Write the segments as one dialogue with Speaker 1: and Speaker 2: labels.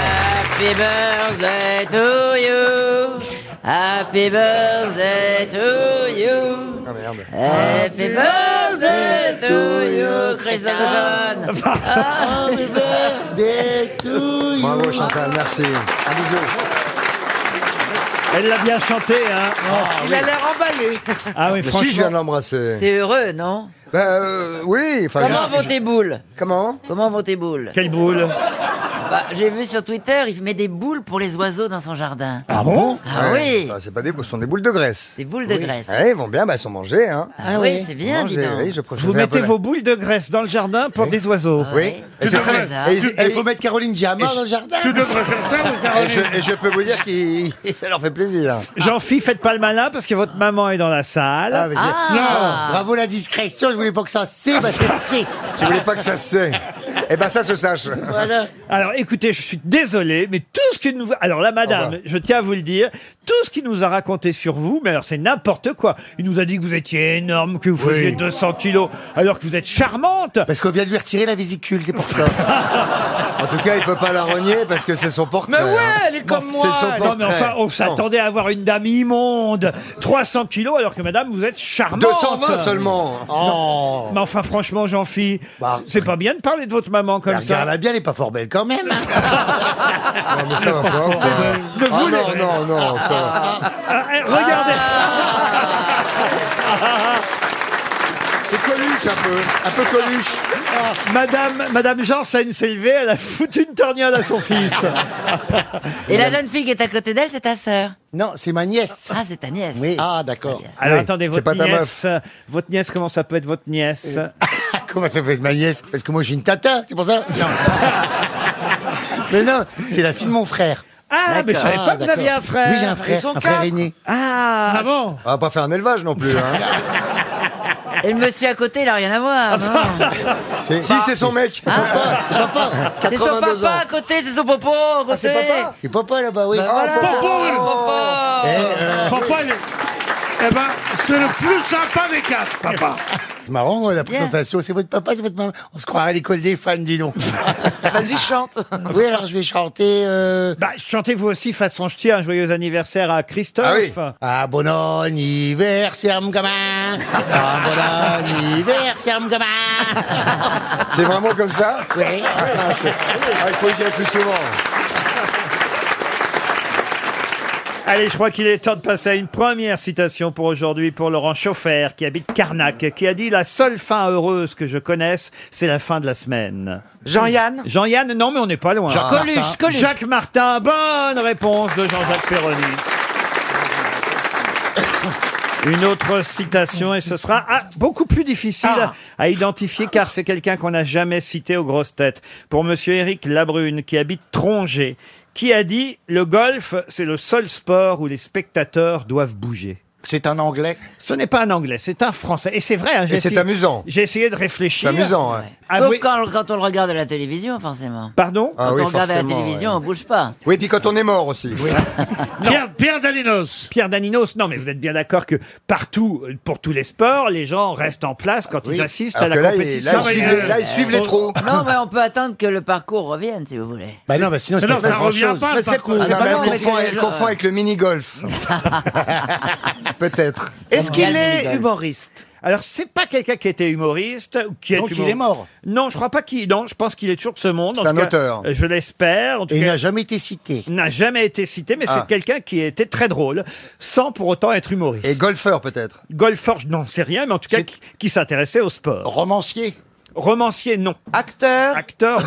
Speaker 1: Happy birthday to you. Happy birthday to you.
Speaker 2: Euh,
Speaker 1: Happy birthday to you, Christophe Dechavanne. Euh,
Speaker 2: Bravo Chantal, merci. Un bisou.
Speaker 3: Elle l'a bien chanté, hein
Speaker 2: Oh.
Speaker 4: Ah
Speaker 5: Il a l'air emballé.
Speaker 3: Ah oui,
Speaker 2: Mais si, je viens de
Speaker 3: franchement.
Speaker 2: l'embrasser.
Speaker 1: T'es heureux, non
Speaker 2: Ben, euh, oui, enfin,
Speaker 1: Comment
Speaker 2: je-
Speaker 1: vont
Speaker 2: je-
Speaker 1: tes boules
Speaker 2: Comment
Speaker 1: Comment vont tes boules
Speaker 3: Quelle boule
Speaker 1: Bah, J'ai vu sur Twitter, il met des boules pour les oiseaux dans son jardin.
Speaker 3: Ah bon
Speaker 1: Ah
Speaker 2: Ouais,
Speaker 1: oui
Speaker 2: enfin, c'est pas des boules, ce sont des boules de graisse.
Speaker 1: Des boules de graisse.
Speaker 2: Ouais, ils vont bien, bah, elles sont mangées. Hein.
Speaker 1: Ah oui, c'est bien, dis
Speaker 4: Eh
Speaker 2: Mangées,
Speaker 1: donc.
Speaker 2: oui, je préfère
Speaker 3: Vous
Speaker 2: un peu
Speaker 3: mettez
Speaker 2: la-
Speaker 3: vos boules de graisse dans le jardin pour des oiseaux.
Speaker 2: Oui.
Speaker 1: Tu
Speaker 2: Et c'est
Speaker 1: devrais-
Speaker 2: très- et-
Speaker 1: tu-
Speaker 2: et-
Speaker 4: Il faut mettre Caroline Diamant dans le jardin.
Speaker 6: Tu devrais faire ça, mon
Speaker 2: et
Speaker 6: Caroline.
Speaker 2: je- et je peux vous dire que ça leur fait plaisir.
Speaker 3: Jean-Phi, faites pas le malin parce que votre maman est dans la salle.
Speaker 2: Ah, mais c'est-
Speaker 4: Non, bravo la discrétion, je voulais pas que ça c'est parce que c'est.
Speaker 2: Tu voulais pas que ça se sait. Eh ben ça se sache.
Speaker 4: Voilà.
Speaker 3: Alors écoutez, je suis désolé, mais tout ce que nous... Alors là,
Speaker 2: Au
Speaker 3: madame,
Speaker 2: revoir.
Speaker 3: je tiens à vous le dire, tout ce qu'il nous a raconté sur vous, mais alors c'est n'importe quoi. Il nous a dit que vous étiez énorme, que vous
Speaker 4: Oui.
Speaker 3: faisiez 200 kilos, alors que vous êtes charmante.
Speaker 4: Parce qu'on vient de lui retirer la vésicule, c'est pour ça.
Speaker 2: En tout cas, il peut pas la renier parce que c'est son portrait.
Speaker 5: Mais ouais,
Speaker 2: hein.
Speaker 5: elle est comme
Speaker 2: Bon, C'est
Speaker 5: moi,
Speaker 2: son
Speaker 5: elle-
Speaker 3: Non mais
Speaker 2: portrait.
Speaker 3: enfin, on
Speaker 2: Non.
Speaker 3: s'attendait à avoir une dame immonde, 300 kilos, alors que madame, vous êtes charmante.
Speaker 2: 220 seulement.
Speaker 4: Oh.
Speaker 3: Mais enfin, franchement, jean phi
Speaker 4: Bah.
Speaker 3: c'est pas bien de parler de votre maman comme
Speaker 4: La
Speaker 3: ça.
Speaker 4: regarde bien, elle est pas fort belle quand même.
Speaker 2: hein. Non, mais ça va pas. hein.
Speaker 3: Ne
Speaker 2: Ah
Speaker 3: vous
Speaker 2: non, non, non. ça-
Speaker 3: Ah, eh, regardez.
Speaker 2: C'est Coluche un peu. Un peu Coluche.
Speaker 3: Ah, Madame, Madame Janssen s'est levée, elle a foutu une torgnade à son fils.
Speaker 1: Et la jeune fille qui est à côté d'elle, c'est ta sœur.
Speaker 4: Non, c'est ma nièce.
Speaker 1: Ah, c'est ta nièce.
Speaker 4: Oui. Ah, d'accord.
Speaker 3: Alors
Speaker 2: Oui,
Speaker 3: attendez,
Speaker 2: c'est
Speaker 3: votre
Speaker 2: pas ta
Speaker 3: nièce, euh, votre nièce, comment ça peut être votre nièce
Speaker 4: Euh, Comment ça peut être ma nièce Parce que moi j'ai une tata, c'est pour ça. Non. Mais non, c'est la fille de mon frère.
Speaker 3: Ah, mais je savais pas que vous aviez un frère.
Speaker 4: Oui, j'ai un frère,
Speaker 3: Ils sont
Speaker 4: un frère
Speaker 3: quatre.
Speaker 4: aîné.
Speaker 3: Ah,
Speaker 6: Ah bon
Speaker 2: On va pas faire un élevage non plus. Hein.
Speaker 1: Et le monsieur à côté, il a rien à
Speaker 3: Ah,
Speaker 1: voir. non.
Speaker 2: si, c'est son mec.
Speaker 4: Ah.
Speaker 1: C'est son
Speaker 2: 82
Speaker 1: papa
Speaker 2: ans. Ah,
Speaker 1: à côté, c'est son popo à côté.
Speaker 2: c'est papa
Speaker 4: Ah,
Speaker 2: Ah,
Speaker 4: C'est papa là-bas, oui.
Speaker 1: Bah voilà.
Speaker 6: Popo.
Speaker 1: Popo.
Speaker 4: Eh, euh,
Speaker 6: Papa, il est- Eh ben, c'est le plus sympa des quatre, papa.
Speaker 4: eh, c'est marrant la
Speaker 1: Bien.
Speaker 4: présentation. C'est votre papa, c'est votre maman. On se croirait à l'école des fans, dis donc.
Speaker 5: Vas-y, chante.
Speaker 4: Ah oui, alors je vais chanter. euh,
Speaker 3: bah chantez-vous aussi façon je tiens un joyeux anniversaire à Christophe.
Speaker 2: Ah
Speaker 4: Ah bon anniversaire, mon gamin. Ah bon anniversaire, mon gamin.
Speaker 2: C'est vraiment comme ça
Speaker 4: Oui.
Speaker 2: Ah, c'est- Ah, Il faut le dire plus souvent.
Speaker 3: Allez, je crois qu'il est temps de passer à une première citation pour aujourd'hui pour Laurent Chauffert qui habite Carnac, qui a dit la seule fin heureuse que je connaisse, c'est la fin de la semaine.
Speaker 5: Jean-Yann
Speaker 3: Jean-Yann, non mais on n'est pas loin.
Speaker 1: Coluche, Coluche.
Speaker 3: Jacques Martin, bonne réponse de Jean-Jacques Perroni. Une autre citation et ce sera ah, beaucoup plus difficile
Speaker 2: Ah.
Speaker 3: à identifier car c'est quelqu'un qu'on n'a jamais cité aux grosses têtes. Pour monsieur Éric Labrune qui habite Trongé, qui a dit le golf c'est le seul sport où les spectateurs doivent bouger.
Speaker 4: C'est un anglais.
Speaker 3: Ce n'est pas un anglais, c'est un français et c'est vrai. hein, j'ai
Speaker 2: Et c'est
Speaker 3: essayé-
Speaker 2: amusant.
Speaker 3: J'ai essayé de
Speaker 2: C'est
Speaker 3: réfléchir.
Speaker 2: amusant. hein.
Speaker 3: Ah
Speaker 1: Sauf
Speaker 3: oui.
Speaker 1: quand, quand on le regarde à la télévision, forcément.
Speaker 3: Pardon.
Speaker 2: Ah
Speaker 1: quand
Speaker 2: oui,
Speaker 1: on regarde à la
Speaker 2: forcément,
Speaker 1: télévision,
Speaker 2: ouais.
Speaker 1: on bouge pas.
Speaker 2: Oui, puis quand on est mort aussi.
Speaker 6: Pierre, Pierre Dalinos.
Speaker 3: Pierre Daninos, non, mais vous êtes bien d'accord que partout, euh, pour tous les sports, les gens restent en place quand ils assistent à
Speaker 2: Alors
Speaker 3: la
Speaker 2: que là, ils-
Speaker 3: compétition.
Speaker 2: là, ils
Speaker 6: Non, mais,
Speaker 2: suivent
Speaker 6: euh,
Speaker 2: les- là, ils suivent les trous.
Speaker 1: Non, mais on peut attendre que le parcours revienne, si vous voulez.
Speaker 4: Bah non, bah sinon
Speaker 6: Mais
Speaker 4: c'est
Speaker 6: non,
Speaker 4: pas
Speaker 6: ça
Speaker 4: grand
Speaker 6: revient
Speaker 4: chose.
Speaker 6: pas, le parcours.
Speaker 2: Ah non,
Speaker 1: bah
Speaker 2: mais
Speaker 1: non,
Speaker 2: elle
Speaker 1: mais
Speaker 2: confond-
Speaker 1: c'est-
Speaker 2: elle confond avec le mini-golf. Peut-être.
Speaker 5: Est-ce qu'il est
Speaker 4: Miguel.
Speaker 5: humoriste
Speaker 3: Alors, c'est pas quelqu'un qui était humoriste, ou qui est
Speaker 4: Donc, il
Speaker 3: humoriste.
Speaker 4: est mort.
Speaker 3: Non, je crois pas qu'il. Non, je pense qu'il est toujours de ce monde. en
Speaker 2: C'est
Speaker 3: tout
Speaker 2: un
Speaker 3: cas,
Speaker 2: auteur.
Speaker 3: euh, Je l'espère. En tout
Speaker 4: Et il
Speaker 3: cas,
Speaker 4: n'a jamais été cité.
Speaker 3: n'a jamais été cité, mais
Speaker 2: Ah.
Speaker 3: c'est quelqu'un qui était très drôle, sans pour autant être humoriste.
Speaker 2: Et golfeur peut-être.
Speaker 3: Golfeur, je n'en sais rien, mais en tout cas,
Speaker 4: C'est-
Speaker 3: qui, qui s'intéressait au sport.
Speaker 4: Romancier.
Speaker 3: Romancier, non.
Speaker 5: Acteur
Speaker 3: Acteur,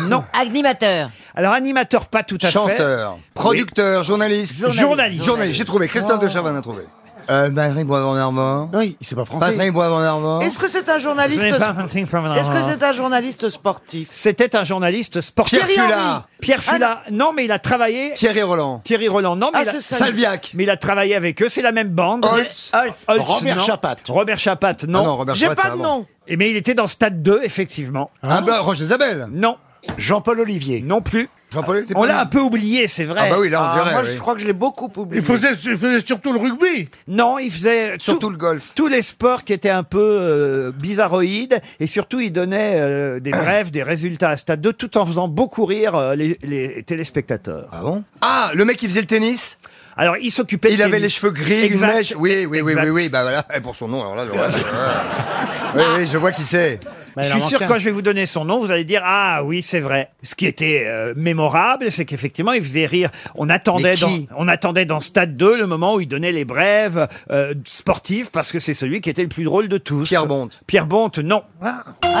Speaker 3: non.
Speaker 1: Animateur.
Speaker 3: Alors, animateur, pas tout à fait.
Speaker 2: Chanteur, producteur, journaliste.
Speaker 3: Journaliste. Journaliste.
Speaker 2: Journaliste, j'ai trouvé. Christophe de Chavannes a trouvé. Euh, Patrick Boivin-Normand.
Speaker 4: Non, il- c'est pas français.
Speaker 2: Patrick Boivin-Normand.
Speaker 5: Est-ce que c'est un
Speaker 3: Je
Speaker 5: journaliste
Speaker 3: n'ai pas-
Speaker 5: sp- Est-ce que c'est un journaliste sportif
Speaker 3: C'était un journaliste sportif.
Speaker 2: Pierre Fulat.
Speaker 3: Pierre Fula, non, mais il a travaillé.
Speaker 2: Thierry Roland.
Speaker 3: Thierry Roland, non, mais,
Speaker 5: Ah,
Speaker 3: il, a,
Speaker 5: c'est ça.
Speaker 2: Salviac.
Speaker 3: mais il a travaillé avec eux. C'est la même bande.
Speaker 2: Holtz.
Speaker 1: Holtz.
Speaker 3: Holtz,
Speaker 4: Robert
Speaker 3: non.
Speaker 4: Chapat.
Speaker 3: Robert Chapat, non. Eh
Speaker 2: Ah non, Robert
Speaker 5: J'ai
Speaker 2: Schwartz,
Speaker 5: pas
Speaker 2: c'est
Speaker 5: de
Speaker 2: avant.
Speaker 5: nom.
Speaker 3: Et mais il était dans Stade 2, effectivement.
Speaker 2: Ah bah, Roger Isabelle.
Speaker 3: Non,
Speaker 4: Jean-Paul Olivier.
Speaker 3: non plus.
Speaker 4: Jean-Paul était
Speaker 3: On
Speaker 4: pas
Speaker 3: l'a
Speaker 4: là.
Speaker 3: un peu oublié, c'est vrai.
Speaker 4: Ah bah oui, là on
Speaker 5: Ah,
Speaker 4: dirait.
Speaker 5: moi,
Speaker 4: oui.
Speaker 5: je crois que je l'ai beaucoup oublié.
Speaker 6: Il faisait, il faisait surtout le rugby.
Speaker 3: Non, il faisait tout-
Speaker 4: Surtout le golf.
Speaker 3: tous les sports qui étaient un peu euh, bizarroïdes et surtout il donnait euh, des brèves, des résultats à Stade 2 tout en faisant beaucoup rire euh, les, les téléspectateurs.
Speaker 4: Ah bon
Speaker 7: Ah, le mec qui faisait le tennis
Speaker 3: Alors il s'occupait.
Speaker 4: Il
Speaker 3: de
Speaker 4: avait les
Speaker 3: tennis.
Speaker 4: cheveux gris,
Speaker 3: Exact.
Speaker 4: une mèche. Oui, oui, oui,
Speaker 3: Exact.
Speaker 4: oui, oui, bah voilà. Eh, pour son nom, alors là, le reste,
Speaker 5: Ah, bah,
Speaker 4: ouais. Oui, oui, je vois qui c'est.
Speaker 3: Je suis sûr que quand je vais vous donner son nom, vous allez dire ah oui c'est vrai. Ce qui était euh, mémorable, c'est qu'effectivement il faisait rire. On attendait,
Speaker 4: Mais
Speaker 3: dans,
Speaker 4: qui
Speaker 3: on attendait dans Stade 2 le moment où il donnait les brèves euh, sportives parce que c'est celui qui était le plus drôle de tous.
Speaker 4: Pierre Bonte.
Speaker 3: Pierre Bonte, non.
Speaker 1: Ah, c'est pas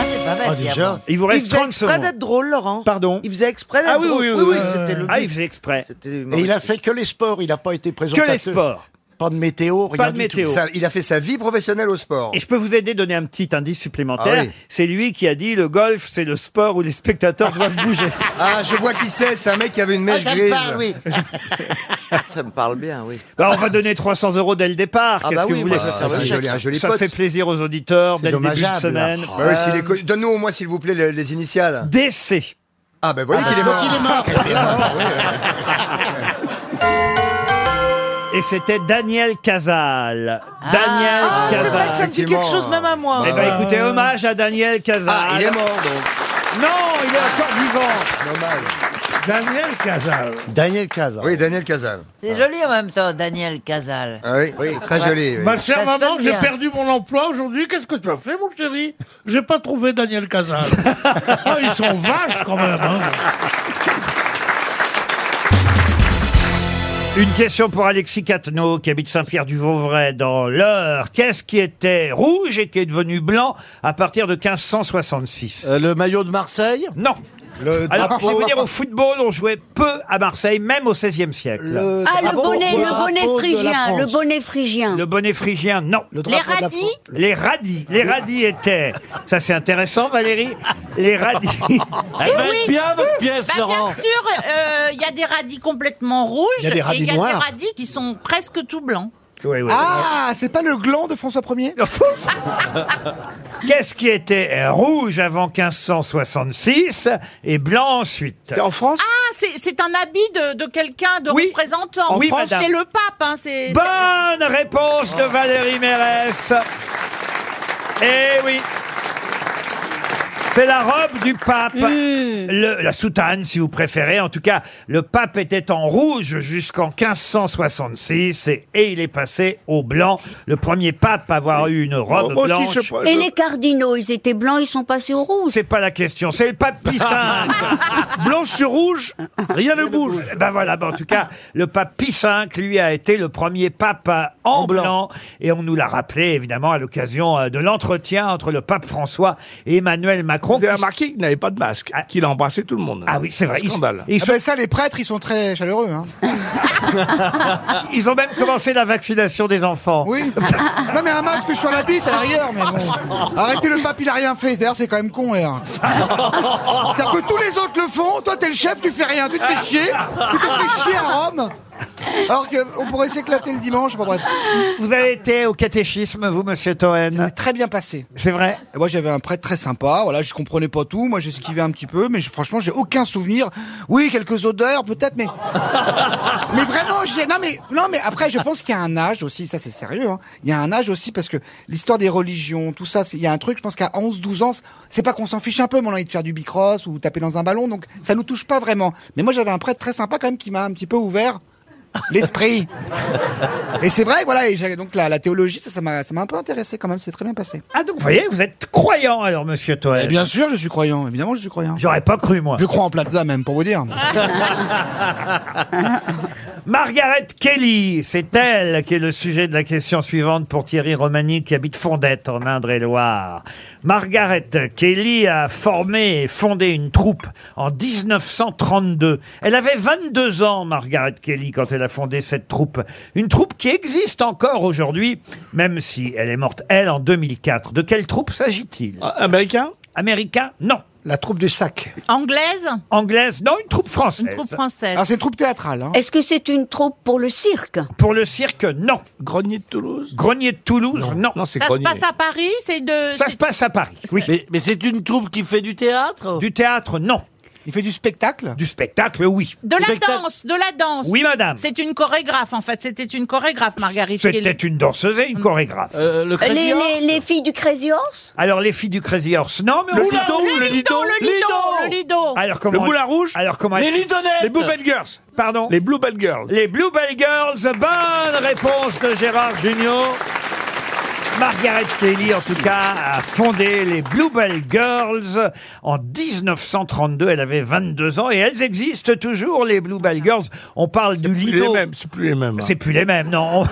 Speaker 1: mal, Pierre
Speaker 4: déjà.
Speaker 1: Brandt.
Speaker 3: Il vous
Speaker 5: Il
Speaker 3: reste
Speaker 5: faisait
Speaker 3: 30
Speaker 5: exprès
Speaker 3: secondes.
Speaker 5: d'être drôle, Laurent.
Speaker 3: Pardon.
Speaker 5: Il faisait exprès d'être
Speaker 3: Ah oui,
Speaker 5: drôle.
Speaker 3: oui, oui, oui,
Speaker 5: c'était le
Speaker 3: Ah il
Speaker 5: but.
Speaker 3: faisait exprès.
Speaker 5: C'était
Speaker 8: Et il
Speaker 5: humoristique.
Speaker 8: a fait que les sports, il n'a pas été présentateur.
Speaker 3: Que les sports.
Speaker 8: Pas de météo, rien
Speaker 3: Pas de
Speaker 8: du tout.
Speaker 3: météo.
Speaker 4: Ça, il a fait sa vie professionnelle au sport.
Speaker 3: Et je peux vous aider à donner un petit indice supplémentaire.
Speaker 4: Ah oui.
Speaker 3: C'est lui qui a dit le golf, c'est le sport où les spectateurs doivent bouger.
Speaker 4: Ah, je vois qui c'est. C'est un mec qui avait une
Speaker 5: Ah,
Speaker 4: mèche
Speaker 8: ça me
Speaker 4: grise.
Speaker 8: parle, oui.
Speaker 5: Ça me parle bien, oui.
Speaker 3: Bah, on va donner 300 euros dès le départ.
Speaker 5: Ah
Speaker 3: Qu'est-ce
Speaker 5: bah
Speaker 3: que
Speaker 5: oui,
Speaker 3: vous voulez
Speaker 5: moi, je vais
Speaker 4: Ah,
Speaker 5: faire
Speaker 4: c'est
Speaker 5: le
Speaker 4: un
Speaker 5: chèque.
Speaker 4: joli, un joli
Speaker 3: Ça
Speaker 4: pote.
Speaker 3: fait plaisir aux auditeurs dès le début de
Speaker 8: dommageable, là.
Speaker 3: semaine.
Speaker 4: Ah ouais,
Speaker 5: Euh,
Speaker 4: s'il est connu- Donne-nous au moins, s'il vous plaît, les, les initiales.
Speaker 3: DC.
Speaker 4: Ah, ben voyez qu'il est mort.
Speaker 3: Et c'était Daniel Casal. Daniel
Speaker 5: Ah, c'est
Speaker 3: Casal.
Speaker 5: vrai que ça me dit quelque chose, même à moi. Bah.
Speaker 3: Eh ben, écoutez, hommage à Daniel Casal.
Speaker 4: Ah, il est mort, donc.
Speaker 3: Non, il est encore vivant.
Speaker 4: Normal.
Speaker 6: Daniel Casal.
Speaker 8: Daniel Cazard.
Speaker 4: Oui, Daniel Cazal.
Speaker 1: C'est joli en même temps, Daniel Casal.
Speaker 4: Ah oui, oui, très joli. oui.
Speaker 6: Ma chère
Speaker 1: Ça
Speaker 6: maman,
Speaker 1: sonne
Speaker 6: j'ai
Speaker 1: bien.
Speaker 6: perdu mon emploi aujourd'hui. Qu'est-ce que tu as fait, mon chéri J'ai pas trouvé Daniel Casal. oh, ils sont vaches quand même. hein.
Speaker 3: Une question pour Alexis Catneau, qui habite Saint-Pierre-du-Vauvray, dans l'Eure. Qu'est-ce qui était rouge et qui est devenu blanc à partir de 1566
Speaker 9: le maillot de Marseille
Speaker 3: Non.
Speaker 8: Le
Speaker 3: Alors, je vais vous
Speaker 8: drapeau-
Speaker 3: dire, au football, on jouait peu à Marseille, même au XVIe siècle. Le...
Speaker 8: le
Speaker 10: Ah, le
Speaker 8: drapeau-
Speaker 10: bonnet, le
Speaker 8: drapeau
Speaker 10: bonnet
Speaker 8: de la
Speaker 10: phrygien, le
Speaker 8: France.
Speaker 10: bonnet phrygien.
Speaker 3: bonnet phrygien, non.
Speaker 10: Les
Speaker 8: Le drapeau de la
Speaker 10: radis,
Speaker 8: France.
Speaker 3: Les radis. Les radis étaient. Ça, c'est intéressant, Valérie. Les radis.
Speaker 9: Elle
Speaker 10: Eh
Speaker 9: va être bien votre pièce,
Speaker 11: Bah,
Speaker 9: Laurent
Speaker 11: bien sûr, euh, il y a des radis complètement rouges
Speaker 8: Il y a des
Speaker 11: et
Speaker 8: radis
Speaker 11: il y a des
Speaker 8: noirs.
Speaker 11: radis qui sont presque tout blancs.
Speaker 3: Oui, oui, oui.
Speaker 8: Ah, c'est pas le gland de François 1er
Speaker 3: Qu'est-ce qui était euh, rouge avant 1566 et blanc ensuite
Speaker 8: En France
Speaker 11: Ah, c'est c'est un habit de, de quelqu'un, de
Speaker 3: Oui.
Speaker 11: représentant.
Speaker 3: Oui,
Speaker 11: France,
Speaker 3: madame.
Speaker 11: c'est le pape. Hein, c'est-
Speaker 3: Bonne réponse de Valérie Mérès. Eh oui. C'est la robe du pape,
Speaker 10: Hmm.
Speaker 3: Le- la soutane si vous préférez. En tout cas, le pape était en rouge jusqu'en 1566 et, et il est passé au blanc. Le premier pape à avoir eu une robe
Speaker 2: Moi
Speaker 3: blanche.
Speaker 2: aussi, je prends-
Speaker 10: Et les cardinaux, ils étaient blancs, ils sont passés au rouge.
Speaker 3: C'est pas la question, c'est le pape Pie V.
Speaker 2: Blanc sur rouge, rien ne bouge.
Speaker 3: Eh Ben voilà, ben en tout cas, le pape Pie V, lui, a été le premier pape euh, en, blanc. Et on nous l'a rappelé, évidemment, à l'occasion euh, de l'entretien entre le pape François et Emmanuel Macron.
Speaker 2: Vous avez
Speaker 3: qui-
Speaker 2: remarqué qu'il n'avait pas de masque, qu'il a embrassé tout le monde.
Speaker 3: Ah oui, c'est vrai. Ils,
Speaker 2: Scandale.
Speaker 3: ils
Speaker 8: Ah
Speaker 3: sont-
Speaker 8: ben ça, les prêtres, ils sont très chaleureux. Hein.
Speaker 2: ben.
Speaker 3: ils ont même commencé la vaccination des enfants.
Speaker 8: Oui. non, mais un masque sur la bite à l'arrière, mais bon. Arrêtez, le pape, il a rien fait. D'ailleurs, c'est quand même con, l'air. C'est-à-dire que tous les autres le font. Toi, t'es le chef, tu fais rien. Tu te fais chier. Tu te fais chier à Rome. Alors qu'on pourrait s'éclater le dimanche. Bon, bref.
Speaker 3: Vous avez été au catéchisme, vous, monsieur Toen
Speaker 8: C'est très bien passé.
Speaker 3: C'est vrai
Speaker 8: Et moi, j'avais un prêtre très sympa. Voilà, je comprenais pas tout. Moi, j'esquivais un petit peu, mais je- franchement, j'ai aucun souvenir. Oui, quelques odeurs, peut-être, mais mais vraiment, j'ai non mais non mais après, je pense qu'il y a un âge aussi. Ça, c'est sérieux. hein. Il y a un âge aussi parce que l'histoire des religions, tout ça, c'est- il y a un truc. Je pense qu'à 11, 12 ans, c'est pas qu'on s'en fiche un peu, mais on a envie de faire du bicross ou taper dans un ballon, donc ça nous touche pas vraiment. Mais moi, j'avais un prêtre très sympa quand même qui m'a un petit peu ouvert. L'esprit. Et c'est vrai, voilà. Et j'ai- donc la, la théologie, ça, ça m'a, ça m'a un peu intéressé quand même. C'est très bien passé.
Speaker 3: Ah, donc vous voyez, vous êtes croyant, alors, monsieur
Speaker 8: Eh
Speaker 3: Toen.
Speaker 8: bien sûr, je suis croyant. Évidemment, je suis croyant.
Speaker 3: J'aurais pas cru, moi.
Speaker 8: Je crois en Plaza même, pour vous dire.
Speaker 3: Margaret Kelly, c'est elle qui est le sujet de la question suivante pour Thierry Romani qui habite Fondette en Indre-et-Loire. Margaret Kelly a formé et fondé une troupe en 1932. Elle avait 22 ans, Margaret Kelly, quand elle a fondé cette troupe. Une troupe qui existe encore aujourd'hui, même si elle est morte, elle, en 2004. De quelle troupe s'agit-il
Speaker 2: Américain
Speaker 3: Américain Non.
Speaker 8: Euh, La troupe du sac.
Speaker 11: Anglaise,
Speaker 3: Anglaise Non, une troupe française.
Speaker 11: une troupe française.
Speaker 8: Alors Ah, c'est une troupe théâtrale. Hein.
Speaker 10: Est-ce que c'est une troupe pour le cirque
Speaker 3: Pour le cirque, non.
Speaker 2: Grenier de Toulouse
Speaker 3: Grenier de Toulouse, non.
Speaker 2: Non, c'est
Speaker 11: ça se
Speaker 2: grenier.
Speaker 11: passe à Paris, c'est de.
Speaker 3: Ça se
Speaker 11: c'est-
Speaker 3: passe à Paris. Oui.
Speaker 9: Mais, mais c'est une troupe qui fait du théâtre
Speaker 3: Du théâtre, non.
Speaker 8: Il fait du spectacle
Speaker 3: Du spectacle, oui.
Speaker 11: De la danse, de la danse.
Speaker 3: Oui, madame.
Speaker 11: C'est une chorégraphe, en fait. C'était une chorégraphe, Marguerite.
Speaker 3: C'était
Speaker 11: Kelly.
Speaker 3: une danseuse et une chorégraphe.
Speaker 10: les, les- les filles du Crazy Horse
Speaker 3: Alors, les filles du Crazy Horse, non, mais
Speaker 11: Le
Speaker 3: on-
Speaker 11: lido, Le le lido, lido, le lido, lido. le lido.
Speaker 3: Alors, comment...
Speaker 11: Le moulin
Speaker 3: rouge Alors, comment...
Speaker 11: Les
Speaker 3: Les Blue Bell Girls Pardon Les Blue Bell Girls. Les Blue Bell Girls, bonne réponse de Gérard Junior. Margaret Kelly, en tout cas, a fondé les Blue Bell Girls en 1932. Elle avait 22 ans et elles existent toujours, les Blue Bell Girls. On parle du Lido.
Speaker 6: les mêmes, c'est plus les mêmes, hein.
Speaker 3: C'est plus les mêmes, non.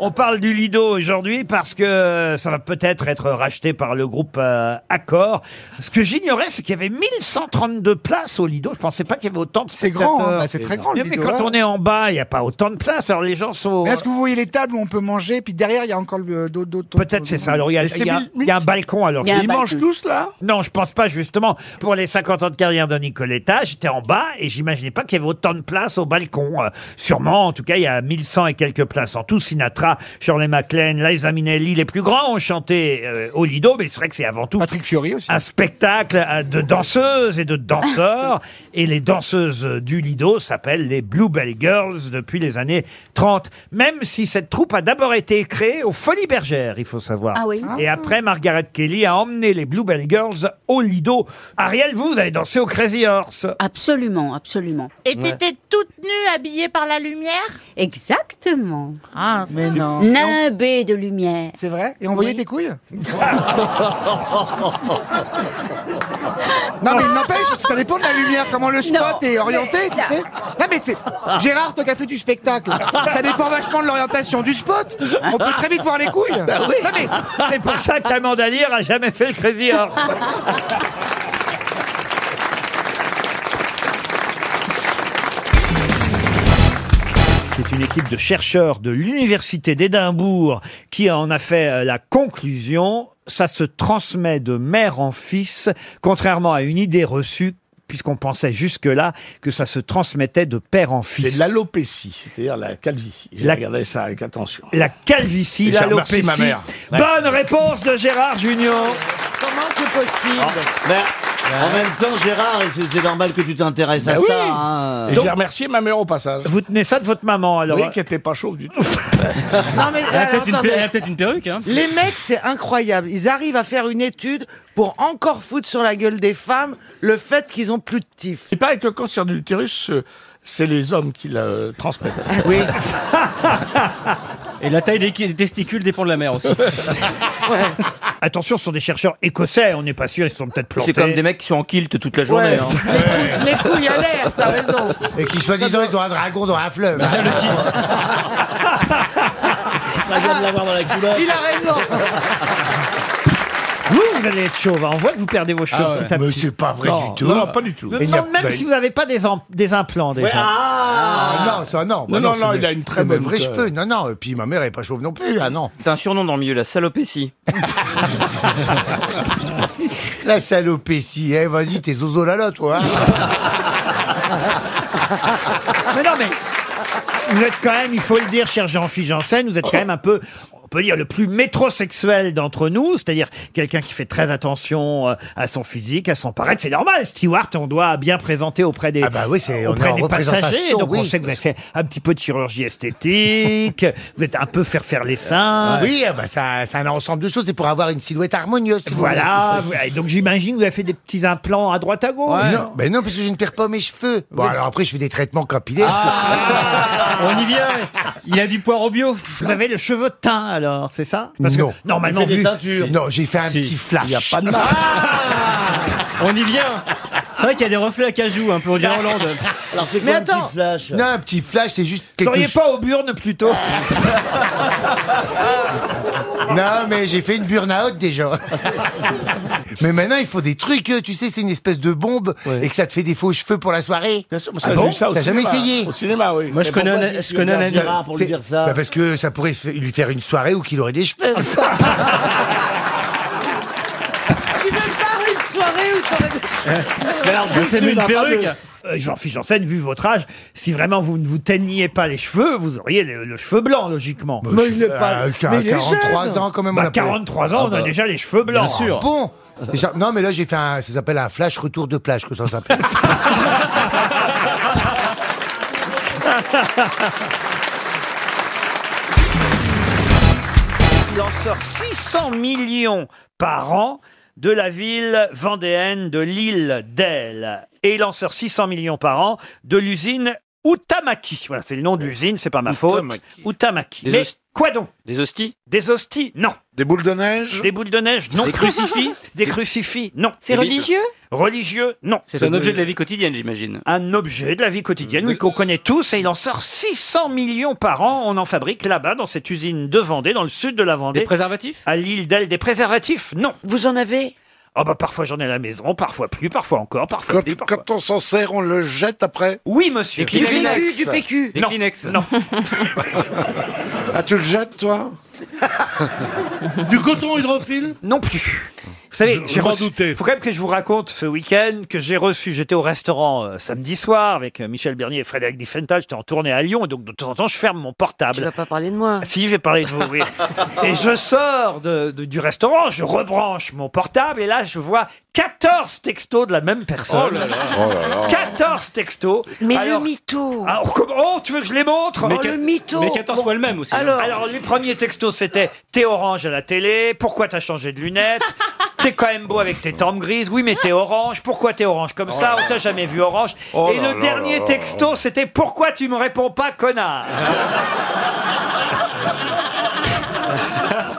Speaker 3: On parle du Lido aujourd'hui parce que ça va peut-être être racheté par le groupe euh, Accor. Ce que j'ignorais, c'est qu'il y avait 1132 places au Lido. Je pensais pas qu'il y avait autant de C'est
Speaker 8: grand, hein, bah, c'est très grand, le
Speaker 3: Mais
Speaker 8: Lido,
Speaker 3: quand
Speaker 8: ouais.
Speaker 3: on est en bas, il n'y a pas autant de places. Alors les gens sont...
Speaker 8: Mais Est-ce que vous voyez les tables où on peut manger, puis derrière il y a encore le- d'autres. d'autres-
Speaker 3: Peut-être c'est ça. Alors il y a,
Speaker 8: Mais c'est
Speaker 3: il y a-
Speaker 8: mille-
Speaker 3: il y a un balcon. Alors
Speaker 8: Il y a un Ils balcon. mangent tous, là
Speaker 3: Non, je pense pas justement. Pour les 50 ans de carrière de Nicoletta, j'étais en bas et j'imaginais pas qu'il y avait autant de places au balcon. Euh, sûrement, en tout cas, il y a 1100 et quelques places en tout. Sinatra, Shirley MacLaine, Liza Minnelli, les plus grands ont chanté euh, au Lido, mais c'est vrai que c'est avant tout Patrick Fiori aussi. un spectacle euh, de danseuses et de danseurs. et les danseuses euh, du Lido s'appellent les Bluebell Girls depuis les années 30. Même si cette troupe a d'abord été créée aux Folies Bergères, il faut savoir.
Speaker 10: Ah oui.
Speaker 3: Et après, Margaret Kelly a emmené les Bluebell Girls au Lido. Ariel, vous, vous avez dansé au Crazy Horse.
Speaker 10: Absolument, absolument.
Speaker 11: Et t'étais toute nue, habillée par la lumière
Speaker 10: Exactement.
Speaker 11: Ah,
Speaker 8: mais non.
Speaker 10: Nimbé de lumière.
Speaker 8: C'est vrai Et on voyait des couilles Non, mais il n'empêche, ça dépend de la lumière, comment le spot
Speaker 10: Non,
Speaker 8: est orienté,
Speaker 10: mais-
Speaker 8: tu sais. Non, mais c'est. Gérard, toi qui as fait du spectacle, ça dépend vachement de l'orientation du spot. On peut très vite voir les couilles.
Speaker 3: Bah oui.
Speaker 8: Non, mais-
Speaker 3: C'est pour ça que la mandalière a jamais fait le Crazy Horse. C'est une équipe de chercheurs de l'Université d'Édimbourg qui en a fait euh, la conclusion. Ça se transmet de mère en fils, contrairement à une idée reçue, puisqu'on pensait jusque-là que ça se transmettait de père en fils.
Speaker 9: C'est de l'alopécie, c'est-à-dire la calvitie. J'ai
Speaker 3: La-
Speaker 9: regardé ça avec attention.
Speaker 3: La calvitie,
Speaker 9: Et je remercie
Speaker 3: l'alopécie. Bah,
Speaker 9: ma mère. Ouais.
Speaker 3: Bonne réponse de Gérard Junior.
Speaker 5: Comment c'est possible
Speaker 9: Ah. Mais ben.
Speaker 12: En même temps, Gérard, et c'est- c'est normal que tu t'intéresses à ça. hein.
Speaker 9: Et
Speaker 12: Donc-
Speaker 9: j'ai remercié ma mère au passage.
Speaker 3: Vous tenez ça de votre maman alors hein.
Speaker 9: Oui, qui était pas chauve du tout.
Speaker 5: Non, mais,
Speaker 9: Elle a peut-être
Speaker 5: alors,
Speaker 9: une
Speaker 5: attendez.
Speaker 9: per- elle a peut-être une perruque, hein.
Speaker 5: Les mecs, c'est incroyable. Ils arrivent à faire une étude pour encore foutre sur la gueule des femmes le fait qu'ils ont plus de tif.
Speaker 9: C'est pas que le cancer de l'utérus, euh, c'est les hommes qui le transmettent.
Speaker 5: Oui.
Speaker 13: Et la taille des, des testicules dépend de la mère aussi.
Speaker 3: Attention, ce sont des chercheurs écossais, on n'est pas sûr, ils se sont peut-être plantés.
Speaker 13: C'est comme des mecs qui sont en kilt toute la journée.
Speaker 3: Ouais.
Speaker 13: hein.
Speaker 5: Les couilles à l'air, t'as raison.
Speaker 4: Et qui soi-disant, ils ont un dragon dans un fleuve.
Speaker 12: Ah,
Speaker 5: Il a raison.
Speaker 3: Vous, vous allez être chauve. hein. On voit que vous perdez vos cheveux
Speaker 4: Ah ouais.
Speaker 3: petit à petit.
Speaker 4: Mais c'est pas vrai
Speaker 3: Non,
Speaker 4: du tout.
Speaker 3: Non, pas du tout.
Speaker 4: Mais il y a-
Speaker 3: même
Speaker 4: bah,
Speaker 3: si vous n'avez pas des, em- des implants déjà.
Speaker 4: Ouais, ah, non, ça non.
Speaker 9: Non, non, non, il a une très bonne
Speaker 4: vraie
Speaker 9: hauteur.
Speaker 4: cheveux. Non, non. Et puis ma mère est pas chauve non plus. Ah non.
Speaker 13: T'as un surnom dans le milieu, la salopécie.
Speaker 4: La salopécie. Eh, vas-y, t'es zozo lala, toi. hein.
Speaker 3: Mais non, mais vous êtes quand même, il faut le dire, cher Jean-Philippe Janssen, vous êtes quand même un peu. On peut dire le plus métrosexuel d'entre nous, c'est-à-dire quelqu'un qui fait très attention euh, à son physique, à son paraître. C'est normal, Stewart, on doit bien présenter auprès
Speaker 4: Ah
Speaker 3: des,
Speaker 4: bah on est
Speaker 3: auprès
Speaker 4: en
Speaker 3: des passagers.
Speaker 4: représentation,
Speaker 3: Donc on
Speaker 4: oui.
Speaker 3: sait que vous avez fait un petit peu de chirurgie esthétique, vous êtes un peu faire faire les seins.
Speaker 4: Oui, eh ben, ça, c'est un ensemble de choses. C'est pour avoir une silhouette harmonieuse.
Speaker 3: Voilà, voilà. Et donc j'imagine que vous avez fait des petits implants à droite à gauche.
Speaker 4: Non, ben non, parce que je ne perds pas mes cheveux. Bon, alors après, je fais des traitements capillaires.
Speaker 13: Ah.
Speaker 12: Ah.
Speaker 13: On y vient. Il a du poireau bio.
Speaker 3: Vous avez le cheveu teint alors, c'est ça Parce
Speaker 4: Non.
Speaker 3: que normalement
Speaker 4: Il fait des
Speaker 3: vu-
Speaker 4: teintures. Non, j'ai fait un
Speaker 13: Si.
Speaker 4: petit flash.
Speaker 13: Il y a pas de mal. Ah On y vient. C'est vrai qu'il y a des reflets à cajou, hein, un peu, on dirait Hollande.
Speaker 12: Alors c'est
Speaker 4: Mais
Speaker 12: quoi un
Speaker 4: attends.
Speaker 12: petit flash
Speaker 4: Non, un petit flash, c'est juste quelque
Speaker 3: seriez
Speaker 4: chose.
Speaker 3: pas aux burnes plutôt
Speaker 4: Non, mais j'ai fait une burn-out déjà. mais maintenant, il faut des trucs, euh, tu sais, c'est une espèce de bombe et que ça te fait des faux cheveux pour la soirée.
Speaker 9: Bien sûr, mais ça,
Speaker 4: Ah
Speaker 9: j'ai
Speaker 4: bon
Speaker 9: eu ça au
Speaker 4: T'as jamais
Speaker 9: cinéma.
Speaker 4: essayé
Speaker 9: Au cinéma, oui.
Speaker 13: Moi, je
Speaker 9: Mais
Speaker 13: connais
Speaker 9: pourquoi
Speaker 13: un-
Speaker 9: tu-
Speaker 13: je connais un
Speaker 9: tu-
Speaker 13: ami-
Speaker 12: Gérard, pour lui
Speaker 4: C'est-
Speaker 12: dire ça.
Speaker 4: Bah, parce que ça pourrait fa- lui faire une soirée où qu'il aurait des cheveux.
Speaker 5: Tu veux faire une soirée où t'aurais...
Speaker 12: Mais alors,
Speaker 13: Je t'ai mis une perruque.
Speaker 3: Euh, Jean-Philippe Janssen, vu votre âge, si vraiment vous ne vous teigniez pas les cheveux, vous auriez le, le cheveu blanc, logiquement.
Speaker 4: Euh,
Speaker 5: mais il est
Speaker 4: 43
Speaker 5: jeune.
Speaker 4: ans quand même. on
Speaker 3: Bah,
Speaker 4: a Ah, pas-
Speaker 3: 43 ans, on a déjà les cheveux
Speaker 13: Ah
Speaker 3: blancs.
Speaker 13: bah,
Speaker 3: hein.
Speaker 13: Bien sûr.
Speaker 4: Bon, Et ça- non, mais là, j'ai fait un. Ça s'appelle un flash retour de plage, que ça s'appelle.
Speaker 3: Il en sort 600 millions par an de la ville vendéenne de l'île d'Elle. Et il en sort 600 millions par an de l'usine Utamaki. Voilà, c'est le nom de l'usine, c'est pas ma faute. Utamaki.
Speaker 14: Des
Speaker 3: Mais
Speaker 14: hosties.
Speaker 3: quoi donc
Speaker 14: Des hosties
Speaker 3: Des hosties, non. Des boules de neige Des boules de neige, non.
Speaker 14: Des crucifix
Speaker 3: Des crucifix, non.
Speaker 14: C'est Des religieux
Speaker 3: Religieux, non.
Speaker 14: C'est un objet de la vie quotidienne, j'imagine.
Speaker 3: Un objet de la vie quotidienne, oui, qu'on connaît tous, et il en sort 600 millions par an. On en fabrique là-bas, dans cette usine de Vendée, dans le sud de la Vendée. Des préservatifs À l'île d'Elle, des préservatifs, non. Vous en avez Ah bah parfois j'en ai à la maison, parfois plus, parfois encore, parfois plus. Parfois...
Speaker 9: Quand on s'en sert, on le jette après
Speaker 3: Oui, monsieur.
Speaker 9: Des Kleenex.
Speaker 3: Des Non. Kleenex. Non. Ah, tu le jettes, toi
Speaker 6: Du coton hydrophile
Speaker 3: Non plus. Vous savez,
Speaker 6: Je-
Speaker 3: j'ai
Speaker 6: je m'en
Speaker 3: reçu- faut quand même que je vous raconte ce week-end que j'ai reçu. J'étais au restaurant euh, samedi soir avec euh, Michel Bernier et Frédéric Diffenthal. J'étais en tournée à Lyon, et donc de temps en temps, je ferme mon portable. Tu vas pas parler de moi Si, je vais parler de vous. Oui. et je sors de- de- du restaurant, je rebranche mon portable et là, je vois 14 textos de la même personne.
Speaker 15: Oh là là. Oh là là.
Speaker 3: 14 textos.
Speaker 15: Mais le mytho
Speaker 3: Ah, on recomm- oh, tu veux que je les montre
Speaker 15: Mais Oh, quat- le mytho. mais 14 fois le même aussi. Ah.
Speaker 3: Alors, alors, les premiers textos, c'était T'es orange à la télé, pourquoi t'as changé de lunettes T'es quand même beau avec tes tempes grises, oui, mais t'es orange, pourquoi t'es orange comme ça On t'a jamais vu orange.
Speaker 15: Oh
Speaker 3: Et
Speaker 15: là
Speaker 3: le
Speaker 15: là
Speaker 3: dernier
Speaker 15: là là.
Speaker 3: texto, c'était Pourquoi tu me réponds pas, connard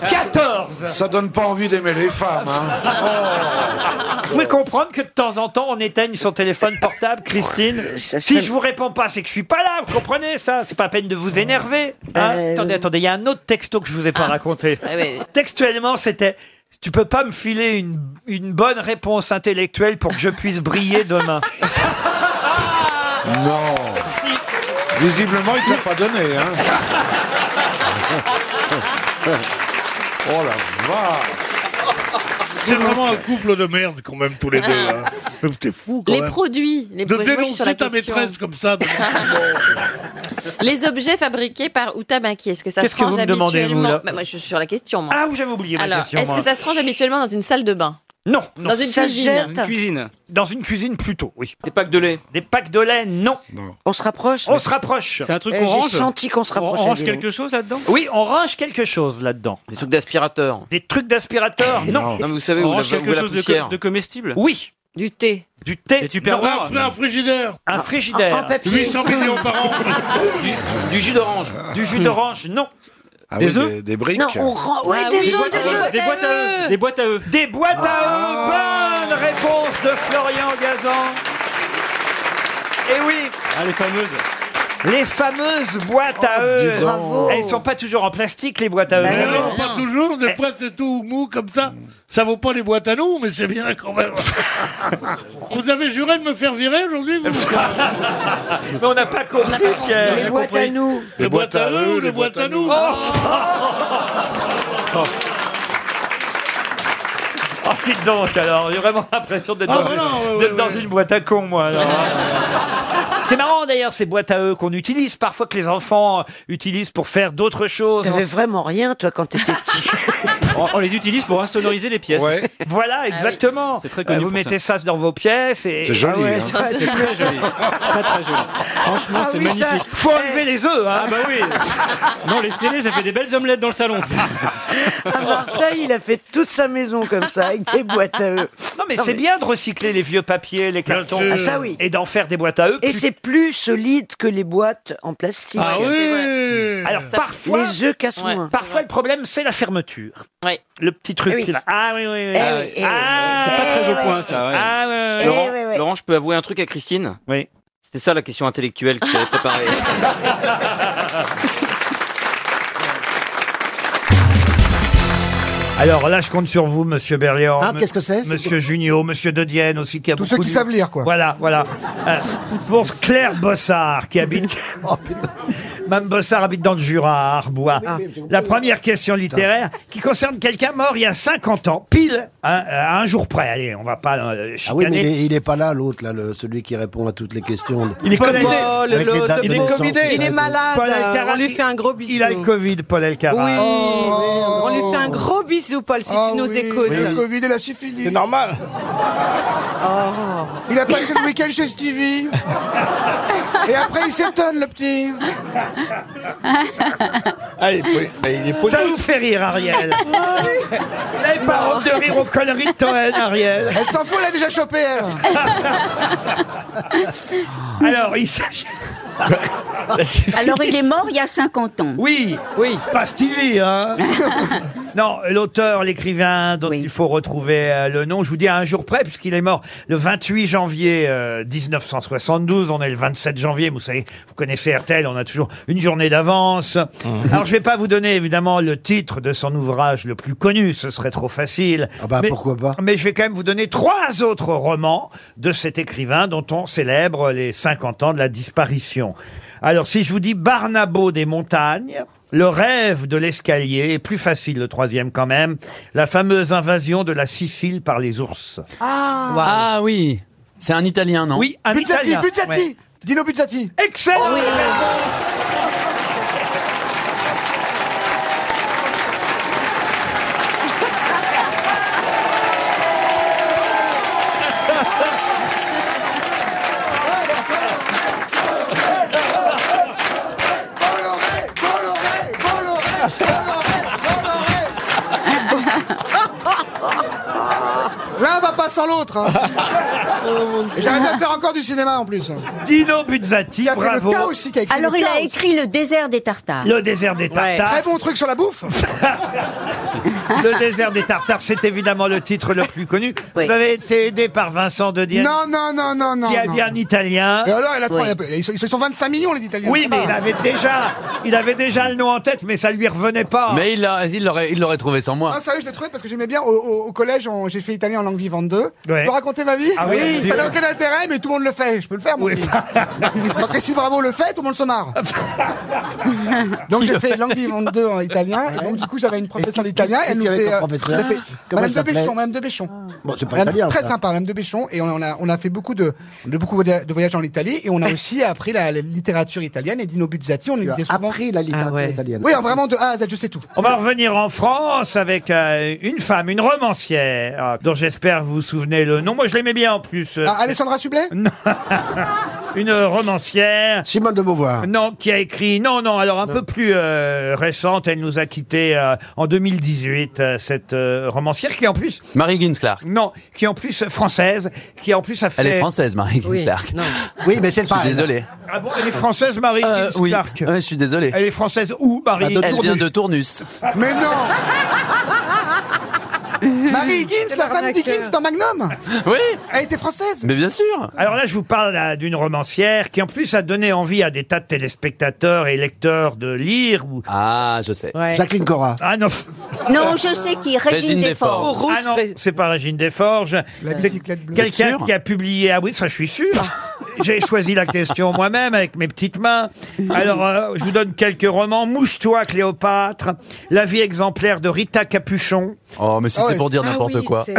Speaker 3: 14
Speaker 9: Ça donne pas envie d'aimer les femmes, hein.
Speaker 3: Vous pouvez comprendre que de temps en temps, on éteigne son téléphone portable, Christine. Si je vous réponds pas, c'est que je suis pas là, vous comprenez ça C'est pas à peine de vous énerver. hein Attendez, attendez, il y a un autre texto que je vous ai pas raconté. Textuellement, c'était Tu peux pas me filer une, une bonne réponse intellectuelle pour que je puisse briller demain.
Speaker 9: Non. Visiblement, il ne l'a pas donné, hein.
Speaker 6: Oh la C'est vraiment un couple de merde quand même tous les deux. hein. Mais t'es fou quand
Speaker 16: Les
Speaker 6: même.
Speaker 16: produits. Les
Speaker 6: De
Speaker 16: produits, moi, je suis sur la
Speaker 6: dénoncer ta
Speaker 16: question.
Speaker 6: maîtresse comme ça.
Speaker 16: Les objets fabriqués par Utamaki, est-ce que ça
Speaker 3: Qu'est-ce
Speaker 16: se
Speaker 3: que
Speaker 16: range
Speaker 3: vous me
Speaker 16: habituellement
Speaker 3: demandez, vous, là
Speaker 16: Bah, Moi, je suis sur la question. Moi.
Speaker 3: Ah, vous avez oublié ma
Speaker 16: Alors,
Speaker 3: question,
Speaker 16: Est-ce
Speaker 3: moi.
Speaker 16: que ça se range habituellement dans une salle de bain
Speaker 3: Non, non.
Speaker 16: Dans une Ça cuisine. jette. Une
Speaker 3: cuisine. Dans une cuisine plutôt, oui. Des packs de lait. Des packs de lait, non. On se rapproche. On se rapproche.
Speaker 13: C'est un truc qu'on range On range quelque
Speaker 3: chose
Speaker 13: chose là-dedans
Speaker 3: Oui, on range quelque chose là-dedans. Des trucs d'aspirateur. Des trucs d'aspirateur, Eh, non.
Speaker 14: Non, mais vous savez
Speaker 3: on
Speaker 14: où la,
Speaker 3: range
Speaker 14: où
Speaker 3: quelque
Speaker 14: la
Speaker 3: chose de
Speaker 14: poussière.
Speaker 3: co- comestible Oui.
Speaker 16: Du thé.
Speaker 3: Du thé.
Speaker 14: Des tupperwares.
Speaker 6: Non, un- un frigidaire.
Speaker 3: Un frigidaire.
Speaker 6: en papier. 800 millions par an.
Speaker 14: du, jus d'orange.
Speaker 3: Du jus d'orange, non. Ah,
Speaker 9: Ah oui, des, des briques.
Speaker 3: Des boîtes à œufs. Des boîtes à œufs. Des boîtes à œufs. Bonne réponse de Florian Gazan. Eh oui.
Speaker 13: Ah, les fameuses.
Speaker 3: Les fameuses boîtes à œufs.
Speaker 6: Bravo.
Speaker 3: Elles sont pas toujours en plastique, les boîtes à œufs.
Speaker 6: Mais non, pas toujours.
Speaker 3: Eh.
Speaker 6: Des fois, c'est tout mou comme ça. Ça vaut pas les boîtes à nous, mais c'est bien quand même. vous avez juré de me faire virer aujourd'hui vous
Speaker 3: Mais on n'a pas compris,
Speaker 15: Euh,
Speaker 3: Pierre.
Speaker 6: Les
Speaker 3: On a
Speaker 6: boîtes
Speaker 3: compris.
Speaker 6: à nous. Les Les boîtes boîtes à à eux, eux, les les boîtes boîtes à à nous. nous.
Speaker 3: Oh, Oh, dites donc, alors, j'ai vraiment l'impression d'être
Speaker 6: Ah,
Speaker 3: dans,
Speaker 6: bah
Speaker 3: une-
Speaker 6: non, ouais,
Speaker 3: d'être
Speaker 6: ouais,
Speaker 3: dans
Speaker 6: ouais.
Speaker 3: une boîte à con, moi. alors. hein. C'est marrant d'ailleurs ces boîtes à eux qu'on utilise parfois que les enfants euh, utilisent pour faire d'autres choses.
Speaker 15: T'avais
Speaker 3: vraiment rien toi quand t'étais petit.
Speaker 13: on, on les utilise pour insonoriser les pièces.
Speaker 3: Voilà exactement.
Speaker 13: C'est très connu
Speaker 3: Euh, Vous
Speaker 13: pour
Speaker 3: mettez ça. dans vos pièces et
Speaker 13: C'est joli,
Speaker 3: Ah ouais,
Speaker 13: hein. C'est très joli. Très, très joli. Franchement,
Speaker 3: Ah
Speaker 13: c'est
Speaker 3: oui, ça-
Speaker 13: magnifique.
Speaker 3: Faut enlever les œufs, hein.
Speaker 13: Ah bah oui. Non, les scellés, ça fait des belles omelettes dans le salon.
Speaker 3: Ah,
Speaker 15: À Marseille, il a fait toute sa maison comme ça, avec des boîtes à eux.
Speaker 3: Non mais c'est bien de recycler les vieux papiers, les cartons,
Speaker 15: sûr. Ah, ça, oui.
Speaker 3: et d'en faire des boîtes à eux.
Speaker 15: Et c'est plus solide que les boîtes en plastique.
Speaker 3: Alors parfois
Speaker 15: Ah Les œufs cassent moins.
Speaker 3: Parfois le problème c'est la fermeture.
Speaker 15: Oui.
Speaker 3: Le petit truc
Speaker 15: Eh oui.
Speaker 3: là. Ah oui oui oui.
Speaker 15: Eh
Speaker 3: Ah,
Speaker 15: oui,
Speaker 3: oui.
Speaker 15: eh oui.
Speaker 3: Ah,
Speaker 14: C'est pas très au point,
Speaker 3: ça,
Speaker 14: ça.
Speaker 3: ouais. Ah, ouais, ouais.
Speaker 14: Laurent,
Speaker 3: Eh, ouais, ouais.
Speaker 14: Laurent, je peux avouer un truc à Christine
Speaker 3: Oui.
Speaker 14: C'était ça la question intellectuelle que j'avais préparée.
Speaker 3: Alors là, je compte sur vous, Monsieur Berléand.
Speaker 7: Ah,
Speaker 3: me-
Speaker 7: qu'est-ce que c'est
Speaker 3: Monsieur Junio, Monsieur De Dienne aussi, qui a Tous
Speaker 7: ceux qui savent lire, quoi.
Speaker 3: Voilà, voilà. Euh, pour Claire Bossard, qui habite... Mme Bossard habite dans le Jura, à Arbois.
Speaker 2: Oui, oui,
Speaker 3: La première question littéraire qui concerne quelqu'un mort il y a 50 ans, pile, hein, à un jour près. Allez, on va pas euh,
Speaker 17: Ah oui, mais
Speaker 3: chicaner.
Speaker 17: il est, il est pas là, l'autre, là, le- celui qui répond à toutes les questions.
Speaker 3: Il est comidé.
Speaker 17: Avec les dates de naissance.
Speaker 3: Paul Elkarat,
Speaker 15: on lui fait un gros bisou.
Speaker 3: Il a le Covid, Paul Elkarat.
Speaker 9: Ah,
Speaker 15: Oui, on lui
Speaker 11: Oh.
Speaker 15: fait un gros bisou, Paul, si
Speaker 11: Ah
Speaker 15: tu nous écoutes.
Speaker 8: Ah Le Covid et la syphilis. C'est normal. Il a passé le week-end chez Stevie. et après, il s'étonne, le petit.
Speaker 3: Ça vous fait rire, Ariel. Il n'avait pas honte de rire aux conneries de Toen, Ariel.
Speaker 8: Elle s'en fout, elle a déjà chopé, elle.
Speaker 3: Alors, il s'agit.
Speaker 10: Alors, il est mort il y a 50 ans.
Speaker 3: Oui, oui. Pas Stevie, hein Non, l'auteur, l'écrivain dont il faut retrouver euh, le nom, je vous dis à un jour près, puisqu'il est mort le 28 janvier euh, 1972, on est le 27 janvier, vous savez, vous connaissez RTL, on a toujours une journée d'avance. Alors je vais pas vous donner évidemment le titre de son ouvrage le plus connu, ce serait trop facile. Ah bah pourquoi pas Mais je vais quand même vous donner trois autres romans de cet écrivain dont on célèbre les 50 ans de la disparition. Alors si je vous dis Barnabo des montagnes, le rêve de l'escalier, est plus facile le troisième quand même, la fameuse invasion de la Sicile par les ours.
Speaker 8: Ah,
Speaker 13: Ah oui, c'est un Italien, non
Speaker 3: Oui, un
Speaker 8: Buzzati,
Speaker 3: Italien.
Speaker 8: Buzzati.
Speaker 3: Ouais.
Speaker 8: Dino Buzzati.
Speaker 3: Excellent.
Speaker 8: L'un va pas sans l'autre. hein. Et J'arrive à faire encore du cinéma en plus.
Speaker 3: Dino Buzzati,
Speaker 8: Il a fait le
Speaker 3: bravo.
Speaker 8: cas aussi, qui a écrit
Speaker 10: Alors,
Speaker 8: le
Speaker 10: il
Speaker 8: cas
Speaker 10: a
Speaker 8: aussi.
Speaker 10: écrit Le désert des Tartares.
Speaker 3: Le désert des tartares.
Speaker 8: Très bon truc sur la bouffe.
Speaker 3: Le désert des tartares, c'est évidemment le titre le plus connu. Vous avez été aidé par Vincent de Dienne,
Speaker 8: Non, non, non, non, non.
Speaker 3: qui a
Speaker 8: non.
Speaker 3: dit un italien.
Speaker 8: Et alors, il a quoi Il a- ils, sont, ils sont 25 millions les Italiens.
Speaker 3: Oui, mais il avait déjà, il avait déjà le nom en tête, mais ça lui revenait pas.
Speaker 13: Mais il l'a- il l'aurait il l'aurait trouvé sans moi.
Speaker 8: Non, sérieux, je l'ai trouvé parce que j'aimais bien au, au- au collège, on- j'ai fait italien en langue vivante 2.
Speaker 13: Ouais.
Speaker 8: Je peux raconter ma vie
Speaker 13: Ah oui,
Speaker 8: Ça
Speaker 13: vas-y.
Speaker 8: n'a aucun intérêt, mais tout le monde le fait, je peux le faire. Mon fils. Donc, et si Bravo le fait, tout le monde se marre. donc, j'ai fait langue vivante 2 en italien, et donc, du coup, j'avais une professeure d'italien,
Speaker 17: qui-
Speaker 8: elle nous
Speaker 17: qui avait
Speaker 8: faisait.
Speaker 17: comme
Speaker 8: euh,
Speaker 17: professeure
Speaker 8: elle a fait-
Speaker 17: Comment
Speaker 8: Madame
Speaker 17: elle
Speaker 8: de
Speaker 17: s'appelait Ah.
Speaker 8: Béchon, Madame de Béchon.
Speaker 17: Bon, c'est pas
Speaker 8: Madame-
Speaker 17: italien.
Speaker 8: très
Speaker 17: ça.
Speaker 8: sympa, Madame de Béchon, et on, on a, on a fait beaucoup de, de beaucoup de de voyages en Italie, et on a aussi appris la, la littérature italienne, et Dino Buzzati, on nous disait souvent. appris la
Speaker 13: Ah
Speaker 8: littérature italienne. Oui, vraiment de A à Z, je sais tout.
Speaker 3: On va revenir en France avec euh, une femme, une romancière, euh, dont j'espère vous vous souvenez le nom. Moi, je l'aimais bien en plus. euh,
Speaker 8: Ah, Alessandra Sublet
Speaker 3: Non. une romancière.
Speaker 17: Simone de Beauvoir.
Speaker 3: Non, qui a écrit. Non, non, alors un peu plus euh, récente. Elle nous a quitté en 2018, euh, cette euh, romancière qui en plus.
Speaker 13: Marie Higgins Clark.
Speaker 3: Non, qui est en plus française, qui en plus a fait.
Speaker 13: Elle est française, Marie Higgins Clark.
Speaker 17: Oui, mais c'est
Speaker 13: Je suis désolé.
Speaker 3: Ah bon, elle est française, Marie
Speaker 13: Euh,
Speaker 3: Higgins
Speaker 13: oui,
Speaker 3: Clark.
Speaker 13: Ouais, je suis désolé.
Speaker 3: Elle est française où, Marie
Speaker 13: Elle vient de Tournus.
Speaker 8: Mais non Marie Higgins, la femme d'Higgins dans Magnum
Speaker 13: Oui
Speaker 8: Elle était française
Speaker 13: Mais bien sûr
Speaker 3: Alors là, je vous parle là, d'une romancière qui, en plus, a donné envie à des tas de téléspectateurs et lecteurs de lire. Ou...
Speaker 13: Ah, je sais.
Speaker 17: Jacqueline Cora.
Speaker 3: Ah non.
Speaker 10: Non, je sais qui, Régine, Desforges.
Speaker 13: Oh,
Speaker 3: Ah non, c'est pas Régine Desforges. C'est Quelqu'un
Speaker 13: Sûr
Speaker 3: qui a publié. Ah oui, ça, je suis sûr. J'ai choisi la question moi-même avec mes petites mains. Alors, euh, je vous donne quelques romans. Mouche-toi, Cléopâtre. La vie exemplaire de Rita Capuchon.
Speaker 13: Oh, mais si
Speaker 8: Ah
Speaker 13: c'est
Speaker 8: ouais.
Speaker 13: pour dire
Speaker 8: Ah
Speaker 13: n'importe
Speaker 8: oui,
Speaker 13: quoi.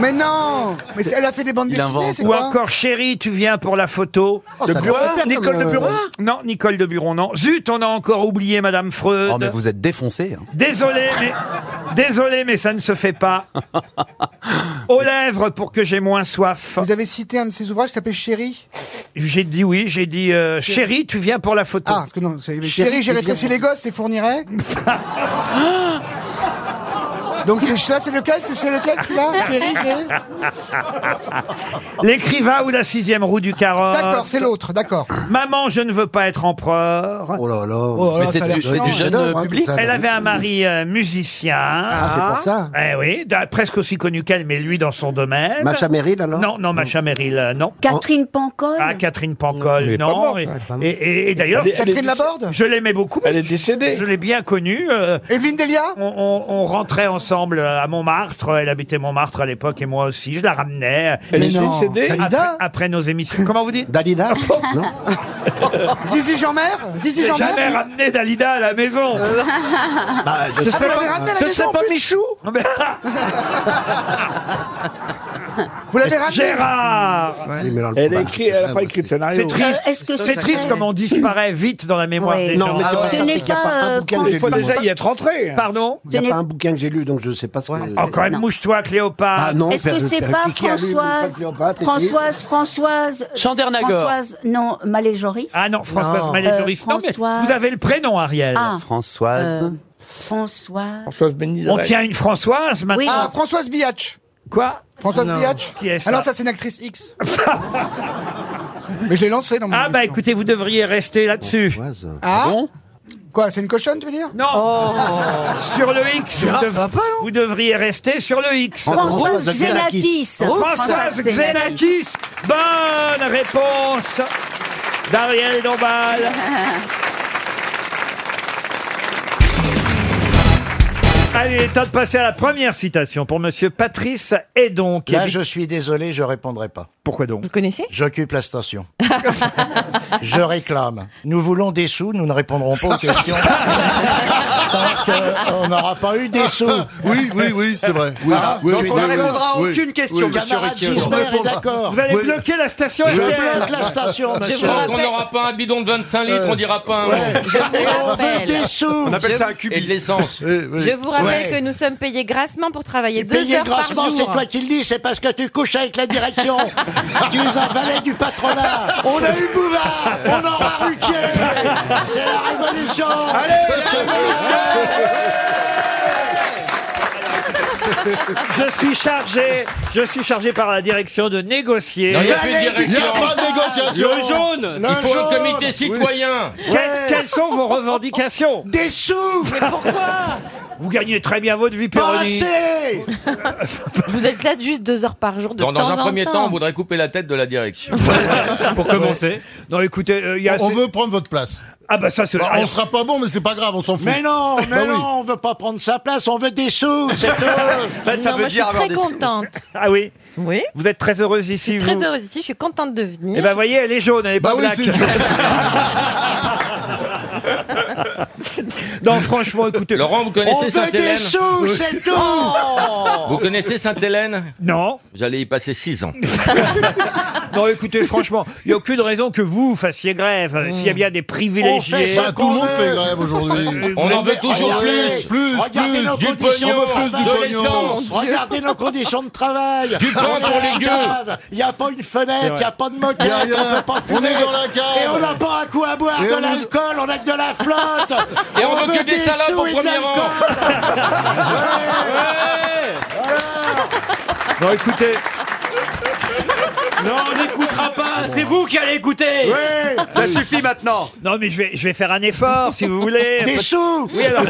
Speaker 8: Mais non Mais c'est- elle a fait des bandes
Speaker 13: Il
Speaker 8: dessinées,
Speaker 13: invente.
Speaker 8: c'est
Speaker 3: Ou
Speaker 8: quoi
Speaker 3: encore Chérie, tu viens pour la photo.
Speaker 8: Oh, De ça doit Buron, faire Nicole comme, de euh, Buron
Speaker 3: Non, Nicole de Buron, non. Zut, on a encore oublié Madame Freud.
Speaker 13: Oh, mais vous êtes défoncé. hein.
Speaker 3: Désolé, mais... Désolé, mais ça ne se fait pas. Aux lèvres pour que j'ai moins soif.
Speaker 8: Vous avez cité un de ses ouvrages qui s'appelle Chérie
Speaker 3: J'ai dit oui, j'ai dit euh, Chérie, tu viens pour la photo.
Speaker 8: Ah, parce que non, c'est- Chérie, j'ai rétréci les gosses et fournirai. Donc c'est- là, c'est lequel C'est c'est lequel, celui-là Chérie, Chérie
Speaker 3: L'écrivain ou la sixième roue du carrosse.
Speaker 8: D'accord, c'est l'autre, d'accord.
Speaker 3: Maman, je ne veux pas être empereur.
Speaker 17: Oh là là.
Speaker 8: Oh là,
Speaker 13: Mais c'est
Speaker 8: ça a
Speaker 13: du-
Speaker 8: l'air
Speaker 13: c'est
Speaker 8: chiant.
Speaker 13: du jeune
Speaker 17: j'adore, hein,
Speaker 13: public.
Speaker 17: tout ça.
Speaker 3: Elle avait un mari euh, musicien.
Speaker 17: Ah, c'est pour ça.
Speaker 3: Eh oui, d- presque aussi connu qu'elle, mais lui dans son domaine.
Speaker 17: Macha Merrill, alors
Speaker 3: Non, non, Macha Merrill, euh, non.
Speaker 10: Catherine Pancol.
Speaker 3: Ah, Catherine Pancol, non. Et, et- et d'ailleurs,
Speaker 8: Elle est- elle est Catherine décédée. Laborde
Speaker 3: Je l'aimais beaucoup. Elle est décédée. Je l'ai bien connue. euh,
Speaker 8: Evelyne Delia
Speaker 3: on, on- on rentrait ensemble à Montmartre. Elle habitait Montmartre à l'époque et moi aussi. Je la ramenais.
Speaker 17: Elle est Mais non. décédée
Speaker 3: après, après nos émissions. Comment vous dites
Speaker 17: Dalida Zizi Jean-Mère Zizi
Speaker 3: J'ai
Speaker 17: Jean-Mère
Speaker 3: jamais ramené Dalida à la maison.
Speaker 17: Bah, je- Ce serait pas- ce serait
Speaker 8: Oh,
Speaker 17: pas
Speaker 3: Michou
Speaker 17: Vous l'avez ramené
Speaker 3: Gérard
Speaker 9: Elle, a écrit,
Speaker 17: Ah,
Speaker 9: elle
Speaker 17: bah,
Speaker 9: a pas écrit de scénario.
Speaker 3: C'est triste, c'est triste comme on disparaît vite dans la mémoire
Speaker 17: Ouais.
Speaker 3: des
Speaker 17: Non,
Speaker 3: gens.
Speaker 17: mais c'est pas Ce ça, n'est c'est qu'il y a pas pas, un euh, bouquin que j'ai
Speaker 9: Il faut
Speaker 17: lu,
Speaker 9: déjà
Speaker 17: moi.
Speaker 9: y être rentré.
Speaker 3: Pardon
Speaker 17: Il n'y a pas un bouquin que j'ai lu, donc je ne sais pas ce que...
Speaker 3: Oh, quand même, mouche-toi, Cléopâtre.
Speaker 17: Ah non,
Speaker 10: Est-ce que
Speaker 17: Père-
Speaker 10: c'est
Speaker 17: Père-
Speaker 10: pas
Speaker 17: qui a lu Mouche-toi,
Speaker 10: Françoise
Speaker 17: Cléopâtre, et qui-
Speaker 10: Françoise, Françoise.
Speaker 3: Chandernagor.
Speaker 10: Françoise, non, Maléjoris.
Speaker 3: Ah non, Françoise Maléjoris.
Speaker 10: Euh,
Speaker 3: Non, mais
Speaker 10: Françoise-
Speaker 3: vous avez le prénom, Ariel.
Speaker 10: Ah.
Speaker 3: Françoise.
Speaker 10: Euh, Françoise.
Speaker 9: Françoise
Speaker 3: On tient une Françoise maintenant.
Speaker 8: Ah, Françoise Biatch.
Speaker 3: Quoi
Speaker 8: Françoise
Speaker 3: Non.
Speaker 8: Biatch
Speaker 3: Qui est ça
Speaker 8: Ah non, ça c'est une actrice X. Mais je l'ai lancé dans mon.
Speaker 3: Ah bah écoutez, vous devriez rester là-dessus.
Speaker 8: Ah Quoi, c'est une cochonne, tu veux dire
Speaker 3: Non
Speaker 7: Oh.
Speaker 3: Oh. Sur le
Speaker 15: Ah,
Speaker 3: X, vous,
Speaker 8: Gérard,
Speaker 3: dev-
Speaker 8: ça va pas,
Speaker 3: vous devriez rester sur le X.
Speaker 10: Françoise Xenakis.
Speaker 3: Françoise Xenakis. Bonne réponse d'Ariel Dombal. Allez, il est temps de passer à la première citation pour Monsieur Patrice Edon. Qui
Speaker 4: Là,
Speaker 3: habite-
Speaker 4: je suis désolé, je répondrai pas.
Speaker 3: Pourquoi donc Vous
Speaker 4: connaissez J'occupe la station. je réclame. Nous voulons des sous, nous ne répondrons pas aux questions. Tant qu'on n'aura pas eu des sous.
Speaker 18: Oui, oui, oui, c'est vrai. Oui,
Speaker 4: Ah,
Speaker 18: oui,
Speaker 4: donc
Speaker 18: oui,
Speaker 4: on
Speaker 18: oui,
Speaker 4: ne répondra à
Speaker 18: oui,
Speaker 4: aucune
Speaker 18: oui,
Speaker 4: question,
Speaker 18: oui,
Speaker 4: monsieur
Speaker 18: camarade
Speaker 4: Riquier.
Speaker 18: Gisbert
Speaker 4: On ne
Speaker 18: est
Speaker 4: répondra.
Speaker 18: d'accord.
Speaker 4: Vous allez
Speaker 18: Oui.
Speaker 4: bloquer la station
Speaker 18: Je
Speaker 4: RTL.
Speaker 18: bloque la station,
Speaker 4: Je
Speaker 18: monsieur.
Speaker 4: vous rappelle-
Speaker 14: On n'aura pas un bidon de 25 litres, on dira pas un
Speaker 4: Ouais.
Speaker 14: mot.
Speaker 4: On veut des sous.
Speaker 18: On appelle ça un
Speaker 14: Et de l'essence.
Speaker 16: Je vous rappelle
Speaker 4: Ouais.
Speaker 16: que nous sommes payés grassement pour travailler deux
Speaker 4: Payer
Speaker 16: heures par
Speaker 4: grassement,
Speaker 16: jour.
Speaker 4: c'est toi qui le dis, c'est parce que tu couches avec la direction. tu es un valet du patronat. On a eu Bouvard, on aura Ruquier. C'est la révolution. Allez, la révolution.
Speaker 3: Je suis chargé, je suis chargé par la direction de négocier.
Speaker 14: Non, il y a plus de direction. Le jaune.
Speaker 3: Le
Speaker 14: Il faut
Speaker 3: jaune.
Speaker 14: un comité citoyen.
Speaker 3: Que- Quelles sont vos revendications
Speaker 4: Des sous
Speaker 3: Mais pourquoi Vous gagnez très bien votre vie, Péroni.
Speaker 4: Passez
Speaker 16: Vous êtes là juste deux heures par jour de
Speaker 14: Dans, dans
Speaker 16: temps
Speaker 14: un
Speaker 16: en
Speaker 14: premier
Speaker 16: temps.
Speaker 14: temps, on voudrait couper la tête de la direction.
Speaker 3: Pour commencer. Non, écoutez, euh, il y a.
Speaker 18: On veut prendre votre place.
Speaker 3: Ah bah ça, c'est.
Speaker 18: Bah, on sera pas bon, mais c'est pas grave, on s'en fout.
Speaker 4: Mais non, mais
Speaker 18: Bah oui.
Speaker 4: non, on veut pas prendre sa place, on veut des sous, c'est tout.
Speaker 18: Bah, ça Non, veut moi, je dire suis avoir très des sous.
Speaker 16: contente.
Speaker 3: Ah oui. Oui. Vous êtes très heureuse ici.
Speaker 16: Très
Speaker 3: vous
Speaker 16: heureuse ici, je suis contente de venir.
Speaker 3: Eh ben voyez, elle est jaune, elle est pas
Speaker 18: Bah oui,
Speaker 3: black.
Speaker 18: c'est
Speaker 3: non, franchement, écoutez.
Speaker 14: Laurent, vous
Speaker 4: On
Speaker 14: connaissez
Speaker 4: veut des
Speaker 14: Sainte-Hélène
Speaker 4: sous, c'est
Speaker 1: Oh
Speaker 4: tout.
Speaker 14: Vous connaissez Sainte-Hélène
Speaker 3: Non.
Speaker 14: J'allais y passer 6 ans.
Speaker 3: Non, écoutez, franchement, il n'y a aucune raison que vous fassiez grève. euh, S'il y a bien des privilégiés. Bah,
Speaker 18: On fait ça, Ah, tout le monde fait grève aujourd'hui.
Speaker 14: On en veut toujours
Speaker 4: Regardez,
Speaker 14: plus.
Speaker 18: Plus,
Speaker 4: regardez
Speaker 18: plus,
Speaker 4: nos
Speaker 18: du
Speaker 4: conditions
Speaker 18: pognon,
Speaker 4: de
Speaker 18: plus du
Speaker 4: travail.
Speaker 18: pognon.
Speaker 4: Regardez nos conditions de travail.
Speaker 18: Du pain
Speaker 4: On est
Speaker 18: pour
Speaker 4: dans
Speaker 18: les
Speaker 4: la
Speaker 18: gueux.
Speaker 4: cave. Il n'y a pas une
Speaker 18: C'est
Speaker 4: fenêtre,
Speaker 18: vrai.
Speaker 4: il n'y a pas de moquette,
Speaker 18: Y a rien.
Speaker 4: on peut pas
Speaker 18: On
Speaker 4: fumer.
Speaker 18: est dans la cave.
Speaker 4: Et on n'a pas un coup à boire,
Speaker 18: Et
Speaker 4: de
Speaker 18: on est-
Speaker 4: l'alcool, on a que de la flotte.
Speaker 14: Et on veut que des salopes
Speaker 4: sous
Speaker 14: au
Speaker 4: et de
Speaker 14: premier
Speaker 4: l'alcool.
Speaker 3: Non, écoutez.
Speaker 13: Non, on n'écoutera
Speaker 14: Ah
Speaker 13: pas, Ah, c'est vous qui allez écouter
Speaker 7: Ça suffit maintenant.
Speaker 3: Non, mais je vais, je vais faire un effort, si vous voulez.
Speaker 4: Des sous
Speaker 3: Oui, alors,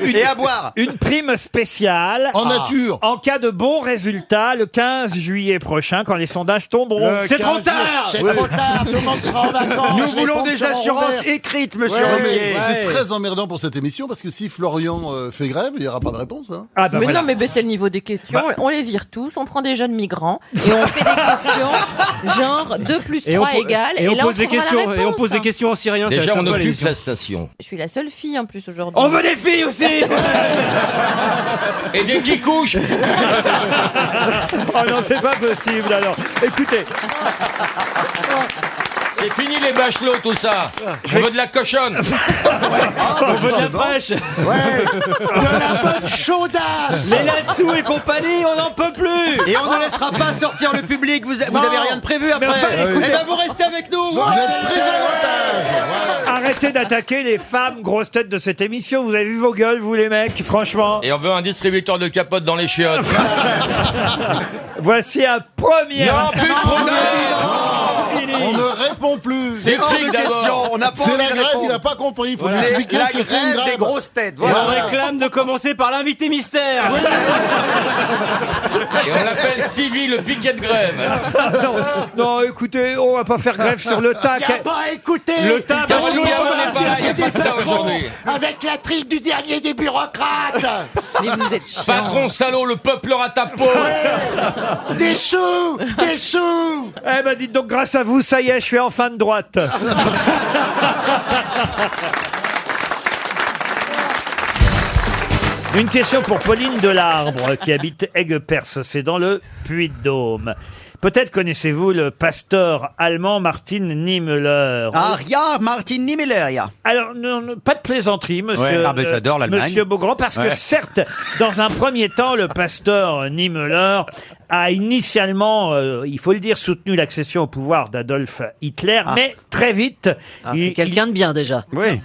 Speaker 3: une-
Speaker 7: Et à boire.
Speaker 3: Une prime spéciale.
Speaker 18: En nature.
Speaker 3: En cas de bons résultats, le 15 juillet prochain, quand les sondages tomberont.
Speaker 4: Le
Speaker 3: C'est trop
Speaker 4: 15
Speaker 3: tard
Speaker 4: C'est trop tard, tout le monde sera en vacances.
Speaker 7: Nous
Speaker 4: les
Speaker 7: voulons
Speaker 4: pompes
Speaker 7: des
Speaker 4: seront
Speaker 7: assurances
Speaker 4: rouvertes.
Speaker 7: écrites, monsieur
Speaker 18: Non, mais
Speaker 7: Romier.
Speaker 18: C'est très emmerdant pour cette émission parce que si Florian euh, fait grève, il n'y aura pas de réponse. hein.
Speaker 3: Ah, bah
Speaker 16: mais
Speaker 3: voilà.
Speaker 16: non, mais baissez le niveau des questions.
Speaker 13: Bah.
Speaker 16: On les vire tous, on prend des jeunes migrants et on fait des questions genre 2 plus 3
Speaker 13: Et on po-
Speaker 16: égale.
Speaker 13: et on
Speaker 16: là,
Speaker 13: pose des
Speaker 16: trouvera la
Speaker 13: questions, et on
Speaker 16: réponse. hein.
Speaker 13: pose des questions en syrien. ça va
Speaker 14: Déjà,
Speaker 13: être
Speaker 14: on
Speaker 13: sympa,
Speaker 14: occupe
Speaker 13: l'émission.
Speaker 14: la station.
Speaker 16: Je suis la seule fille en plus aujourd'hui.
Speaker 13: On veut des filles aussi
Speaker 14: Et dès qui couche
Speaker 3: Oh non, c'est pas possible alors. Écoutez,
Speaker 14: C'est fini les bachelots, tout ça. Je veux de la cochonne.
Speaker 19: Ah, bah,
Speaker 13: On veut de la fraîche
Speaker 4: Ouais, de la bonne chaudasse.
Speaker 13: Les Latsou et compagnie, on n'en peut plus
Speaker 7: Et on ne laissera pas sortir le public, vous, vous
Speaker 3: Non.
Speaker 7: avez rien de prévu après.
Speaker 3: enfin, écoutez-
Speaker 7: Eh ben, vous restez avec nous.
Speaker 4: Vous
Speaker 7: Ouais.
Speaker 4: êtes pris à l'avantage.
Speaker 3: arrêtez d'attaquer les femmes grosses têtes de cette émission. Vous avez vu vos gueules, vous les mecs, franchement.
Speaker 14: Et on veut un distributeur de capotes dans les chiottes.
Speaker 3: Voici un premier.
Speaker 14: Non, plus de problème.
Speaker 18: On ne répond répond plus.
Speaker 19: C'est
Speaker 18: hors de
Speaker 19: Trick, d'abord.
Speaker 18: question.
Speaker 19: On n'a pas
Speaker 18: C'est
Speaker 19: envie
Speaker 18: la
Speaker 19: de
Speaker 18: grève,
Speaker 19: répondre.
Speaker 18: il n'a pas compris. Il faut lui
Speaker 19: C'est
Speaker 18: expliquer
Speaker 19: la
Speaker 18: ce que c'est une
Speaker 19: grève
Speaker 18: grève.
Speaker 19: des grosses têtes,
Speaker 18: Voilà.
Speaker 19: voilà.
Speaker 13: On réclame de commencer par l'invité mystère.
Speaker 14: Et on l'appelle Stevie le piquet de grève.
Speaker 3: non, non, écoutez, on va pas faire grève sur le tac.
Speaker 4: Il y a pas écouté
Speaker 3: Le tac,
Speaker 4: Dans le
Speaker 3: bonjour.
Speaker 4: bureau
Speaker 14: on est pas là, il y a
Speaker 4: des
Speaker 14: pas de temps
Speaker 4: patrons,
Speaker 14: aujourd'hui.
Speaker 4: Avec la trique du dernier des bureaucrates
Speaker 14: Mais vous êtes Patron salaud, le peuple aura ta peau.
Speaker 4: Des sous Des sous
Speaker 3: Eh ben dites donc, grâce à vous, ça y est, je suis en fin de droite. Une question pour Pauline Delarbre, qui habite Aigues-Perse, c'est dans le Puy-de-Dôme. Peut-être connaissez-vous le pasteur allemand Martin Niemöller.
Speaker 7: Ah, rien, Martin Niemöller, ja.
Speaker 3: Alors, non, non, pas de plaisanterie, monsieur.
Speaker 19: Ouais, ah ben,
Speaker 3: euh,
Speaker 19: j'adore l'Allemagne.
Speaker 3: Monsieur Beaugrand, parce
Speaker 19: Ouais.
Speaker 3: que certes, dans un premier temps, le pasteur Niemöller a initialement, euh, il faut le dire, soutenu l'accession au pouvoir d'Adolf Hitler,
Speaker 20: Ah.
Speaker 3: mais très vite. il Quelqu'un de bien déjà. Oui.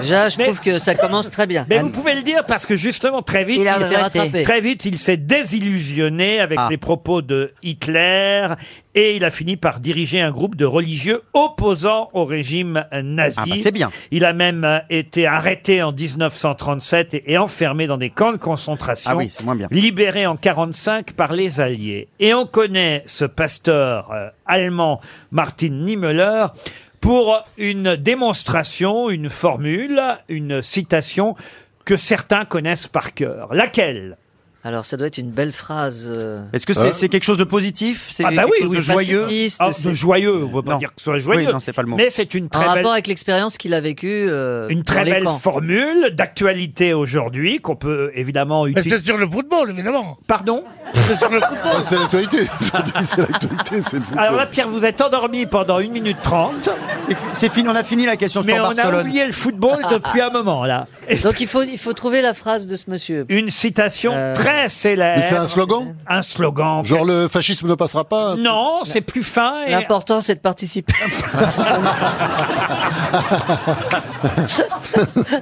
Speaker 20: Déjà, je trouve que ça commence très bien.
Speaker 3: Mais vous pouvez le dire parce que justement très vite,
Speaker 20: Il a regretté.
Speaker 3: très vite, il s'est désillusionné avec
Speaker 7: Ah.
Speaker 3: les propos de Hitler et il a fini par diriger un groupe de religieux opposants au régime nazi.
Speaker 7: Ah bah, c'est bien.
Speaker 3: Il a même euh, été arrêté en 1937 et, et enfermé dans des camps de concentration.
Speaker 7: Ah oui, c'est moins bien.
Speaker 3: Libéré en 45 par les Alliés. Et on connaît ce pasteur euh, allemand Martin Niemöller pour une démonstration, une formule, une citation que certains connaissent par cœur. Laquelle
Speaker 20: Alors, ça doit être une belle phrase. euh, hein
Speaker 7: Est-ce que c'est c'est quelque chose de positif C'est
Speaker 3: Ah bah
Speaker 7: quelque
Speaker 3: oui,
Speaker 7: chose
Speaker 3: oui,
Speaker 7: de joyeux
Speaker 20: pacifiste,
Speaker 3: Ah,
Speaker 20: c'est-
Speaker 3: de joyeux, on ne peut pas
Speaker 7: Non.
Speaker 3: dire que ce soit joyeux.
Speaker 7: Oui, non, c'est pas le mot.
Speaker 3: Mais c'est une
Speaker 20: en
Speaker 3: très
Speaker 20: rapport
Speaker 3: belle
Speaker 20: avec l'expérience qu'il a vécue euh,
Speaker 3: Une très
Speaker 20: dans les
Speaker 3: belle
Speaker 20: camps.
Speaker 3: formule d'actualité aujourd'hui qu'on peut évidemment
Speaker 6: Mais c'est
Speaker 3: utiliser.
Speaker 6: sur le football, évidemment.
Speaker 3: Pardon
Speaker 6: C'est sur le football.
Speaker 18: Ah, C'est l'actualité. Aujourd'hui, C'est l'actualité, c'est le football.
Speaker 3: Alors là, Pierre, vous êtes endormi pendant 1 minute 30,
Speaker 7: C'est fini, on a fini la question
Speaker 3: mais
Speaker 7: sur
Speaker 3: on a
Speaker 7: Barcelone.
Speaker 3: oublié le football depuis un moment, là.
Speaker 20: Donc, il faut, il faut trouver la phrase de ce monsieur.
Speaker 3: Une citation
Speaker 7: Euh.
Speaker 3: très célèbre.
Speaker 18: Mais c'est un slogan
Speaker 3: Un slogan.
Speaker 18: Genre le fascisme ne passera pas
Speaker 3: Non, c'est plus fin. Et...
Speaker 20: L'important, c'est de participer.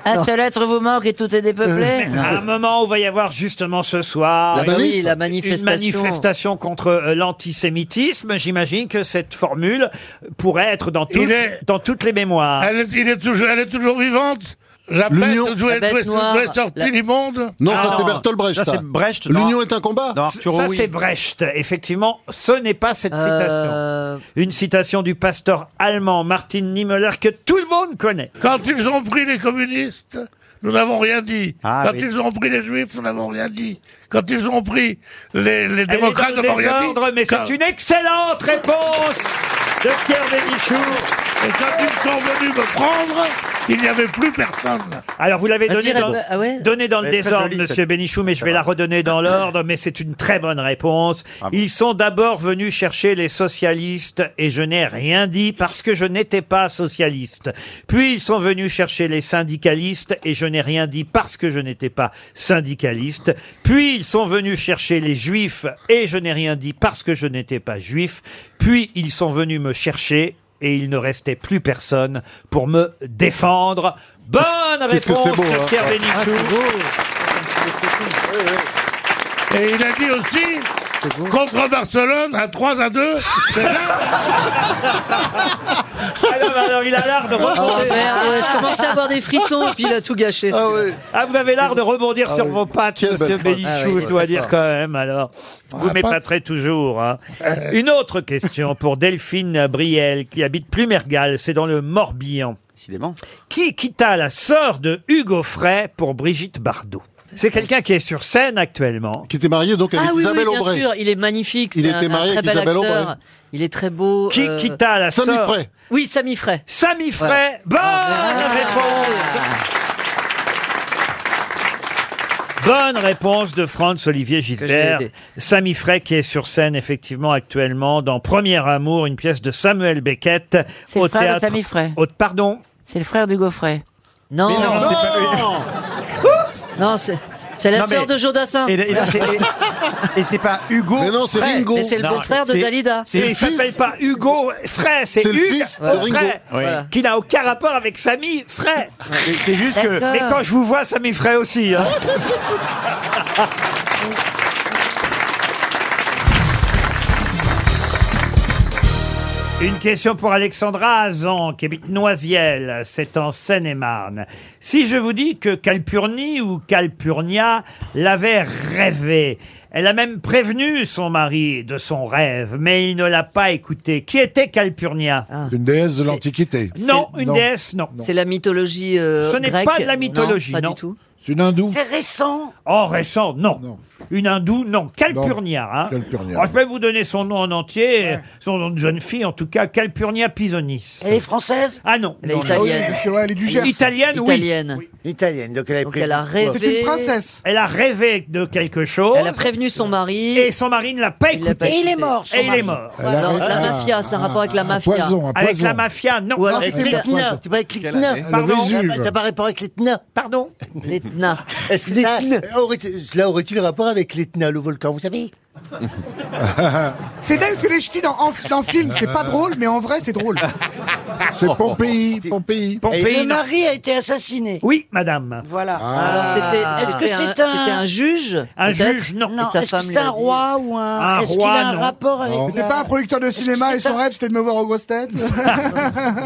Speaker 1: Un seul être vous manque et tout est dépeuplé.
Speaker 3: Euh, À un moment où va y avoir justement ce soir
Speaker 20: Ah bah oui,
Speaker 3: une-
Speaker 20: la manifestation.
Speaker 3: une manifestation contre euh, l'antisémitisme, j'imagine que cette formule pourrait être dans, toutes-
Speaker 6: Il est-
Speaker 3: dans toutes les mémoires.
Speaker 6: Elle est, il est toujours, elle est toujours vivante. La bête,
Speaker 18: L'Union-
Speaker 6: d'où
Speaker 20: La
Speaker 6: est- d'où est
Speaker 20: bête noire,
Speaker 6: d'où est sortie
Speaker 20: la-
Speaker 6: du monde.
Speaker 18: Non,
Speaker 3: Ah
Speaker 18: ça c'est
Speaker 3: non.
Speaker 18: Bertolt Brecht.
Speaker 3: Ça,
Speaker 18: ça.
Speaker 3: c'est Brecht, non.
Speaker 18: L'union est un combat
Speaker 3: Ça, c'est Brecht. Effectivement, ce n'est pas cette
Speaker 20: Euh,
Speaker 3: citation. Une citation du pasteur allemand Martin Niemöller que tout le monde connaît.
Speaker 6: Quand ils ont pris les communistes, nous n'avons rien dit.
Speaker 7: Ah,
Speaker 6: Quand
Speaker 7: oui.
Speaker 6: ils ont pris les juifs, nous n'avons rien dit. Quand ils ont pris les, les
Speaker 3: Elle est
Speaker 6: démocrates,
Speaker 3: dans
Speaker 6: nous
Speaker 3: le
Speaker 6: n'avons rien dit.
Speaker 3: désordre, mais
Speaker 6: Quand-
Speaker 3: c'est une excellente réponse de Pierre Bénichou.
Speaker 6: Et quand ils sont venus me prendre, il n'y avait plus personne.
Speaker 3: Alors, vous l'avez
Speaker 20: Vas-y,
Speaker 3: donné dans,
Speaker 20: Rab- ah ouais
Speaker 3: donné dans le
Speaker 7: Elle est très
Speaker 3: désordre,
Speaker 7: jolie,
Speaker 3: monsieur
Speaker 7: cette-
Speaker 3: Bénichou, mais je vais la redonner dans l'ordre, mais c'est une très bonne réponse. Ils sont d'abord venus chercher les socialistes et je n'ai rien dit parce que je n'étais pas socialiste. Puis ils sont venus chercher les syndicalistes et je n'ai rien dit parce que je n'étais pas syndicaliste. Puis ils sont venus chercher les juifs et je n'ai rien dit parce que je n'étais pas juif. Puis ils sont venus me chercher et il ne restait plus personne pour me défendre. Bonne
Speaker 18: Qu'est-ce que
Speaker 3: réponse
Speaker 18: c'est beau,
Speaker 3: de
Speaker 18: hein.
Speaker 3: Pierre Bénichou.
Speaker 6: Et il a dit aussi, contre Barcelone, à 3 à 2, c'est là,
Speaker 3: alors, alors, il a l'art de
Speaker 20: Oh
Speaker 3: rebondir.
Speaker 20: merde, ouais, je commençais à avoir des frissons et puis il a tout gâché.
Speaker 18: Ah oui.
Speaker 3: Ah, vous avez l'art de rebondir sur
Speaker 18: Ah oui.
Speaker 3: vos pattes,
Speaker 18: Quelle
Speaker 3: monsieur
Speaker 18: belle phrase.
Speaker 3: Bénichou,
Speaker 20: Ah oui,
Speaker 3: je
Speaker 20: c'est
Speaker 3: dois
Speaker 20: très
Speaker 3: dire
Speaker 20: fort.
Speaker 3: quand même. Alors, vous m'épaterez toujours. hein.
Speaker 18: Euh.
Speaker 3: Une autre question pour Delphine Briel, qui habite Plumergal, c'est dans le Morbihan.
Speaker 7: Décidément.
Speaker 3: Qui quitta la sœur de Hugo Frey pour Brigitte Bardot C'est quelqu'un qui est sur scène actuellement.
Speaker 18: Qui était marié donc avec
Speaker 20: Ah oui, oui,
Speaker 18: Isabelle
Speaker 20: bien
Speaker 18: Aubray.
Speaker 20: sûr, il est magnifique.
Speaker 18: Il
Speaker 20: c'est
Speaker 18: était
Speaker 20: un- un
Speaker 18: marié
Speaker 20: très
Speaker 18: avec
Speaker 20: bel
Speaker 18: Isabelle
Speaker 20: acteur.
Speaker 18: Aubray.
Speaker 20: Il est très beau.
Speaker 3: Qui
Speaker 20: euh,
Speaker 3: quitta la
Speaker 18: Samy
Speaker 3: sœur
Speaker 18: Frey.
Speaker 20: Oui, Sami Frey.
Speaker 3: Samy Frey.
Speaker 20: Voilà.
Speaker 3: Bonne
Speaker 20: Ah,
Speaker 3: réponse. Bonne réponse de Franz Olivier Gisbert.
Speaker 20: Que j'ai aidé.
Speaker 3: Samy Frey qui est sur scène effectivement actuellement dans Premier Amour, une pièce de Samuel Beckett
Speaker 1: C'est
Speaker 3: au
Speaker 1: le frère de
Speaker 3: théâtre.
Speaker 1: Samy Frey.
Speaker 3: au- pardon.
Speaker 1: C'est le frère du Gaufret.
Speaker 20: Non,
Speaker 7: Mais non,
Speaker 20: non,
Speaker 7: c'est pas.
Speaker 20: c'est c'est la
Speaker 7: Non, mais-
Speaker 20: sœur de Jodassin.
Speaker 7: Et, et là, c'est- et- et c'est pas Hugo.
Speaker 18: Mais non, c'est
Speaker 7: Frey.
Speaker 18: Ringo.
Speaker 20: Mais c'est le
Speaker 7: Non,
Speaker 20: beau-frère de
Speaker 7: c'est-
Speaker 20: Dalida.
Speaker 7: c'est-
Speaker 3: C'est, il
Speaker 18: le fils-
Speaker 3: s'appelle pas Hugo Frey, c'est,
Speaker 18: C'est le
Speaker 3: Hugues
Speaker 18: fils de
Speaker 3: Frey,
Speaker 18: Ringo.
Speaker 20: Voilà.
Speaker 3: qui n'a aucun rapport avec Samy Frey.
Speaker 7: C'est c'est juste que.
Speaker 1: D'accord.
Speaker 3: Mais quand je vous vois, Samy Frey aussi. hein.
Speaker 15: Ah,
Speaker 3: Une question pour Alexandra Azan, qui habite Noisiel, c'est en Seine-et-Marne. Si je vous dis que Calpurnie ou Calpurnia l'avait rêvé, elle a même prévenu son mari de son rêve, mais il ne l'a pas écouté. Qui était Calpurnia
Speaker 7: Ah.
Speaker 18: Une déesse de l'Antiquité.
Speaker 3: Non, une déesse, non.
Speaker 20: C'est la mythologie euh,
Speaker 3: Ce n'est
Speaker 20: grecque.
Speaker 3: pas de la mythologie,
Speaker 20: pas
Speaker 3: non.
Speaker 20: du tout.
Speaker 18: C'est une hindoue.
Speaker 20: C'est récent.
Speaker 3: Oh, récent, non. Une hindoue, non. Calpurnia. hein.
Speaker 18: Calpurnia.
Speaker 3: Oh, je peux vous donner son nom en entier, son nom de jeune fille en tout cas, Calpurnia Pisonis.
Speaker 15: Elle est française
Speaker 3: Ah non.
Speaker 15: Elle est italienne.
Speaker 3: Ah oui, ouais, elle est du Gers. Italienne, oui.
Speaker 20: Italienne.
Speaker 15: Italienne, donc elle,
Speaker 20: elle a rêvé. C'est une princesse.
Speaker 3: Elle a rêvé de quelque chose.
Speaker 20: Elle a prévenu son mari.
Speaker 3: Et son mari ne l'a pas écouté.
Speaker 20: Et il est mort.
Speaker 3: Et il est mort. Ah,
Speaker 20: Alors, la mafia, c'est un rapport avec la mafia.
Speaker 3: Avec la mafia, non.
Speaker 20: Ou alors c'est la-
Speaker 15: Tu parles avec l'Etna.
Speaker 3: Pardon
Speaker 15: Ça n'a pas rapport avec l'Etna.
Speaker 3: Pardon
Speaker 15: L'Etna. Est-ce que ça- aurait- cela aurait-il rapport avec l'Etna, le volcan, vous savez
Speaker 8: C'est dingue parce que les ch'tis dans, en- dans le film, c'est pas drôle, mais en vrai, c'est drôle.
Speaker 18: C'est
Speaker 3: Oh.
Speaker 18: Pompéi,
Speaker 20: Oh.
Speaker 18: Pompéi.
Speaker 15: Et le mari a été assassiné.
Speaker 3: Oui, madame.
Speaker 15: Voilà.
Speaker 20: Alors, c'était-
Speaker 15: Est-ce que
Speaker 20: c'était un-
Speaker 15: c'est un...
Speaker 20: c'était un juge,
Speaker 3: Un
Speaker 20: peut-être
Speaker 3: juge, non.
Speaker 15: Non,
Speaker 20: sa
Speaker 15: est-ce que
Speaker 20: femme
Speaker 15: c'est
Speaker 20: lui a
Speaker 15: un
Speaker 20: dit-
Speaker 15: roi ou un...
Speaker 3: Un
Speaker 15: Est-ce
Speaker 3: roi,
Speaker 15: qu'il a un
Speaker 3: non.
Speaker 15: rapport avec...
Speaker 8: C'était pas un producteur de cinéma et son rêve, c'était de me voir aux grosses têtes.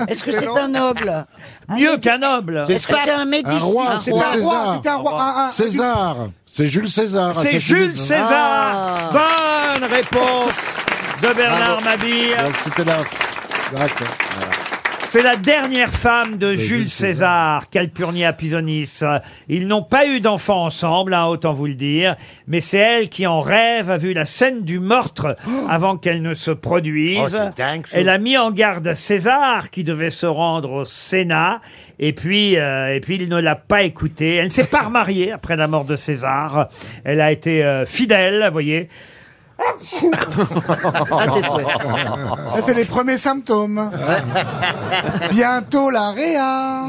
Speaker 15: Est-ce que c'est un noble
Speaker 3: Mieux qu'un noble.
Speaker 15: Est-ce que c'est un Médicis
Speaker 18: Un roi,
Speaker 8: C'est
Speaker 18: c'est
Speaker 8: un roi,
Speaker 18: César.
Speaker 8: c'est un roi. un- un-
Speaker 18: César. C'est Jules César. Ah,
Speaker 3: C'est Jules César. Bonne réponse de Bernard Mabille.
Speaker 18: Donc, C'était la... D'accord.
Speaker 3: C'est la dernière femme de Jules César, Calpurnia Pisonis. Ils n'ont pas eu d'enfants ensemble, hein, autant vous le dire, mais c'est elle qui, en rêve, a vu la scène du meurtre avant qu'elle ne se
Speaker 15: Oh,
Speaker 3: produise.
Speaker 15: c'est dingue, ça.
Speaker 3: elle a mis en garde César, qui devait se rendre au Sénat, et puis, euh, et puis il ne l'a pas écoutée. Elle ne s'est pas remariée après la mort de César. Elle a été euh, fidèle, vous voyez.
Speaker 8: Ça, c'est les premiers symptômes. Bientôt la réa.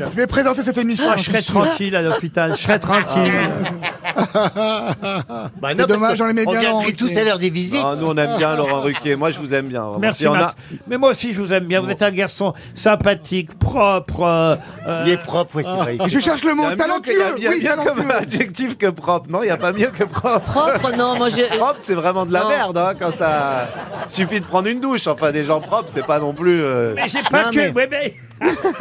Speaker 8: Je vais présenter cette émission.
Speaker 3: Ah, je serais tranquille à l'hôpital, je serais tranquille.
Speaker 15: Bah
Speaker 8: C'est
Speaker 15: non, parce
Speaker 8: dommage,
Speaker 15: que
Speaker 8: on les met bien
Speaker 15: On
Speaker 8: Laurent
Speaker 15: viendrait tous
Speaker 8: Ruquier.
Speaker 15: à l'heure des visites.
Speaker 19: Ah, nous, on aime bien Laurent Ruquier. Moi, je vous aime bien. vraiment.
Speaker 3: Merci
Speaker 19: Si on a-
Speaker 3: Max. Mais moi aussi je vous aime bien. Vous êtes un garçon sympathique, propre. euh,
Speaker 15: Il est propre, oui, c'est vrai.
Speaker 8: Ah, Je cherche le mot
Speaker 19: Il y a mieux que-
Speaker 8: talentueux.
Speaker 19: Il y a
Speaker 8: Oui,
Speaker 19: mieux comme
Speaker 8: talentueux.
Speaker 19: adjectif que propre. Non, il n'y a pas mieux que propre.
Speaker 20: Propre, non, moi j'ai.
Speaker 19: Propre, c'est vraiment de la
Speaker 20: Non.
Speaker 19: merde. hein, quand ça suffit de prendre une douche. Enfin, des gens propres, c'est pas non plus. euh,
Speaker 3: Mais j'ai pas
Speaker 19: Non,
Speaker 3: que.
Speaker 19: mais-
Speaker 3: ouais, mais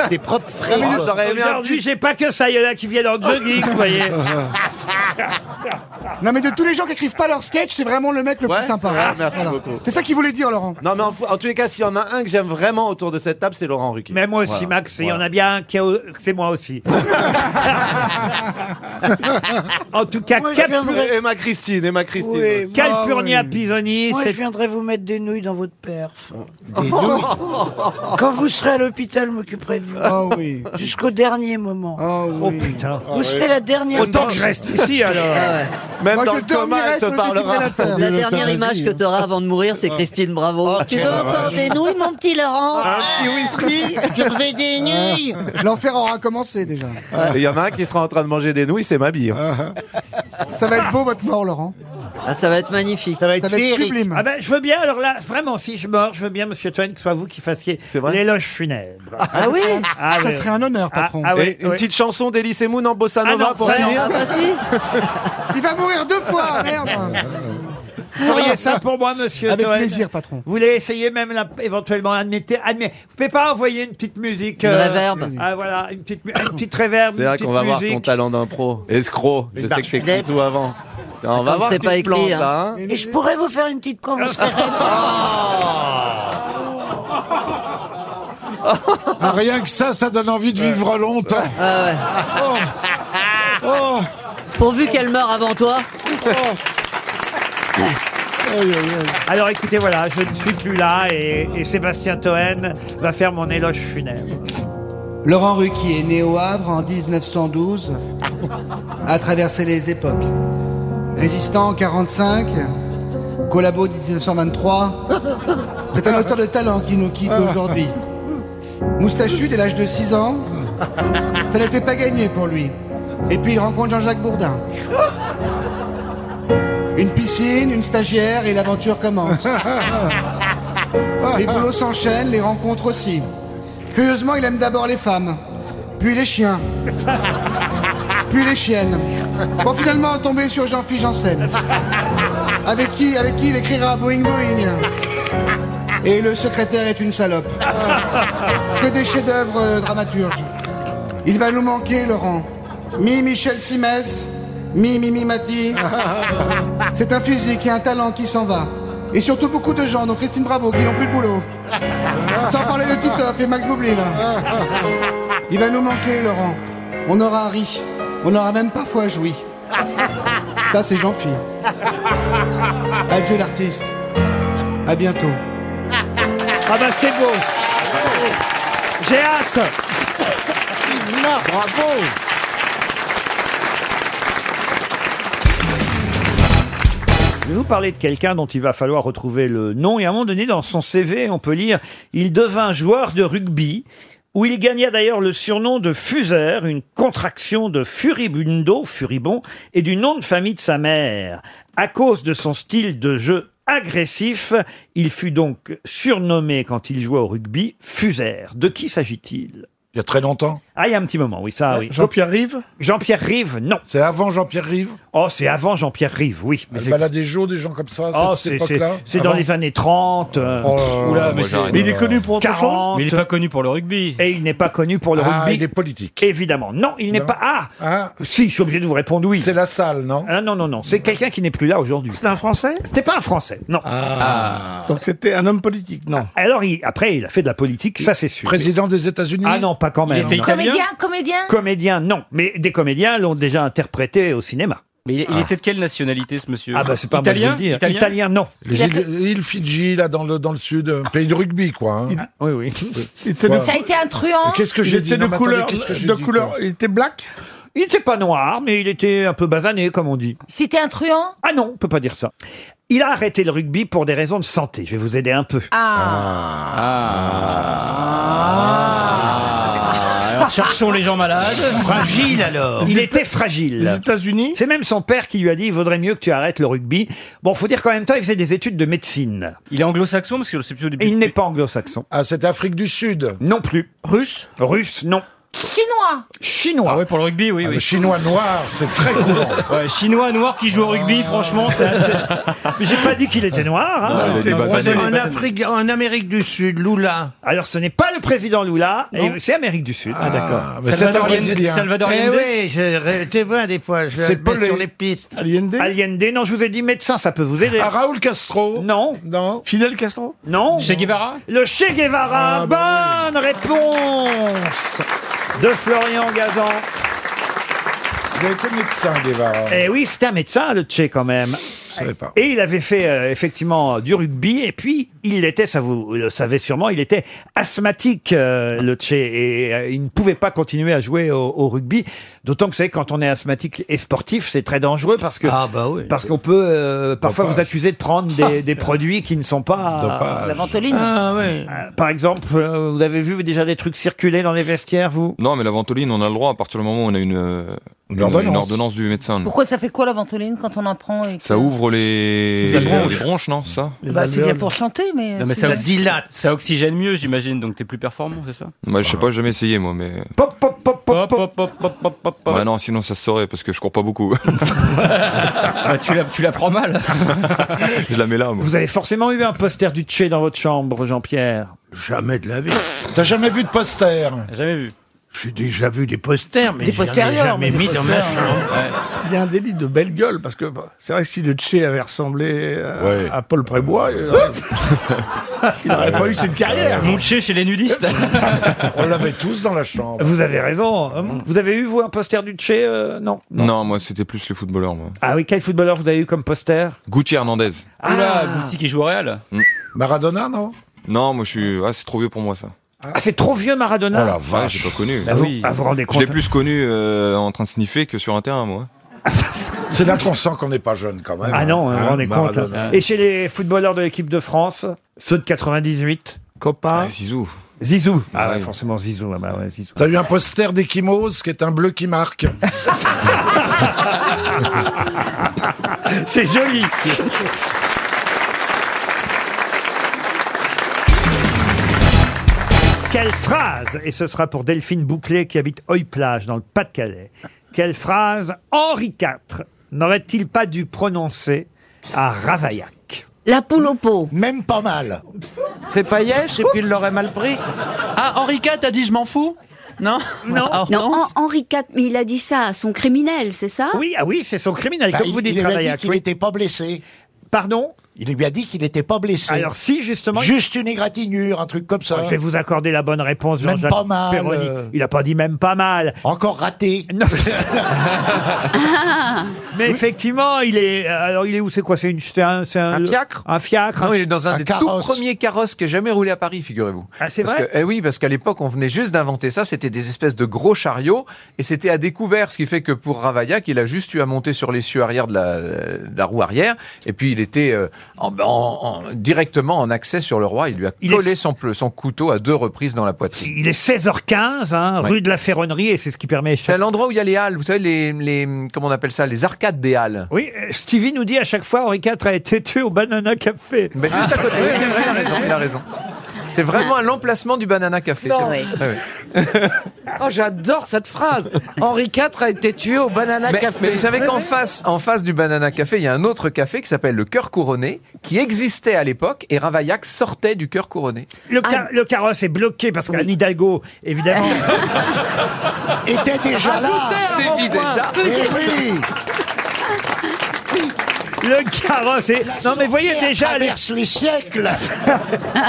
Speaker 15: Des propres
Speaker 19: Ah,
Speaker 15: frères.
Speaker 19: J'aurais aimé un
Speaker 3: Aujourd'hui
Speaker 19: petit.
Speaker 3: j'ai pas que ça. Il y en a qui viennent en jogging, vous voyez.
Speaker 8: Non, mais de tous les gens qui écrivent pas leur sketch, c'est vraiment le mec le
Speaker 19: Ouais,
Speaker 8: plus sympa.
Speaker 19: c'est vrai, merci beaucoup.
Speaker 8: C'est ça qu'il voulait dire, Laurent.
Speaker 19: Non, mais en, fou- en tous les cas, s'il y en a un que j'aime vraiment autour de cette table, c'est Laurent Ruquier.
Speaker 3: Mais moi aussi
Speaker 19: Voilà.
Speaker 3: Max, il y en
Speaker 19: Voilà.
Speaker 3: a bien un qui a- c'est moi aussi. en tout cas,
Speaker 15: Moi, je
Speaker 3: Cap-
Speaker 15: viendrai- Ah,
Speaker 19: Et ma Christine, et ma Christine.
Speaker 15: Oui,
Speaker 3: Calpurnia Pisoni,
Speaker 15: Moi, je
Speaker 3: c'est
Speaker 15: viendrai vous mettre des nouilles dans votre perf.
Speaker 8: Oh.
Speaker 15: Quand vous serez à l'hôpital, je m'occuperai de vous.
Speaker 8: Oh oui. Ah
Speaker 15: Jusqu'au dernier moment.
Speaker 3: oh putain.
Speaker 15: vous serez la dernière Ah
Speaker 3: Autant que je reste ici alors.
Speaker 19: Même
Speaker 8: Moi,
Speaker 19: dans
Speaker 8: je
Speaker 19: le coma,
Speaker 8: dormirai
Speaker 19: elle
Speaker 8: sur
Speaker 19: te
Speaker 8: le
Speaker 19: parlera.
Speaker 8: défibrillateur.
Speaker 20: La dernière image que tu auras avant de mourir, c'est Christine Bravo.
Speaker 19: Tu veux encore
Speaker 15: des nouilles, mon petit Laurent
Speaker 19: Un petit whisky
Speaker 15: Je veux des nouilles
Speaker 8: Euh, L'enfer aura commencé déjà.
Speaker 19: Il y en a un qui sera en train de manger des nouilles, c'est ma bille.
Speaker 8: Ça va être beau votre mort, Laurent.
Speaker 20: Ah, ça va être magnifique.
Speaker 15: Ça va
Speaker 8: Ça
Speaker 15: être
Speaker 8: va être
Speaker 15: féerique.
Speaker 8: sublime.
Speaker 3: Ah ben, je veux bien, alors là, vraiment, si je meurs, je veux bien, monsieur Twain, que ce soit vous qui fassiez
Speaker 19: vrai
Speaker 3: l'éloge funèbre.
Speaker 8: Ah oui
Speaker 3: Ah
Speaker 8: Ça
Speaker 3: oui.
Speaker 8: serait un honneur, patron.
Speaker 3: Ah, ah oui,
Speaker 19: Et une
Speaker 3: oui.
Speaker 19: petite chanson d'Elysée Moon en bossa
Speaker 3: Ah
Speaker 19: nova
Speaker 3: non,
Speaker 19: pour
Speaker 3: ça,
Speaker 19: finir.
Speaker 20: Ah bah si
Speaker 8: Il va mourir deux fois, merde.
Speaker 3: Vous feriez ça pour moi, monsieur
Speaker 8: Ah. Avec
Speaker 3: Toen
Speaker 8: plaisir, patron.
Speaker 3: Vous voulez essayer même la- éventuellement, admettez, admet. Vous pouvez pas envoyer une petite musique.
Speaker 20: Une réverbe.
Speaker 3: Ah voilà, une petite, mu- une petite réverbe.
Speaker 19: C'est
Speaker 3: une
Speaker 19: là
Speaker 3: petite
Speaker 19: qu'on va voir ton
Speaker 3: musique.
Speaker 19: talent d'impro. Escroc. Je sais que c'est
Speaker 15: d'être.
Speaker 19: tout avant. On va
Speaker 20: Comme
Speaker 19: voir
Speaker 20: c'est
Speaker 19: que
Speaker 20: pas
Speaker 19: tu te
Speaker 20: écrit,
Speaker 19: plantes,
Speaker 20: hein.
Speaker 19: là, hein.
Speaker 15: Et je pourrais vous faire une petite conversation.
Speaker 18: Ah, rien que ça, ça donne envie de vivre longtemps.
Speaker 20: Ah ouais.
Speaker 18: Oh,
Speaker 20: Pourvu qu'elle meure avant toi.
Speaker 3: Oh. Alors écoutez, voilà, je ne suis plus là et, et Sébastien Toen va faire mon éloge funèbre.
Speaker 8: Laurent Ruquier est né au Havre en 1912, a traversé les époques. Résistant en 45, collabo 1923, c'est un auteur de talent qui nous quitte aujourd'hui. Moustachu dès l'âge de 6 ans, ça n'était pas gagné pour lui. Et puis il rencontre Jean-Jacques Bourdin. Une piscine, une stagiaire et l'aventure commence. Les boulots s'enchaînent, les rencontres aussi. Curieusement, il aime d'abord les femmes, puis les chiens, puis les chiennes. Pour finalement tomber sur Jean-Philippe Janssen. Avec qui, avec qui il écrira Boeing Boeing Et le secrétaire est une salope. Que des chefs-d'œuvre euh, dramaturges. Il va nous manquer, Laurent. Mi Michel Simès, mi Mimi Mati. C'est un physique et un talent qui s'en va. Et surtout beaucoup de gens, dont Christine Bravo, qui n'ont plus de boulot.
Speaker 6: Ah.
Speaker 8: Sans parler de Titoff et Max Boublil. Il va nous manquer, Laurent. On aura ri. On aura même parfois joui. Ça, c'est Jean-Phil. Adieu l'artiste. À bientôt.
Speaker 3: Ah bah c'est beau. J'ai hâte.
Speaker 4: bravo
Speaker 3: Je vais vous parler de quelqu'un dont il va falloir retrouver le nom. Et à un moment donné, dans son CV, on peut lire Il devint joueur de rugby, où il gagna d'ailleurs le surnom de Fusaire, une contraction de furibundo, furibond, et du nom de famille de sa mère. À cause de son style de jeu agressif, il fut donc surnommé quand il jouait au rugby Fusaire. De qui s'agit-il il y a très longtemps Ah, il y a un petit moment, oui, ça, oui.
Speaker 9: Jean-Pierre Rive
Speaker 3: Jean-Pierre Rive, non. C'est avant Jean-Pierre Rive Ah, Oh, c'est avant Jean-Pierre Rive, oui.
Speaker 18: Le balade des jours, des gens comme ça, Ah, c'est
Speaker 3: Oh,
Speaker 18: cette
Speaker 3: c'est- c'est
Speaker 18: époque-là
Speaker 3: c'est dans
Speaker 18: Avant
Speaker 3: les années 30. euh,
Speaker 18: Oh là là, Oula, mais moi, c'est- j'arrive mais il est pas. connu pour autre chose
Speaker 3: 40.
Speaker 18: Mais il est pas
Speaker 3: connu pour le rugby. Et il n'est pas connu pour le
Speaker 18: Ah,
Speaker 3: rugby.
Speaker 18: il est
Speaker 3: politique. Évidemment. Non, il n'est pas. Ah, Si, je suis obligé de vous répondre oui. C'est la salle, non ah, Non, non, non. C'est quelqu'un qui n'est plus là aujourd'hui. C'était un Français C'était pas un Français, non.
Speaker 18: Ah.
Speaker 3: Donc c'était un homme politique, non. Alors, il- après, il a fait de la politique, ça c'est sûr. Président des États-Unis Ah non, pas quand même. non.
Speaker 11: Comédien, comédien
Speaker 3: Comédien, non. Mais des comédiens l'ont déjà interprété au cinéma.
Speaker 13: Mais il, il
Speaker 3: Ah.
Speaker 13: était de quelle nationalité ce monsieur
Speaker 3: Ah bah c'est pas moi de
Speaker 13: italien,
Speaker 3: vous le dire.
Speaker 13: Italien,
Speaker 3: non.
Speaker 18: Les îles, îles Fidji, là, dans le, dans le sud, un pays de rugby, quoi. hein.
Speaker 3: Oui, oui.
Speaker 11: de- Ça a été un
Speaker 3: Euh,
Speaker 11: truand
Speaker 18: Qu'est-ce que
Speaker 11: Il
Speaker 18: j'ai
Speaker 11: était
Speaker 18: dit
Speaker 11: de
Speaker 18: Non, mais
Speaker 11: couleur-
Speaker 18: attendez, qu'est-ce que j'ai
Speaker 11: de
Speaker 18: dit,
Speaker 11: couleur-
Speaker 18: quoi
Speaker 3: Il était black Il était pas noir, mais il était un peu basané, comme on dit.
Speaker 11: C'était un truand
Speaker 3: Ah non, on peut pas dire ça. Il a arrêté le rugby pour des raisons de santé. Je vais vous aider un peu.
Speaker 11: Ah.
Speaker 13: Ah, Alors, cherchons les gens malades. Ah, Fragile, alors.
Speaker 3: Il
Speaker 13: Les
Speaker 3: était fragile.
Speaker 13: les
Speaker 3: États-Unis C'est même son père qui lui a dit il vaudrait mieux que tu arrêtes le rugby. Bon, faut dire qu'en même temps, il faisait des études de médecine.
Speaker 13: Il est anglo-saxon parce que c'est plutôt du
Speaker 3: Il n'est pas anglo-saxon. Ah, c'est Afrique du Sud Non plus. Russe Russe, non.
Speaker 11: Chinois
Speaker 3: Chinois.
Speaker 13: Ah ouais, pour le rugby, oui, oui.
Speaker 18: Chinois noir, c'est très courant.
Speaker 13: Ouais, chinois noir qui joue au rugby, franchement, c'est assez.
Speaker 3: Ah. Mais j'ai pas dit qu'il était noir. hein.
Speaker 13: Non, il était
Speaker 3: Non,
Speaker 13: basané.
Speaker 3: c'est-
Speaker 13: Il est
Speaker 15: En,
Speaker 13: basané.
Speaker 15: Afrique, en Amérique du Sud, Lula.
Speaker 3: Alors, ce n'est pas le président Lula, et
Speaker 15: Non.
Speaker 3: c'est Amérique du Sud. Ah, d'accord.
Speaker 15: mais c'est un Salvadorienne-
Speaker 13: Brésilien.
Speaker 15: Eh oui, je ré- tu vois, des fois, je
Speaker 3: C'est
Speaker 15: le mets
Speaker 3: polé.
Speaker 15: sur les pistes.
Speaker 3: Allende Allende, non, je vous ai dit médecin, ça peut vous aider.
Speaker 15: Ah,
Speaker 3: Raoul Castro Non. Non. Fidel Castro Non.
Speaker 13: Che Guevara
Speaker 3: Le Che Guevara,
Speaker 13: Ah,
Speaker 3: bonne réponse de Florian Gazan. Il a été médecin, Guevara. Eh oui, c'était un médecin, le Che, quand même. Et il avait fait euh, effectivement du rugby, et puis il était, ça vous le savez sûrement, il était asthmatique, euh, le Che, et euh, il ne pouvait pas continuer à jouer au, au rugby. D'autant que vous savez, quand on est asthmatique et sportif, c'est très dangereux parce que parce qu'on peut euh, parfois vous accuser de prendre des, des produits qui ne sont pas
Speaker 15: Dopage. La
Speaker 3: ventoline. Par exemple, euh, vous avez vu déjà des trucs circuler dans les vestiaires, vous
Speaker 21: Non, mais la ventoline, on a le droit à partir du moment où on a une, euh, une,
Speaker 3: ordonnance.
Speaker 21: une ordonnance du médecin. non.
Speaker 22: Pourquoi ça fait quoi la ventoline quand on en prend et que-
Speaker 21: Ça ouvre les,
Speaker 13: euh, Les bronches.
Speaker 21: les bronches, non ça
Speaker 22: Bah, C'est bien pour chanter, mais.
Speaker 13: Non, mais
Speaker 22: c'est
Speaker 13: ça,
Speaker 22: bien.
Speaker 13: oxy- ça oxygène mieux, j'imagine, donc t'es plus performant, c'est ça
Speaker 21: Bah, Je sais pas, j'ai jamais essayé moi, mais. Ouais, non, sinon ça se saurait parce que je cours pas beaucoup.
Speaker 13: Bah, tu, la, tu la prends mal.
Speaker 21: je la mets là, moi.
Speaker 3: Vous avez forcément eu un poster du Che dans votre chambre, Jean-Pierre
Speaker 15: Jamais de la vie.
Speaker 18: T'as jamais vu de poster
Speaker 13: Jamais vu.
Speaker 15: J'ai déjà vu des posters, mais
Speaker 9: Des
Speaker 15: j'en ai
Speaker 9: postérieurs,
Speaker 15: jamais
Speaker 9: mais
Speaker 15: mis
Speaker 9: des
Speaker 15: dans ma
Speaker 9: posters,
Speaker 6: hein.
Speaker 15: chambre.
Speaker 9: Il y a un délit de belle gueule, parce que bah, c'est vrai que si le Tché avait ressemblé à, à Paul Prébois, il aurait- il n'aurait pas eu cette carrière.
Speaker 13: Mon Che chez les nudistes.
Speaker 18: On l'avait tous dans la chambre.
Speaker 3: Vous avez raison. Hum. Vous avez eu, vous, un poster du Che euh, Non.
Speaker 21: Non, moi c'était plus les footballeurs, moi.
Speaker 3: Ah oui, quel footballeur vous avez eu comme poster
Speaker 21: Gucci Hernandez.
Speaker 13: Ah, Guti qui joue au Real.
Speaker 21: Maradona, non Non, moi je suis. Ah, c'est trop vieux pour moi ça.
Speaker 3: Ah, c'est trop vieux Maradona
Speaker 14: Oh
Speaker 21: Ah, ouais, j'ai pas connu.
Speaker 3: Ah, vous- ah, vous vous rendez
Speaker 21: Je l'ai
Speaker 3: compte
Speaker 21: plus connu euh, en train de sniffer que sur un terrain, moi.
Speaker 18: C'est là qu'on sent qu'on n'est pas jeune quand même.
Speaker 3: Ah non,
Speaker 18: hein,
Speaker 3: hein, vous vous rendez compte.
Speaker 18: Maradona.
Speaker 3: hein. Et chez les footballeurs de l'équipe de France, ceux de 98 Copa
Speaker 21: Zizou.
Speaker 3: Zizou. Ah ouais, forcément Zizou. Ah bah ouais, Zizou.
Speaker 18: T'as eu un poster d'Ekimos qui est un bleu qui marque.
Speaker 3: C'est joli. Quelle phrase Et ce sera pour Delphine Bouclet qui habite Oeil-Plage dans le Pas-de-Calais. Quelle phrase Henri IV n'aurait-il pas dû prononcer à Ravaillac.
Speaker 5: La poule au pot.
Speaker 3: Même pas mal.
Speaker 12: C'est Payesh et puis il l'aurait mal pris. Ah, Henri IV a dit je m'en fous Non Non.
Speaker 4: Ah,
Speaker 10: Non, Hen- Henri IV, mais il a dit ça à son criminel, c'est ça
Speaker 3: Oui, ah oui, c'est son criminel,
Speaker 10: Bah,
Speaker 3: comme
Speaker 10: il-
Speaker 3: vous dites,
Speaker 10: il lui a dit
Speaker 3: Ravaillac.
Speaker 10: qu'il
Speaker 3: oui.
Speaker 4: n'était pas blessé.
Speaker 3: Pardon
Speaker 4: Il lui a dit qu'il n'était pas blessé.
Speaker 3: Alors si, justement... Ah,
Speaker 4: Juste une égratignure, un truc comme ça.
Speaker 3: Je vais vous accorder la bonne réponse,
Speaker 4: Même
Speaker 3: Jean-Jacques
Speaker 4: pas mal,
Speaker 3: Perroni.
Speaker 4: euh.
Speaker 3: Il n'a pas dit même pas mal.
Speaker 4: Encore raté.
Speaker 10: Ah,
Speaker 3: Mais effectivement, il est. euh, Alors, il est où C'est quoi C'est une. C'est un, c'est
Speaker 12: Un fiacre
Speaker 3: Un fiacre.
Speaker 12: Non, il est dans un, des tout premiers carrosses qui ait jamais roulé à Paris, figurez-vous.
Speaker 3: Ah, c'est
Speaker 12: Parce
Speaker 3: vrai
Speaker 12: que- eh oui, parce qu'à l'époque, on venait juste d'inventer ça. C'était des espèces de gros chariots et c'était à découvert. Ce qui fait que pour Ravaillac, il a juste eu à monter sur l'essieu arrière de la, de la roue arrière. Et puis, il était euh, en- en- en- directement en accès sur le roi. Il lui a
Speaker 3: Il
Speaker 12: collé
Speaker 3: est-
Speaker 12: son, ple- son couteau à deux reprises dans la poitrine.
Speaker 3: Il est 16h15, hein,
Speaker 12: Ouais.
Speaker 3: rue de la Ferronnerie, et c'est ce qui permet.
Speaker 12: C'est à l'endroit où il y a les halles, vous savez, les, les- comment on appelle ça, les arcades des halles.
Speaker 3: Oui, euh, Stevie nous dit à chaque fois Henri IV a été tué au Banana Café. Ah.
Speaker 12: Ben, juste à côté. Oui, c'est vrai, il a raison, il a raison. C'est vraiment à l'emplacement du Banana Café. Bon. c'est vrai. Ah oui. Oh, j'adore cette phrase. Henri IV a été tué au Banana
Speaker 15: Café.
Speaker 12: Mais vous savez
Speaker 15: Oui,
Speaker 12: qu'en
Speaker 15: oui.
Speaker 12: face, en face du Banana Café, il y a un autre café qui s'appelle le Cœur Couronné, qui existait à l'époque, et Ravaillac sortait du Cœur Couronné.
Speaker 3: Le, car- le carrosse est bloqué parce qu'Anne Hidalgo, évidemment.
Speaker 4: était déjà là.
Speaker 12: C'est dit déjà.
Speaker 4: Eh oui.
Speaker 3: Le carrosse est. Non, mais voyez
Speaker 4: sorcière
Speaker 3: déjà. à l'é-
Speaker 4: traverse les siècles.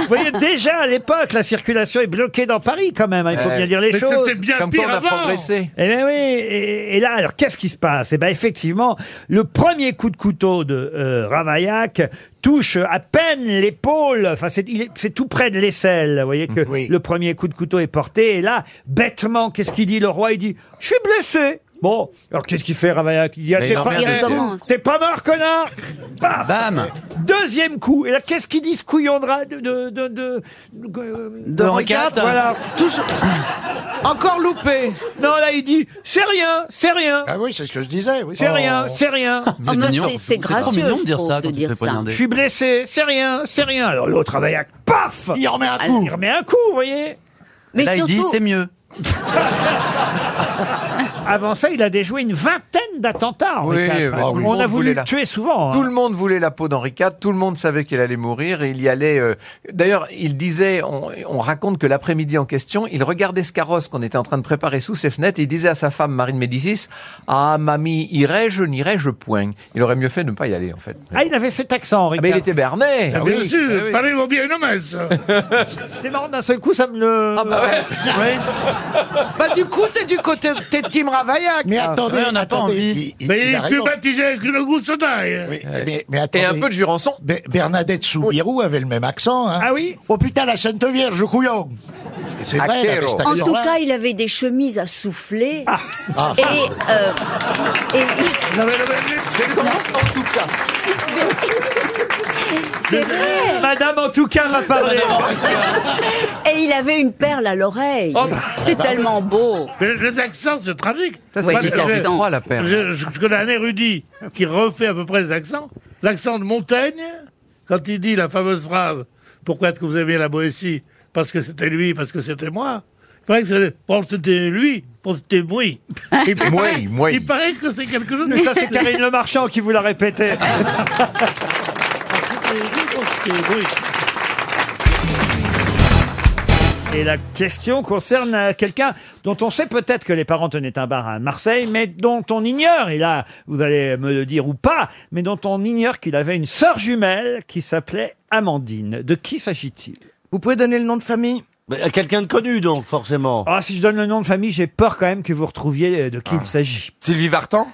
Speaker 3: Vous voyez déjà à l'époque, la circulation est bloquée dans Paris quand même. hein, il faut
Speaker 12: Eh,
Speaker 3: bien dire les
Speaker 12: mais
Speaker 3: choses.
Speaker 12: c'était bien Comme quoi, pire on a avant. progressé.
Speaker 3: Eh ben oui. Et, et là, alors qu'est-ce qui se passe Eh ben effectivement, le premier coup de couteau de euh, Ravaillac touche à peine l'épaule. Enfin, c'est il est- c'est tout près de l'aisselle. Vous voyez que le premier coup de couteau est porté. Et là, bêtement, qu'est-ce qu'il dit le roi Il dit :« Je suis blessé. » Bon, alors qu'est-ce qu'il fait Ravaillac Il dit Ah,
Speaker 12: Mais
Speaker 3: T'es
Speaker 12: il
Speaker 3: pas,
Speaker 12: emmerde les deux.
Speaker 3: t'es pas mort, connard Paf
Speaker 12: Bam
Speaker 3: Deuxième coup. Et là, qu'est-ce qu'ils disent, couillon de, ra- de, de, de, de,
Speaker 12: De Henri IV.
Speaker 3: Voilà. Encore loupé. Non, là, il dit, c'est rien, c'est rien.
Speaker 4: Ah oui, c'est ce que je disais. oui.
Speaker 3: C'est
Speaker 4: Oh.
Speaker 3: rien, c'est rien.
Speaker 4: C'est Oh, mais mignon. c'est- c'est C'est trop gracieux, mignon de dire je trouve, ça de quand tu te dire fais ça. poignarder.
Speaker 3: Je suis blessé, c'est rien, c'est rien. Alors l'autre ah, bah, avec paf
Speaker 4: Il remet un coup.
Speaker 3: Il remet un coup, vous voyez.
Speaker 4: Mais Là, il surtout- dit, c'est
Speaker 12: mieux.
Speaker 3: Avant ça, il a déjoué une vingtaine d'attentats. Henri
Speaker 12: Oui,
Speaker 3: IV.
Speaker 12: bah, tout le
Speaker 3: on
Speaker 12: monde voulait
Speaker 3: a voulu
Speaker 12: la-
Speaker 3: le tuer souvent.
Speaker 12: Tout
Speaker 3: hein.
Speaker 12: le monde voulait la peau d'Henri IV, tout le monde savait qu'il allait mourir et il y allait. euh, D'ailleurs, il disait, on, on raconte que l'après-midi en question, il regardait ce carrosse qu'on était en train de préparer sous ses fenêtres et il disait à sa femme Marine Médicis Ah, mamie, irai-je, n'irai-je point Il aurait mieux fait de ne pas y aller en fait.
Speaker 3: Ah, il avait cet accent, Henri
Speaker 12: Ah, mais il
Speaker 3: IV.
Speaker 12: était
Speaker 15: Eh,
Speaker 12: Bernet
Speaker 6: Ah, bien sûr, Paris vaut bien une messe.
Speaker 3: C'est marrant, d'un seul coup, ça me le. Ah
Speaker 12: bah ouais.
Speaker 15: Bah du coup, t'es du côté, t'es Team Ravaillac.
Speaker 4: Mais attendez, attendez, il- il-
Speaker 6: Mais
Speaker 4: il
Speaker 6: il
Speaker 4: a
Speaker 6: fut
Speaker 4: raison.
Speaker 6: baptisé avec une gousse d'ail.
Speaker 4: Oui, mais, mais attendez,
Speaker 12: de Jurançon.
Speaker 4: Be- Bernadette Soubirou avait le même accent. Hein.
Speaker 3: Ah oui
Speaker 4: Oh putain, la Sainte Vierge, couillon Et C'est vrai, elle avait cet
Speaker 10: En tout
Speaker 4: accent-là.
Speaker 10: cas, il avait des chemises à souffler.
Speaker 4: Ah.
Speaker 10: Et, euh, et-
Speaker 12: C'est comment en tout cas
Speaker 10: c'est vrai.
Speaker 3: Madame, en tout cas, m'a parlé.
Speaker 10: Et il avait une perle à l'oreille.
Speaker 3: Oh.
Speaker 10: C'est
Speaker 4: Ah, bah
Speaker 10: tellement beau.
Speaker 6: Mais les accents, c'est tragique.
Speaker 10: Ça, c'est
Speaker 6: Moi,
Speaker 10: les
Speaker 6: je-
Speaker 10: accents.
Speaker 12: Oh, la perle.
Speaker 6: Je, je- je connais un érudit qui refait à peu près les accents. L'accent de Montaigne, quand il dit la fameuse phrase « Pourquoi est-ce que vous aimez la Boétie Parce que c'était lui, parce que c'était moi. » Il paraît que c'est « Pour c'était lui, pour c'était moi. » Il paraît-
Speaker 12: Moi, moi.
Speaker 6: Il paraît que c'est quelque chose...
Speaker 3: Mais ça, c'est Karine Le Marchand qui vous l'a répété. Et la question concerne euh, quelqu'un dont on sait peut-être que les parents tenaient un bar à Marseille, mais dont on ignore, et là, vous allez me le dire ou pas, mais dont on ignore qu'il avait une sœur jumelle qui s'appelait Amandine. De qui s'agit-il
Speaker 12: Vous pouvez donner le nom de famille
Speaker 3: euh, Quelqu'un de connu, donc, forcément. Ah, si je donne le nom de famille, j'ai peur quand même que vous retrouviez euh, de qui il s'agit.
Speaker 21: Sylvie Vartan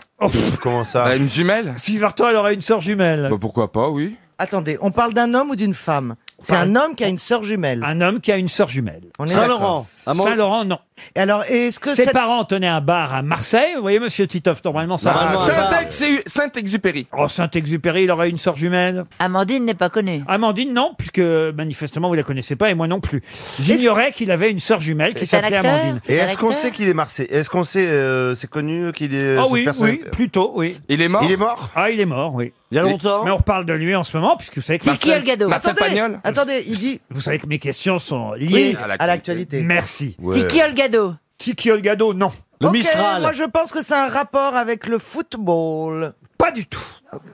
Speaker 3: Comment
Speaker 21: Elle
Speaker 14: Bah,
Speaker 21: a Une jumelle
Speaker 3: Oh. Sylvie Vartan, elle aurait une sœur jumelle.
Speaker 21: Bah, pourquoi pas, oui.
Speaker 12: Attendez, on parle d'un homme ou d'une femme C'est un homme qui a une sœur jumelle.
Speaker 3: Un homme qui a une sœur jumelle.
Speaker 12: On est
Speaker 3: Saint-Laurent.
Speaker 12: d'accord.
Speaker 15: Ah
Speaker 12: À Mont-
Speaker 3: Saint-Laurent, non.
Speaker 12: Alors, est-ce que
Speaker 3: Ses
Speaker 12: cette-
Speaker 3: parents tenaient un bar à Marseille. Vous voyez, monsieur Titoff, normalement, ça
Speaker 21: Normalement, un bar.
Speaker 3: Saint-Exupéry. Oh, Saint-Exupéry, il aurait une sœur jumelle.
Speaker 1: Amandine n'est pas connue.
Speaker 3: Amandine, non, puisque manifestement, vous la connaissez pas et moi non plus. J'ignorais qu'il avait une sœur jumelle qui s'appelait Amandine.
Speaker 23: Et est-ce qu'on sait qu'il est marseillais Est-ce qu'on sait, euh, c'est connu qu'il est.
Speaker 3: Ah
Speaker 14: euh,
Speaker 23: cette
Speaker 3: oui,
Speaker 23: personne-
Speaker 3: oui, plutôt, oui.
Speaker 23: Il est mort
Speaker 3: Il est mort Ah, il est mort, oui. Il y
Speaker 23: a longtemps
Speaker 3: Mais on reparle de lui en ce moment, puisque vous savez que...
Speaker 12: Kiki
Speaker 3: Marcel-
Speaker 12: Elgado. Marcel
Speaker 3: Attendez,
Speaker 12: Pagnol.
Speaker 3: Attendez, il dit... Vous savez que mes questions sont liées
Speaker 12: Oui, à l'actualité. à l'actualité.
Speaker 3: Merci.
Speaker 12: Ouais. Tiki
Speaker 3: Olgado. Tiki Olgado, non.
Speaker 12: Ok, Moi, je pense que c'est un rapport avec le football.
Speaker 3: Pas du tout.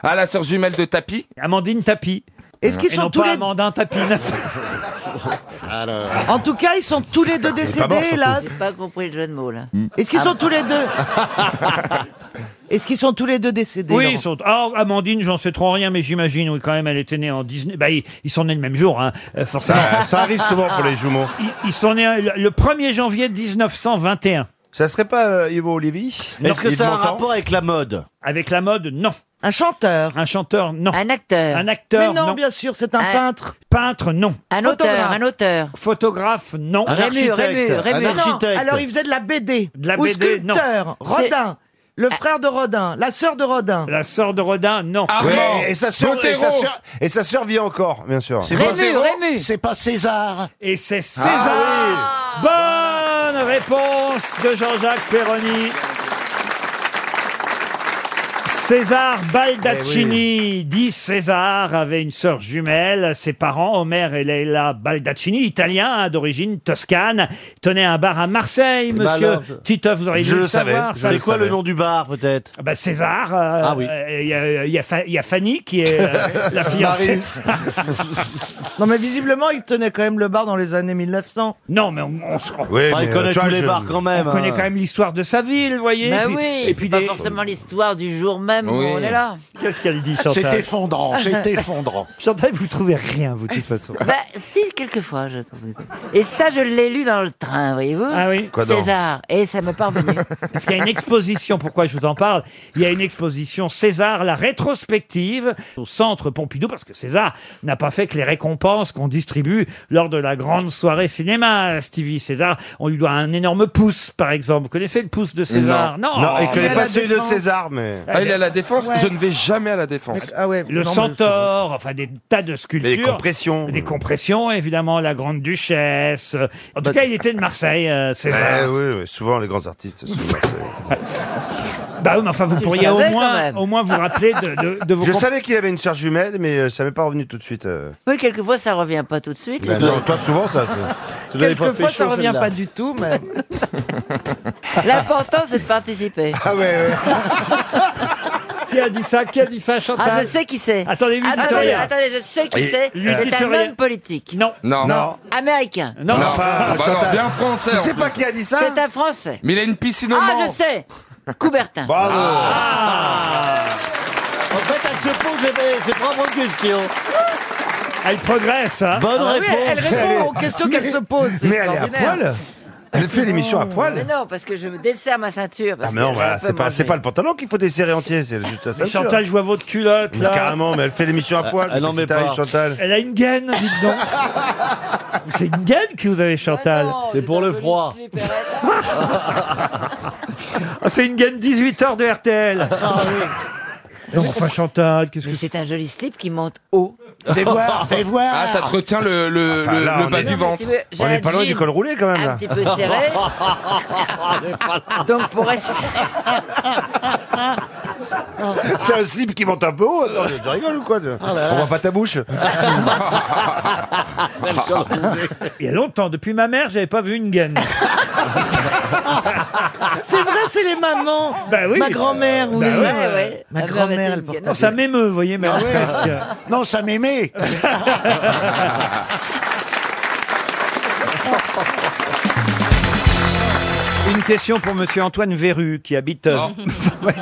Speaker 5: Ah, la sœur jumelle de Tapi
Speaker 3: Amandine Tapi.
Speaker 15: Est-ce qu'ils
Speaker 3: Et
Speaker 15: sont
Speaker 3: non
Speaker 15: tous
Speaker 3: pas
Speaker 15: les-
Speaker 3: Amandin Tapi.
Speaker 15: En tout cas, ils sont tous les deux
Speaker 1: C'est pas bon, surtout.
Speaker 15: décédés, hélas.
Speaker 1: J'ai pas compris le jeu de mots, là.
Speaker 15: Est-ce qu'ils
Speaker 1: Ah
Speaker 15: sont
Speaker 1: bon.
Speaker 15: tous les deux Est-ce qu'ils sont tous les deux décédés
Speaker 3: Oui,
Speaker 15: Laurent
Speaker 3: ils sont. Ah, Amandine, j'en sais trop rien, mais j'imagine, oui, quand même, elle était née en 19. Bah, ils, ils sont nés le même jour, hein, euh, forcément. Ah,
Speaker 14: Ça- ça arrive souvent pour les jumeaux.
Speaker 3: Ils, ils sont nés euh, le le 1er janvier 1921.
Speaker 14: Ça serait pas euh, Yves Olivier
Speaker 3: Est-ce que ça a un rapport
Speaker 14: avec la mode
Speaker 3: Avec la mode, non.
Speaker 15: Un chanteur
Speaker 3: Un chanteur, non.
Speaker 1: Un acteur.
Speaker 3: Un acteur,
Speaker 15: Mais non,
Speaker 3: non.
Speaker 15: bien sûr, c'est un
Speaker 1: Un-
Speaker 15: peintre.
Speaker 3: Peintre, non.
Speaker 1: Un auteur, un auteur.
Speaker 3: Photographe, non.
Speaker 1: Un Rémur, architecte. Rémur, Rémur.
Speaker 15: Non, alors il faisait de la BD.
Speaker 3: De la
Speaker 15: Ou
Speaker 3: BD, non.
Speaker 15: sculpteur.
Speaker 3: C'est- Ah.
Speaker 15: Rodin. Le frère de Rodin. La sœur de Rodin.
Speaker 3: La sœur de Rodin, non.
Speaker 14: Ah, et, sa sœur, et, sa sœur- et sa sœur vit encore, bien sûr.
Speaker 4: C'est Rému, Botero C'est pas César.
Speaker 3: Et
Speaker 14: Ah.
Speaker 3: c'est César.
Speaker 24: Ah
Speaker 3: Bonne réponse de Jean-Jacques Perroni. César Baldaccini,
Speaker 24: Eh
Speaker 3: dit César, avait une sœur jumelle. Ses parents, Omer et Leila Baldaccini, italiens hein, d'origine toscane, tenaient un bar à Marseille,
Speaker 24: Bah
Speaker 3: monsieur
Speaker 24: alors, je-
Speaker 3: Titoff, vous auriez dû
Speaker 24: Je
Speaker 3: le
Speaker 24: le savais,
Speaker 3: savoir.
Speaker 24: je
Speaker 3: ça.
Speaker 24: le C'est quoi le savais. nom
Speaker 14: du bar, peut-être
Speaker 3: Ah bah, César. euh,
Speaker 24: Ah oui.
Speaker 3: euh, Il y a- il y, a Fa- il y a Fanny qui est euh, la fiancée.
Speaker 15: Non, mais visiblement, il tenait quand même le bar dans les années 1900.
Speaker 3: Non, mais on, on se rend
Speaker 14: Oui, Enfin, il mais, connaît euh, tu tous vois, les je- bars
Speaker 3: quand même. On connaît
Speaker 14: hein.
Speaker 3: quand même l'histoire de sa ville, vous voyez.
Speaker 1: Bah
Speaker 3: et puis,
Speaker 1: oui,
Speaker 3: et
Speaker 1: c'est
Speaker 3: puis
Speaker 1: pas
Speaker 3: des-
Speaker 1: forcément l'histoire du jour même où
Speaker 3: Oui.
Speaker 1: Ah, on est là.
Speaker 3: Qu'est-ce qu'elle dit, Chantal
Speaker 4: C'est effondrant, c'est effondrant.
Speaker 3: Chantal, vous trouvez rien, vous, de toute façon.
Speaker 1: Bah, si, quelquefois, je trouve. Et ça, je l'ai lu dans le train, voyez-vous
Speaker 3: Ah oui. Quoi donc
Speaker 1: César. Et ça m'est parvenu.
Speaker 3: Parce qu'il y a une exposition, pourquoi je vous en parle Il y a une exposition César, la rétrospective, au centre Pompidou, parce que César n'a pas fait que les récompenses qu'on distribue lors de la grande soirée cinéma. Stevie César, on lui doit un énorme pouce, par exemple. Vous connaissez le pouce de César
Speaker 14: Non. Non, il connaît
Speaker 3: est à
Speaker 14: pas
Speaker 3: la
Speaker 14: celui de
Speaker 3: défense.
Speaker 14: César, mais-
Speaker 5: Ah, il est à la défense
Speaker 3: Ouais.
Speaker 5: Je ne vais jamais à la défense.
Speaker 3: le
Speaker 14: non, mais
Speaker 3: centaure, enfin des tas de sculptures.
Speaker 14: Des compressions.
Speaker 3: Des compressions, évidemment, la grande duchesse. En
Speaker 14: Bah-
Speaker 3: tout cas, il était de Marseille, euh, César.
Speaker 14: Eh oui, oui, souvent les grands artistes. sont de Marseille.
Speaker 3: Bah oui, mais enfin, vous
Speaker 14: Tu
Speaker 3: pourriez au
Speaker 14: savais, quand
Speaker 3: moins,
Speaker 14: même.
Speaker 3: Ah, au moins vous rappeler de, de, de vos
Speaker 14: Je
Speaker 3: comp-
Speaker 14: savais qu'il avait une sœur jumelle, mais euh, ça m'est pas revenu tout de suite. euh.
Speaker 1: Oui, quelquefois, ça revient pas tout de suite.
Speaker 14: Bah non, toi souvent ça.
Speaker 1: Quelquefois, ça revient pas du tout, mais. L'important, c'est de participer.
Speaker 14: Ah ouais, ouais.
Speaker 3: Qui a dit ça Qui a dit ça, Chantal
Speaker 1: Ah, je sais qui c'est.
Speaker 3: Attendez, lui, dites
Speaker 1: attendez,
Speaker 3: rien.
Speaker 1: attendez, je sais qui
Speaker 3: Oui.
Speaker 1: c'est.
Speaker 3: Lui,
Speaker 1: C'est
Speaker 3: dites
Speaker 1: un
Speaker 3: rien.
Speaker 1: homme politique.
Speaker 3: Non.
Speaker 5: Non. Non.
Speaker 1: Américain.
Speaker 3: Non,
Speaker 5: Non, enfin, bah non,
Speaker 14: Chantal.
Speaker 5: bien français. en plus.
Speaker 14: a dit
Speaker 1: C'est un Français.
Speaker 5: Mais il a une piscine au
Speaker 1: Ah,
Speaker 5: Mans. Ah.
Speaker 1: je sais. Coubertin.
Speaker 3: Ah. En fait, elle se pose ses propres questions. Elle progresse, hein
Speaker 1: Bonne Ah oui, réponse. elle répond
Speaker 14: est-
Speaker 1: aux questions qu'elle
Speaker 14: Mais-
Speaker 1: se pose, c'est
Speaker 14: Mais elle est à
Speaker 1: extraordinaire.
Speaker 14: poil. Elle fait l'émission à
Speaker 1: Mais
Speaker 14: poil.
Speaker 1: non, parce que je me desserre ma ceinture.
Speaker 14: Ah
Speaker 1: parce
Speaker 14: mais non,
Speaker 1: que
Speaker 14: voilà,
Speaker 1: j'ai un peu
Speaker 14: c'est pas,
Speaker 1: mangé.
Speaker 14: c'est pas le pantalon qu'il faut desserrer entier, c'est juste la
Speaker 3: Mais
Speaker 14: ceinture.
Speaker 3: Chantal, je vois votre culotte,
Speaker 14: Mais
Speaker 3: là.
Speaker 14: carrément, mais elle fait l'émission à poil.
Speaker 3: Ah, non,
Speaker 14: qu'est-ce
Speaker 3: mais
Speaker 14: qui t'arrive,
Speaker 3: pas.
Speaker 14: Chantal.
Speaker 3: Elle a une gaine, dites donc. Ah c'est une gaine que vous avez, Chantal. c'est pour le froid. Ah, c'est une gaine 18 heures de RTL.
Speaker 14: Ah
Speaker 3: Non, enfin, Chantal, qu'est-ce que c'est
Speaker 1: C'est un joli slip qui monte haut.
Speaker 4: Fais voir, fais voir.
Speaker 5: Ah, ça te retient le, le,
Speaker 14: Enfin,
Speaker 5: le-
Speaker 14: là,
Speaker 5: le
Speaker 14: on
Speaker 5: bas
Speaker 14: est-
Speaker 5: du ventre.
Speaker 1: Non, mais si vous- j'ai
Speaker 14: On
Speaker 1: un
Speaker 14: est pas loin
Speaker 1: jean
Speaker 14: du col roulé quand même
Speaker 1: Un
Speaker 14: là.
Speaker 1: petit peu serré. Donc pour respirer.
Speaker 14: C'est un slip qui monte un peu Ah haut. Attends, Oh, je rigole ou quoi tu- On voit pas ta bouche.
Speaker 3: Ah, Il y a longtemps, depuis ma mère, j'avais pas vu une gaine.
Speaker 15: C'est vrai, c'est les mamans.
Speaker 14: Ah
Speaker 3: Bah oui.
Speaker 15: Ma grand-mère, oui.
Speaker 3: Bah ouais, ouais.
Speaker 15: Ma
Speaker 1: Ah,
Speaker 15: grand-mère,
Speaker 1: bah,
Speaker 15: elle
Speaker 1: bah,
Speaker 15: portait.
Speaker 14: Oh,
Speaker 3: Non, ça m'émeut, vous voyez, mais
Speaker 4: Ah ouais.
Speaker 3: presque.
Speaker 4: Non, ça m'aimait.
Speaker 3: Une question pour Monsieur Antoine Verru, qui habite, euh, Ouais.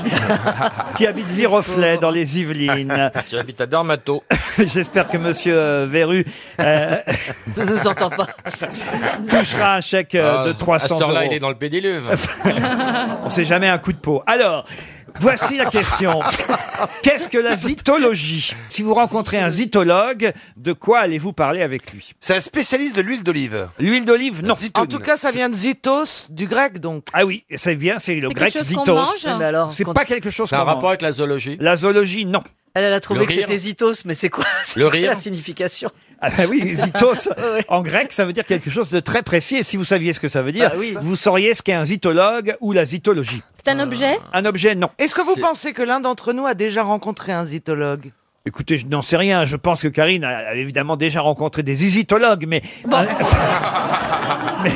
Speaker 3: qui habite Viroflay, dans les Yvelines.
Speaker 25: J'habite à Darmato.
Speaker 3: J'espère que Monsieur euh, Verru euh,
Speaker 16: Je ne vous entends pas.
Speaker 3: touchera un chèque euh,
Speaker 25: Ah,
Speaker 14: Ah.
Speaker 3: de 300 euros.
Speaker 25: là il est dans le pédiluve.
Speaker 3: On sait jamais un coup de peau. Alors, voici la question. Qu'est-ce que la zytologie Si vous rencontrez un zytologue, de quoi allez-vous parler avec lui
Speaker 26: C'est un spécialiste de l'huile d'olive.
Speaker 3: L'huile d'olive, non.
Speaker 26: En tout
Speaker 15: cas, ça vient de Zitos, du grec donc.
Speaker 3: Ah oui, ça vient, c'est le
Speaker 16: C'est
Speaker 3: grec
Speaker 16: quelque chose qu'on
Speaker 3: zytos.
Speaker 16: mange Oui, mais alors,
Speaker 3: C'est
Speaker 16: quand-
Speaker 3: pas quelque chose
Speaker 25: Ça a un
Speaker 3: qu'on
Speaker 25: rapport
Speaker 3: mange.
Speaker 25: avec la zoologie.
Speaker 3: La zoologie, non.
Speaker 16: Elle, elle a trouvé
Speaker 25: Le
Speaker 16: que
Speaker 25: rire.
Speaker 16: c'était Zitos, mais c'est quoi c'est
Speaker 25: Le
Speaker 16: quoi
Speaker 25: rire.
Speaker 16: la signification
Speaker 3: Ah bah oui, zitos,
Speaker 16: Ouais.
Speaker 3: en grec, ça veut dire quelque chose de très précis. Et si vous saviez ce que ça veut dire,
Speaker 16: Ah oui.
Speaker 3: vous sauriez ce qu'est un zytologue ou la zytologie.
Speaker 27: C'est un objet
Speaker 3: Un objet, non.
Speaker 15: Est-ce que vous
Speaker 25: C'est-
Speaker 15: pensez que l'un d'entre nous a déjà rencontré un zytologue
Speaker 3: Écoutez, je n'en sais rien. Je pense que Karine a a évidemment déjà rencontré des zytologues, mais, un, mais,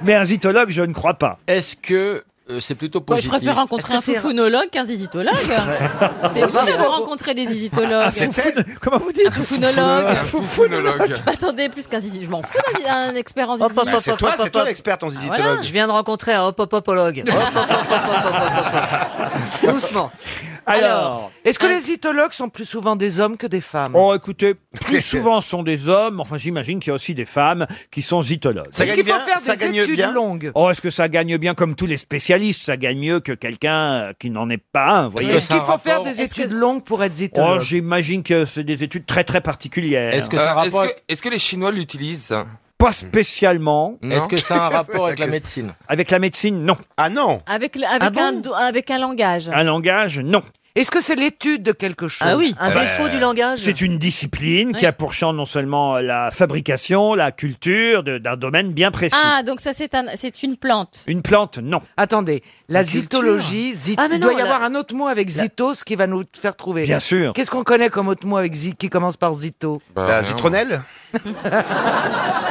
Speaker 3: mais un zytologue, je ne crois pas.
Speaker 25: Est-ce que
Speaker 14: euh, c'est plutôt
Speaker 16: Moi,
Speaker 14: positif.
Speaker 16: je préfère rencontrer un foufounologue qu'un zizitologue. C'est
Speaker 14: Ça
Speaker 16: mieux
Speaker 14: va.
Speaker 16: de rencontrer des
Speaker 15: Ah,
Speaker 16: zizitologues.
Speaker 3: Ah,
Speaker 14: Ah,
Speaker 3: Comment vous dites Un
Speaker 16: foufounologue.
Speaker 5: Un foufounologue.
Speaker 16: Bah, Attendez, plus qu'un zizi. Je m'en fous d'un zizi- d'un expert en
Speaker 20: Hop,
Speaker 16: zizi.
Speaker 20: hop, hop, hop, hop, hop, hop.
Speaker 16: Ah, voilà.
Speaker 20: Je viens de rencontrer un hop-hop-hopologue. Hop, hop, hop, hop, hop, hop, hop, hop. Doucement.
Speaker 3: Alors,
Speaker 15: Est-ce que les itologues sont plus souvent des hommes que des femmes
Speaker 3: Oh, écoutez, plus souvent sont des hommes. Enfin, j'imagine qu'il y a aussi des femmes qui sont zytologues.
Speaker 15: Ça Est-ce gagne qu'il faut bien faire Ça des gagne études bien longues
Speaker 3: Oh, est-ce que ça gagne bien comme tous les spécialistes Ça gagne mieux que quelqu'un euh, qui n'en est pas un. vous voyez.
Speaker 15: Est-ce qu'il faut faire des études longues pour être
Speaker 3: Oh,
Speaker 15: itologue
Speaker 3: j'imagine que c'est des études très très particulières.
Speaker 5: Euh, Est-ce que, ça a rapport- est-ce que les Chinois l'utilisent ça
Speaker 3: Pas spécialement.
Speaker 5: Non. Est-ce que ça a un rapport avec la médecine
Speaker 3: Avec la médecine, non. Ah non
Speaker 16: Avec, le- avec,
Speaker 15: Ah
Speaker 16: un,
Speaker 15: bon
Speaker 16: do- avec un langage.
Speaker 3: Un langage, non.
Speaker 15: Est-ce que c'est l'étude de quelque chose
Speaker 16: Ah oui. Un
Speaker 3: Bah,
Speaker 16: défaut du langage.
Speaker 3: C'est une discipline qui a pour champ non seulement la fabrication, la culture de- d'un domaine bien précis.
Speaker 16: Ah, donc ça, c'est un, c'est une plante.
Speaker 3: Une plante, non.
Speaker 15: Attendez, la
Speaker 3: culture.
Speaker 15: zytologie, zit-
Speaker 16: Ah, mais
Speaker 15: il doit
Speaker 16: non,
Speaker 15: y
Speaker 16: la-
Speaker 15: avoir un autre mot avec zitos qui va nous faire trouver.
Speaker 3: Bien sûr.
Speaker 15: Qu'est-ce qu'on connaît comme autre mot avec zi- qui commence par zito
Speaker 3: Bah, La rien. citronnelle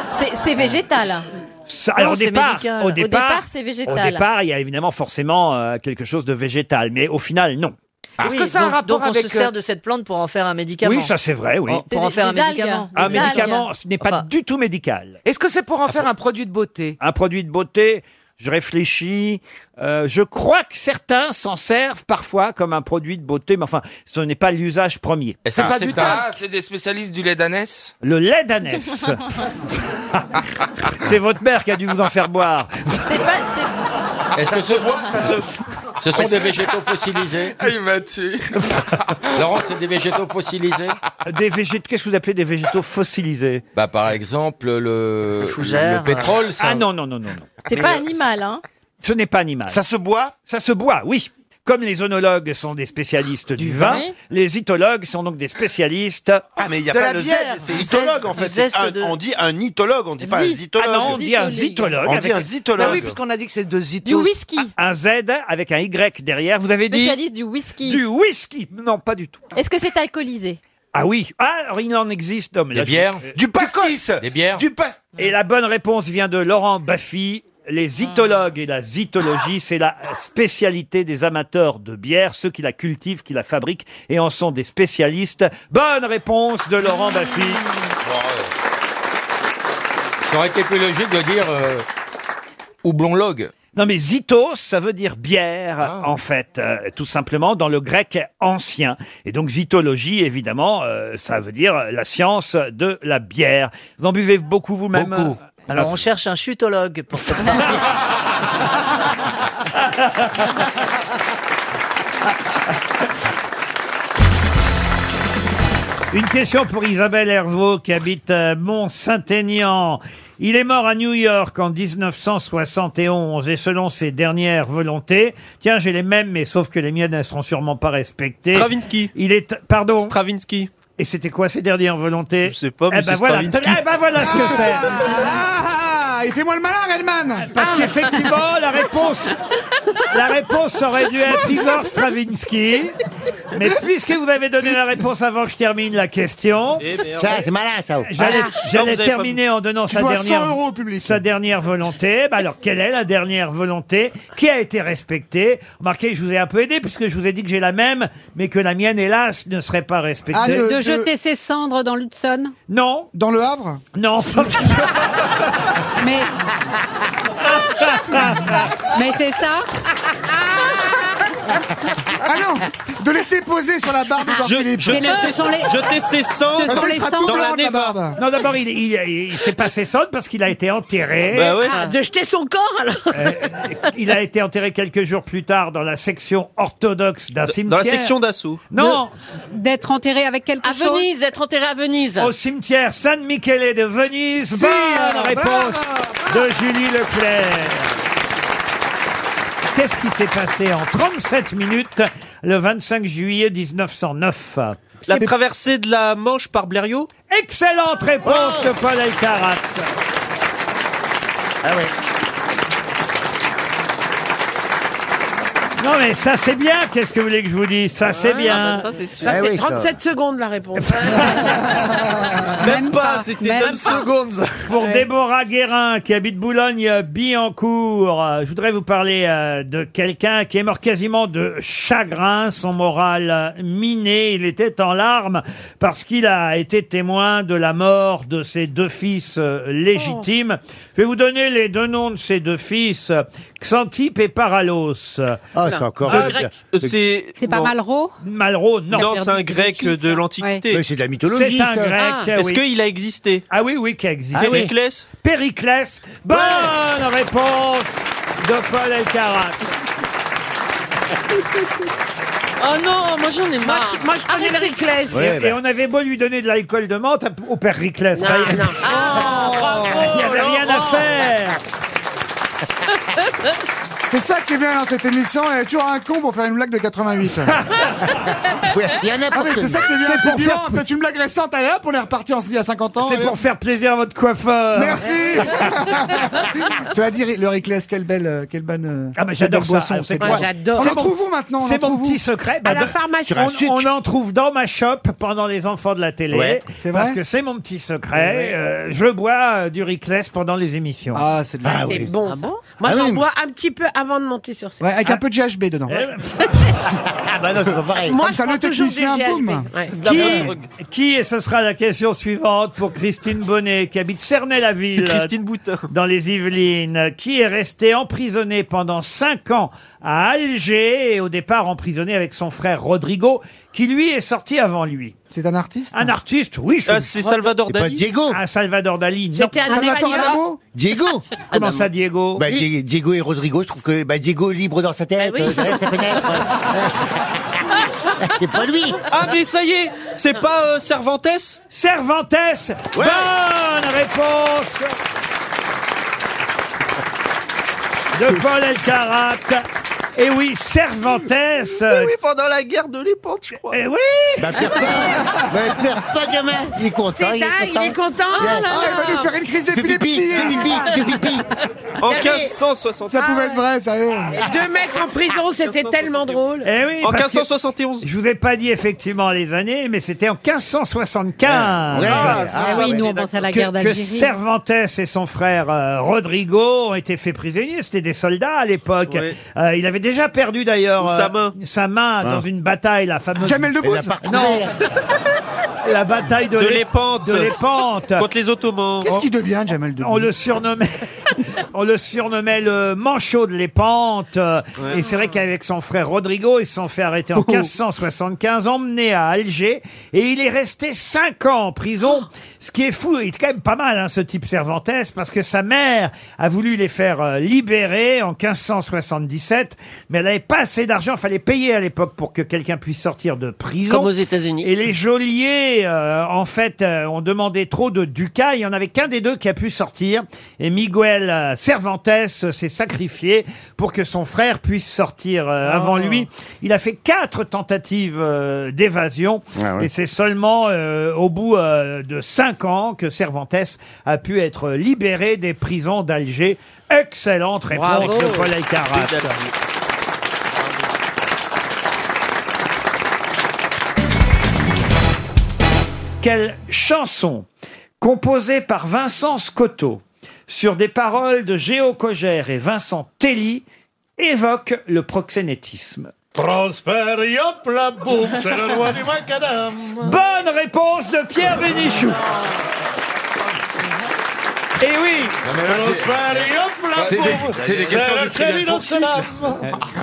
Speaker 16: C'est, c'est végétal.
Speaker 3: Ça-
Speaker 16: Non,
Speaker 3: alors, au,
Speaker 16: c'est
Speaker 3: départ,
Speaker 16: médical.
Speaker 3: au
Speaker 16: Au
Speaker 3: départ,
Speaker 16: départ, c'est végétal.
Speaker 3: Au départ, il y a évidemment forcément euh, quelque chose de végétal, mais au final, non.
Speaker 16: Ah
Speaker 20: Oui, donc- donc on se
Speaker 15: euh,
Speaker 20: sert de cette plante pour en faire un médicament.
Speaker 3: euh, Oui, ça c'est vrai, oui.
Speaker 20: Pour- Pour en faire un médicament.
Speaker 3: Un médicament, ce n'est pas du tout médical.
Speaker 15: Est-ce que c'est pour en faire un produit de beauté
Speaker 3: Un produit de beauté, je réfléchis. euh, je crois que certains s'en servent parfois comme un produit de beauté, mais enfin, ce n'est pas l'usage premier.
Speaker 5: Ah, Ah, c'est des spécialistes du lait d'ânesse
Speaker 3: Le lait d'ânesse. c'est votre mère qui a dû vous en faire boire.
Speaker 14: Est-ce que ce bois, ça se. Ce sont
Speaker 3: Mais
Speaker 14: des
Speaker 3: c'est-
Speaker 14: végétaux fossilisés.
Speaker 5: Ah, il m'a tué.
Speaker 14: Laurent, c'est des végétaux fossilisés.
Speaker 3: Des végétaux, qu'est-ce que vous appelez des végétaux fossilisés
Speaker 14: Bah, par exemple, le.
Speaker 3: fougères.
Speaker 14: Le pétrole, ça.
Speaker 3: Ah non, non, non, non. non.
Speaker 16: C'est pas animal, hein.
Speaker 3: Ce n'est pas animal. Ça se boit Ça se boit, oui. Comme les oenologues sont des spécialistes du, vin,
Speaker 16: vin.
Speaker 3: les itologues sont donc des spécialistes. Ah, mais il
Speaker 23: n'y a De pas la le Z, bière. c'est itologue, en Du fait. zeste C'est un- de- on dit
Speaker 3: un itologue, on
Speaker 23: dit pas un Zi. zytologue.
Speaker 3: Ah non, on dit un
Speaker 23: Zytologue.
Speaker 3: zitologue.
Speaker 23: On dit un zytologue.
Speaker 15: Bah oui, puisqu'on a dit que c'est de zito.
Speaker 16: whisky.
Speaker 3: Un Z avec un Y derrière. Vous avez dit
Speaker 16: Spécialiste du whisky.
Speaker 3: du whisky. Non, pas du tout.
Speaker 16: Est-ce que c'est alcoolisé
Speaker 3: Ah oui. Ah, alors il en existe. Non, mais
Speaker 14: Des
Speaker 3: là, je- Euh,
Speaker 14: bières
Speaker 3: Du pastis.
Speaker 14: Des bières
Speaker 3: Du pas- Et la bonne réponse vient de Laurent Baffy. Les itologues et la zitologie, c'est la spécialité des amateurs de bière, ceux qui la cultivent, qui la fabriquent et en sont des spécialistes. Bonne réponse de Laurent Baffy.
Speaker 14: Ça aurait été plus logique de dire. euh, houblon log. Ah.
Speaker 3: Non mais zitos, ça veut dire bière en fait, euh, tout simplement dans le grec ancien. Et donc zitologie, évidemment, euh, ça veut dire la science de la bière. Vous en buvez beaucoup vous-même
Speaker 20: Beaucoup. Alors on cherche un chutologue pour cette partie.
Speaker 3: Une question pour Isabelle Hervaux qui habite euh, Mont-Saint-Aignan. Il est mort à New York en 1971 et selon ses dernières volontés, tiens, j'ai les mêmes mais sauf que les miennes elles seront sûrement pas respectées. Stravinsky. Il est pardon. Stravinsky. Et c'était quoi ses dernières volontés Je sais pas,
Speaker 8: mais
Speaker 3: eh ben
Speaker 8: c'est
Speaker 3: voilà,
Speaker 8: Stravinsky.
Speaker 3: eh ben voilà ce que c'est.
Speaker 8: Ah, il fait moi le malin, Redman Ah.
Speaker 3: Parce
Speaker 17: Ah.
Speaker 3: qu'effectivement, la réponse, la réponse aurait dû être Igor Stravinsky. Mais puisque vous avez donné la réponse avant que je termine la question,
Speaker 8: Eh merde. Ça, c'est malin, ça.
Speaker 3: J'allais,
Speaker 8: Voilà.
Speaker 3: j'allais
Speaker 8: Ah. Non, vous avez
Speaker 3: terminer
Speaker 8: pas-
Speaker 3: en donnant
Speaker 8: Tu
Speaker 3: sa
Speaker 8: dois 100
Speaker 3: dernière,
Speaker 8: euros au
Speaker 3: sa dernière volonté. Bah alors, quelle est la dernière volonté qui a été respectée Remarquez, je vous ai un peu aidé puisque je vous ai dit que j'ai la même, mais que la mienne, hélas, ne serait pas respectée.
Speaker 17: de, jeter ses cendres dans l'Hudson
Speaker 3: Non.
Speaker 8: Ah, Dans le Havre
Speaker 3: Non.
Speaker 17: Mais. Mais c'est ça
Speaker 8: Ah non De les déposer sur la barbe de Ah,
Speaker 17: Je-
Speaker 8: Philippe.
Speaker 17: je- Mais là, ce sont les-
Speaker 8: Jeter ses cendres
Speaker 17: ce sont les cendres dans la
Speaker 8: barbe.
Speaker 3: Non, d'abord, il, il, il- s'est passé sonne parce qu'il a été enterré.
Speaker 17: Bah
Speaker 20: Ah, de jeter son corps alors
Speaker 17: Ah.
Speaker 3: Il a été enterré quelques jours plus tard dans la section orthodoxe d'un cimetière.
Speaker 8: d'assaut.
Speaker 3: Non,
Speaker 17: D'être enterré avec quelque
Speaker 16: À
Speaker 17: chose
Speaker 16: Venise, d'être enterré à Venise.
Speaker 3: au cimetière San Michele de Venise.
Speaker 16: Si,
Speaker 3: Bonne
Speaker 17: ah,
Speaker 16: alors,
Speaker 3: réponse de Julie Leclerc. Qu'est-ce qui s'est passé en 37 minutes le 25 juillet 1909
Speaker 8: La traversée de la Manche par Blériot
Speaker 3: Excellente réponse de Paul Elkarat. Ah oui. Non mais ça c'est bien, qu'est-ce que vous voulez que je vous dise
Speaker 20: Ah,
Speaker 3: ah bah Ça c'est bien.
Speaker 9: Ah, bah, Ça
Speaker 11: Eh
Speaker 9: fait 37 secondes la réponse.
Speaker 3: Même pas, c'était 9 secondes. Pour Déborah Guérin, qui habite Boulogne-Billancourt, euh, je voudrais vous parler euh, de quelqu'un qui est mort quasiment de chagrin, son moral euh, miné. Il était en larmes parce qu'il a été témoin de la mort de ses deux fils euh, légitimes. Je vais vous donner les deux noms de ses deux fils, Xantippe et Paralos.
Speaker 8: Ah, c'est encore- Ah, grec.
Speaker 3: Euh,
Speaker 8: C'est-
Speaker 17: C'est pas Malraux
Speaker 3: Malraux, Oh non.
Speaker 8: Non, c'est un grec de l'Antiquité.
Speaker 3: Mais c'est de la mythologie,
Speaker 8: C'est un
Speaker 3: ça.
Speaker 8: grec.
Speaker 3: Ah.
Speaker 8: Est-ce qu'il a existé
Speaker 3: Ah oui, oui, qui a existé.
Speaker 8: Périclès
Speaker 3: Périclès. Bonne réponse de Paul Elkarat.
Speaker 9: Oh non, moi j'en ai marre. Moi, je connais Hériclès.
Speaker 3: et,
Speaker 11: bah.
Speaker 3: et on avait beau lui donner de l'alcool de menthe à- au Périclès.
Speaker 9: Non, Ah,
Speaker 3: Bah,
Speaker 9: non.
Speaker 3: Il n'y
Speaker 11: Oh,
Speaker 3: avait rien à faire.
Speaker 11: C'est ça qui est bien dans cette émission, il y a toujours un con pour faire une blague de 88.
Speaker 1: Il y en a
Speaker 11: ah
Speaker 1: pour
Speaker 11: mais
Speaker 1: tout le
Speaker 11: c'est ça qui est
Speaker 1: monde.
Speaker 11: bien,
Speaker 1: C'est
Speaker 11: tu
Speaker 1: pour
Speaker 11: dis,
Speaker 1: faire-
Speaker 11: oh, faites une blague récente, allez hop, on est reparti, on se dit il y a 50 ans.
Speaker 3: C'est
Speaker 11: et-
Speaker 3: pour faire plaisir à votre coiffeur.
Speaker 11: Merci Cela dit, le Rickless, quelle belle, euh, quelle bonne. euh,
Speaker 3: Ah, mais j'adore
Speaker 11: quelle belle
Speaker 3: ça. Alors, c'est
Speaker 11: c'est
Speaker 3: quoi
Speaker 11: quoi On
Speaker 3: C'est
Speaker 11: en
Speaker 3: mon-
Speaker 11: trouve où maintenant on
Speaker 3: C'est
Speaker 11: en
Speaker 3: mon
Speaker 11: trouve où
Speaker 3: petit secret. Bah,
Speaker 11: À la
Speaker 3: de-
Speaker 11: pharmacie.
Speaker 3: on- On, en trouve dans ma shop pendant les enfants de la télé.
Speaker 11: Ouais. C'est
Speaker 3: Parce
Speaker 11: vrai
Speaker 3: que c'est mon petit secret. Euh, je bois euh, du Riclès pendant les émissions. Ah, c'est
Speaker 9: Ça, c'est bon. ça. Moi, j'en bois un petit peu avant de monter sur scène.
Speaker 11: Ah Ouais,
Speaker 3: Ah.
Speaker 11: avec un peu de GHB dedans.
Speaker 3: Eh,
Speaker 20: Eh,
Speaker 9: Ah
Speaker 11: bah non, c'est pas pareil. Moi,
Speaker 9: Moi,
Speaker 11: Comme
Speaker 9: je
Speaker 11: ça, le
Speaker 9: prends toujours des
Speaker 11: technicien, boum.
Speaker 9: GHB. Ouais.
Speaker 3: Qui, qui, et ce sera la question suivante pour Christine Bonnet, qui habite Cernay-la-Ville.
Speaker 8: Christine
Speaker 3: Dans les Yvelines. Qui est restée emprisonnée pendant cinq ans à Alger, et au départ emprisonnée avec son frère Rodrigo, qui lui est sorti avant lui.
Speaker 11: C'est un artiste
Speaker 3: Un artiste, oui. je-
Speaker 8: Euh, c'est Salvador C'est pas Dali
Speaker 3: Diego. Ah, Salvador Dali. non.
Speaker 9: C'était un Salvatore animateur. Adamo
Speaker 20: Diego
Speaker 3: Comment ça, Diego
Speaker 20: bah, Di- Diego et Rodrigo, je trouve que bah, Diego libre dans sa
Speaker 9: Bah
Speaker 20: tête, euh, derrière sa fenêtre. C'est pas lui
Speaker 8: Ah, mais ça y est C'est pas euh, Cervantes
Speaker 3: Cervantes Bonne réponse de Paul Elkarat. Et oui, Cervantes.
Speaker 8: Mais oui, pendant la guerre de l'épante, je crois.
Speaker 3: Eh oui
Speaker 20: Bah, pleure pas Bah, pleure pas, gamin Il est content,
Speaker 9: C'est
Speaker 20: il est
Speaker 9: dingue,
Speaker 20: content.
Speaker 9: il est content.
Speaker 20: Ouais.
Speaker 9: là,
Speaker 4: Ah,
Speaker 9: là.
Speaker 11: Ah, Il va nous faire une crise
Speaker 20: Fais pipi,
Speaker 11: d'épilepsie
Speaker 20: fais pipi, fais pipi
Speaker 8: En
Speaker 9: Il y avait-
Speaker 8: 1560.
Speaker 11: Ça pouvait être vrai, ça y est.
Speaker 21: Ah,
Speaker 9: Deux mètres en prison, c'était tellement drôle.
Speaker 3: Eh oui,
Speaker 8: En
Speaker 3: parce que
Speaker 8: 1571.
Speaker 3: Je vous ai pas dit effectivement les années, mais c'était en 1575.
Speaker 8: Eh,
Speaker 17: Ouais, ouais, Ah, ouais, ah ouais, oui, nous, on
Speaker 3: d'accord.
Speaker 17: pensait à la
Speaker 3: Que-
Speaker 17: guerre
Speaker 3: Que
Speaker 17: d'Algérie.
Speaker 3: Cervantes et son frère euh, Rodrigo ont été faits prisonniers. C'était des soldats à l'époque. Euh, il avait déjà perdu d'ailleurs euh,
Speaker 8: Ou sa main. Ah.
Speaker 3: sa main dans une bataille, la fameuse.
Speaker 11: Ah, Jamel Debbouze. Elle l'a pas
Speaker 3: Non. la bataille de,
Speaker 8: De
Speaker 3: l'é-
Speaker 8: l'épante.
Speaker 3: De l'épante.
Speaker 8: Contre les Ottomans.
Speaker 11: Qu'est-ce qu'il devient, Jamel
Speaker 3: On
Speaker 11: Debbouze
Speaker 3: le surnommait, on le surnommait le manchot de l'épante. euh, Et c'est vrai qu'avec son frère Rodrigo, ils se sont fait arrêter en 1575, emmenés à Alger. Et il est resté 5 ans en prison. Ce qui est fou, il est quand même pas mal, hein, ce type Cervantes, parce que sa mère a voulu les faire euh, libérer en 1577. Mais elle n'avait pas assez d'argent. Fallait payer à l'époque pour que quelqu'un puisse sortir de prison.
Speaker 9: Comme aux États-Unis.
Speaker 3: Et les geôliers, euh, en fait, euh, ont demandé trop de Ducat. Il y en avait qu'un des deux qui a pu sortir. Et Miguel euh, Cervantes euh, s'est sacrifié pour que son frère puisse sortir euh, avant lui. Il a fait quatre tentatives euh, d'évasion.
Speaker 22: Ah ouais.
Speaker 3: Et c'est seulement euh, au bout euh, de cinq ans que Cervantes a pu être libéré des prisons d'Alger. Excellente réponse
Speaker 8: Bravo.
Speaker 3: de Paul Aycarat. Quelle chanson composée par Vincent Scotto sur des paroles de Géo Cogère et Vincent Telly évoque le proxénétisme
Speaker 6: Prosper, hop la boum, c'est le roi du macadam.
Speaker 3: Bonne réponse de Pierre Bénichou. Eh oui
Speaker 6: Prosper, hop la
Speaker 3: C'est des-
Speaker 6: boum,
Speaker 3: c'est des questions
Speaker 6: le
Speaker 3: du
Speaker 6: crédit
Speaker 3: Sénat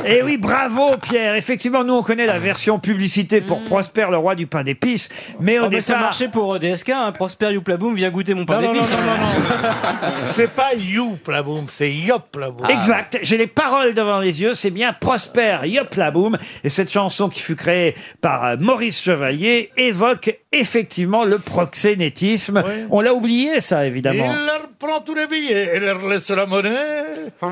Speaker 3: Eh oui, bravo Pierre. Effectivement, nous on connaît la version publicité pour Prosper, le roi du pain d'épices, mais au
Speaker 13: Mm. Oh, mais ça
Speaker 3: départ,
Speaker 13: marchait pour euh, DSK, hein. Prosper Youplaboum vient goûter mon pain
Speaker 6: Non, non, non,
Speaker 13: d'épices.
Speaker 6: C'est pas you la boum, c'est yop la boum.
Speaker 3: Ah, Exact, j'ai les paroles devant les yeux, c'est bien Prosper, yop la boum. Et cette chanson qui fut créée par euh, Maurice Chevalier évoque effectivement le proxénétisme. On l'a oublié ça évidemment.
Speaker 6: Il leur prend tous les billets et leur laisse la monnaie.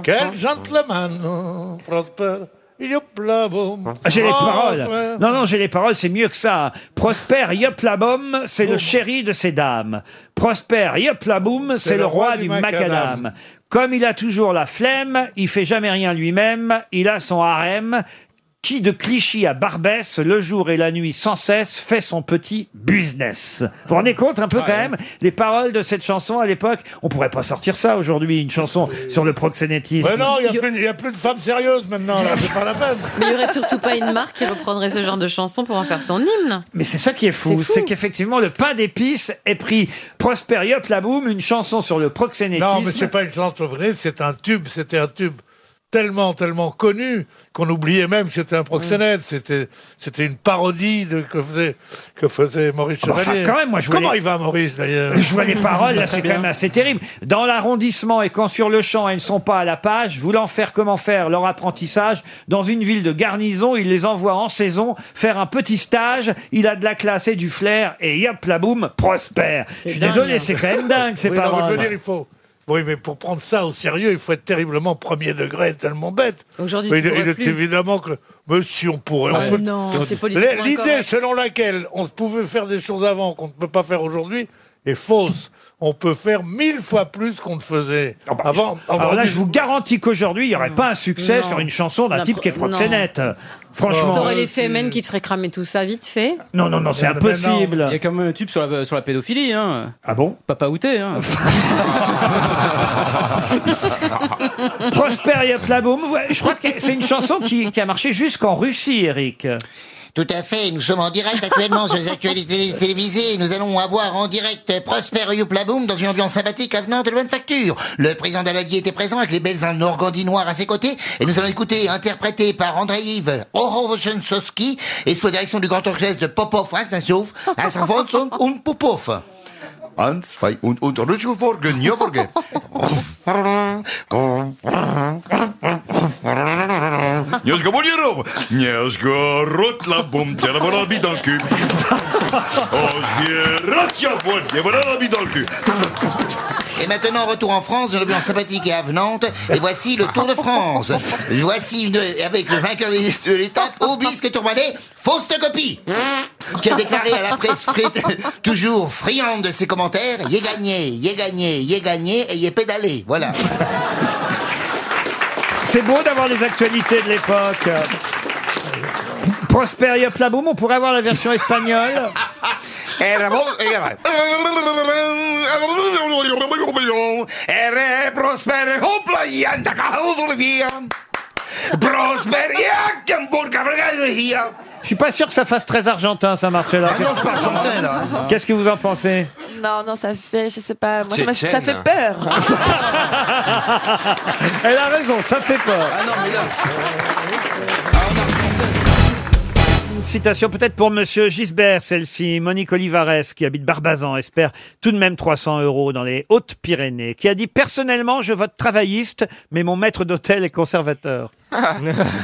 Speaker 6: Quel gentleman, Prosper. Yop la boum.
Speaker 3: Ah, J'ai les paroles.
Speaker 6: Prosper.
Speaker 3: Non, non, j'ai les paroles, c'est mieux que ça. Prosper Yoplabom,
Speaker 6: Oh.
Speaker 3: c'est le chéri de ces dames. Prosper Yoplaboum, c'est le roi du macadam. Comme il a toujours la flemme, il fait jamais rien lui-même, il a son harem, qui de Clichy à Barbès, le jour et la nuit sans cesse, fait son petit business. Vous
Speaker 6: Ah.
Speaker 3: vous rendez compte un peu quand même Les paroles de cette chanson à l'époque, on pourrait pas sortir ça aujourd'hui, une chanson sur le proxénétisme.
Speaker 6: Mais non, il n'y a, plus de femmes sérieuses maintenant, là, c'est pas la peine.
Speaker 16: Mais il n'y aurait surtout pas une marque qui reprendrait ce genre de chanson pour en faire son hymne.
Speaker 3: Mais c'est ça qui est fou,
Speaker 16: C'est fou.
Speaker 3: c'est qu'effectivement le pain d'épices est pris. Prosper la boum, une chanson sur le proxénétisme.
Speaker 6: Non, mais c'est pas une chanson vraie, c'est un tube, c'était un tube tellement, tellement connu qu'on oubliait même que c'était un proxénète.
Speaker 3: Mm.
Speaker 6: C'était, c'était une parodie de, que faisait, que faisait Maurice
Speaker 3: Bon, Ah bah, enfin,
Speaker 6: Chevalier.
Speaker 3: quand même, moi, je vois
Speaker 6: Comment
Speaker 3: les-
Speaker 6: il va, Maurice, d'ailleurs?
Speaker 3: Je vois les paroles, là, c'est quand même assez terrible. Dans l'arrondissement et quand sur le champ, elles ne sont pas à la page, voulant faire comment faire leur apprentissage, dans une ville de garnison, il les envoie en saison faire un petit stage. Il a de la classe et du flair, et yop, la boum, prospère. Je suis
Speaker 6: dingue,
Speaker 3: désolé,
Speaker 6: hein.
Speaker 3: c'est quand même dingue, ces
Speaker 6: Oui, non, mais je
Speaker 3: paroles.
Speaker 6: veux dire, il faut. Oui, mais pour prendre ça au sérieux, il faut être terriblement premier degré, tellement bête.
Speaker 16: Aujourd'hui,
Speaker 6: Mais
Speaker 16: tu
Speaker 6: il, il
Speaker 16: pourrais
Speaker 6: est
Speaker 16: plus.
Speaker 6: évidemment que. Mais si on pourrait. on
Speaker 16: Ouais.
Speaker 6: peut-
Speaker 16: Non, c'est politiquement
Speaker 6: L'idée
Speaker 16: incorrect.
Speaker 6: selon laquelle on pouvait faire des choses avant qu'on ne peut pas faire aujourd'hui est fausse. On peut faire mille fois plus qu'on ne faisait avant.
Speaker 3: Alors là, Ah bah, je vous garantis qu'aujourd'hui, il n'y aurait pas un succès
Speaker 16: Non.
Speaker 3: sur une chanson d'un
Speaker 16: La
Speaker 3: type
Speaker 16: pro-
Speaker 3: qui est proxénète. Franchement.
Speaker 16: T'aurais les fémènes qui te feraient cramer tout ça vite fait.
Speaker 3: Non, non, non, c'est
Speaker 13: Merde, mais euh, non.
Speaker 3: impossible.
Speaker 13: Il y a comme un tube sur la, sur la pédophilie. Hein.
Speaker 3: Ah bon
Speaker 13: Papa outé. Hein.
Speaker 3: Prosper Yaplaboum, je crois que c'est une chanson qui, qui a marché jusqu'en Russie, Eric.
Speaker 10: Tout à fait, nous sommes en direct actuellement sur les actualités télévisées. Nous allons avoir en direct Prosper Youplaboum dans une ambiance sympathique avenant de bonne facture. Le président d'Aladi était présent avec les belles organdis noirs à ses côtés et nous allons écouter, interprété par Andreïv Oroshensoski et sous la direction du grand orchestre de Popov Rasnasov, Rasnasov und Popov.
Speaker 23: Hans, zwei und, und Rutschko Vorgen, ja, Vorgen. Josko Boljerov, Josko Rotlabum, tiens, la bonne habit dans le cul.
Speaker 10: Et maintenant, retour en France, dans l'ambiance sympathique et avenante. Et voici le Tour de France. Voici une- avec le vainqueur de l'étape, Obisque Tourmalet, Fauste Copie, qui a déclaré à la presse fri- toujours friande de ses commentaires, « Yé gagné, yé gagné, yé gagné et yé pédalé ». Voilà.
Speaker 3: C'est beau d'avoir les actualités de l'époque. Prosper Yaplaboum, on pourrait avoir la version espagnole.
Speaker 10: Eh,
Speaker 23: Ere prosper hopla yanda kahudurgia. Prosper yakamburga bragadia.
Speaker 3: Je suis pas sûr que ça fasse très argentin, ça, Marcella.
Speaker 23: Ah non, c'est pas argentin, là, hein.
Speaker 3: Qu'est-ce que vous en pensez
Speaker 18: Non, non, ça fait, je sais pas, moi, ça, m'a- ça
Speaker 3: Tchétchène.
Speaker 18: fait peur.
Speaker 3: Elle a raison, ça fait peur. Une citation peut-être pour Monsieur Gisbert, celle-ci, Monique Olivares, qui habite Barbazan, espère tout de même 300 euros dans les Hautes-Pyrénées, qui a dit personnellement je vote travailliste, mais mon maître d'hôtel est conservateur.
Speaker 22: Ah,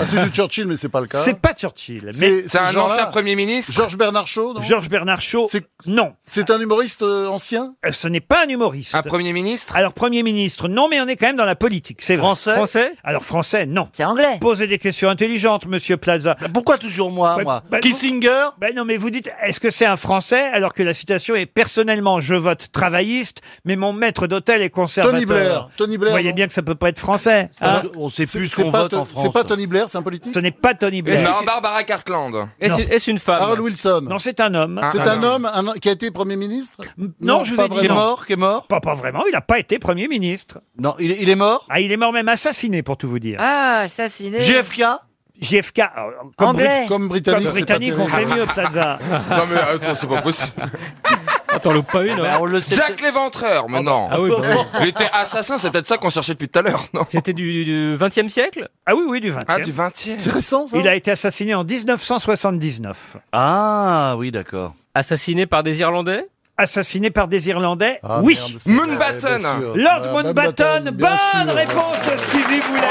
Speaker 22: c'est du Churchill, mais c'est pas le cas.
Speaker 3: C'est pas Churchill. mais-
Speaker 22: C'est- ces
Speaker 3: C'est un
Speaker 22: gens-là-
Speaker 3: ancien
Speaker 10: Premier ministre
Speaker 22: Georges Bernard Shaw, non
Speaker 3: Georges Bernard Shaw, non.
Speaker 22: C'est un humoriste euh, ancien
Speaker 3: Euh, Ce n'est pas un humoriste. Un Premier ministre Alors, Premier ministre, non, mais on est quand même dans la politique, c'est vrai. Français Français Alors, français, non. C'est anglais. Posez des questions intelligentes, monsieur Plaza. Bah, Pourquoi toujours moi,
Speaker 22: Bah, moi
Speaker 3: Kissinger Ben non, mais vous dites, est-ce que c'est un français Alors que la citation est personnellement, je vote travailliste, mais mon maître d'hôtel est conservateur.
Speaker 22: Tony Blair, Tony Blair,
Speaker 3: Vous voyez
Speaker 22: non
Speaker 3: bien que ça peut pas être français. hein
Speaker 22: On sait plus ce qu'on vote en France. C'est pas Tony Blair, c'est un politique
Speaker 3: Ce n'est pas Tony Blair.
Speaker 10: Non, Barbara Cartland. Est-ce-
Speaker 22: une femme Harold Wilson.
Speaker 3: Ah, Non, c'est un homme.
Speaker 22: C'est
Speaker 3: Un
Speaker 22: un homme, un homme qui a été Premier ministre
Speaker 3: Non, je vous
Speaker 22: pas
Speaker 3: ai dit.
Speaker 22: vraiment.
Speaker 3: qui est mort pas, pas vraiment, il n'a pas été Premier ministre. Non, il, est mort Ah, il est mort même assassiné, pour tout vous dire.
Speaker 20: Ah, assassiné.
Speaker 17: Ah,
Speaker 3: JFK, euh, comme,
Speaker 20: Anglais.
Speaker 3: Brit-
Speaker 22: Comme Britannique,
Speaker 3: comme
Speaker 22: c'est
Speaker 3: Britannique,
Speaker 22: pas
Speaker 3: on fait
Speaker 22: terrible.
Speaker 3: mieux, Plaza.
Speaker 10: Non, mais attends, c'est pas possible.
Speaker 13: Attends, le
Speaker 14: Ah
Speaker 13: pas une.
Speaker 14: bah,
Speaker 13: hein.
Speaker 10: Jacques l'éventreur, mais non.
Speaker 13: Ah oui, bah oui.
Speaker 10: Il était assassin, c'est peut-être ça qu'on cherchait depuis tout à l'heure, non
Speaker 13: C'était du, du 20e siècle
Speaker 3: Ah oui, oui, du 20e.
Speaker 5: Hein,
Speaker 10: Ah, du 20e.
Speaker 3: Il a été assassiné en 1979.
Speaker 13: Ah oui, d'accord. Assassiné par des Irlandais
Speaker 3: Assassiné par des Irlandais
Speaker 13: Ah,
Speaker 3: Oui.
Speaker 13: merde, c'est-
Speaker 14: Bah,
Speaker 13: Mountbatten. ouais, bien sûr.
Speaker 3: Lord
Speaker 13: Ah, Mountbatten,
Speaker 3: Moonbatten. Bonne
Speaker 13: bien sûr.
Speaker 3: réponse de Stevie Boulet.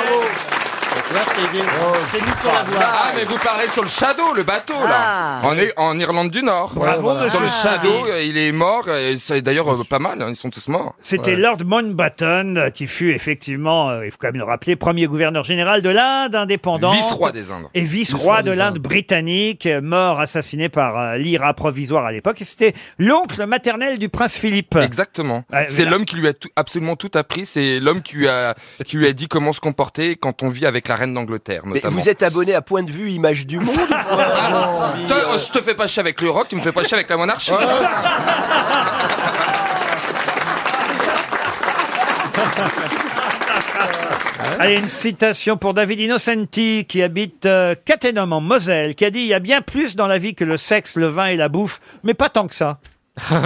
Speaker 14: Oh,
Speaker 5: C'est nous sur la voie. Ah, mais vous parlez sur le Shadow, le bateau, là.
Speaker 14: Ah.
Speaker 5: En, I- en Irlande du Nord.
Speaker 3: Bravo, voilà.
Speaker 5: Sur le
Speaker 3: monsieur
Speaker 5: Shadow, euh, il est mort. et C'est d'ailleurs euh, pas mal, hein, ils sont tous morts.
Speaker 3: C'était
Speaker 5: Ouais.
Speaker 3: Lord Mountbatten euh, qui fut effectivement, euh, il faut quand même le rappeler, premier gouverneur général de l'Inde indépendante.
Speaker 5: Vice-roi des Indes.
Speaker 3: Et
Speaker 5: Vice-roi
Speaker 3: vice-roi de
Speaker 5: des
Speaker 3: l'Inde britannique, euh, mort assassiné par euh, l'IRA provisoire à l'époque. Et c'était l'oncle maternel du prince Philippe.
Speaker 5: Exactement. C'est l'homme qui lui a tout- absolument tout appris. C'est l'homme qui lui, a, qui lui a dit comment se comporter quand on vit avec la reine d'Angleterre,
Speaker 7: Mais
Speaker 5: notamment.
Speaker 7: vous êtes abonné à Point de Vue Image du Monde
Speaker 5: Ah, toi, euh, je te fais pas chier avec le rock, tu me fais pas chier avec la monarchie.
Speaker 3: Allez, une citation pour David Innocenti, qui habite euh, Cattenom en Moselle, qui a dit « Il y a bien plus dans la vie que le sexe, le vin et la bouffe, mais pas tant que ça.
Speaker 12: Ah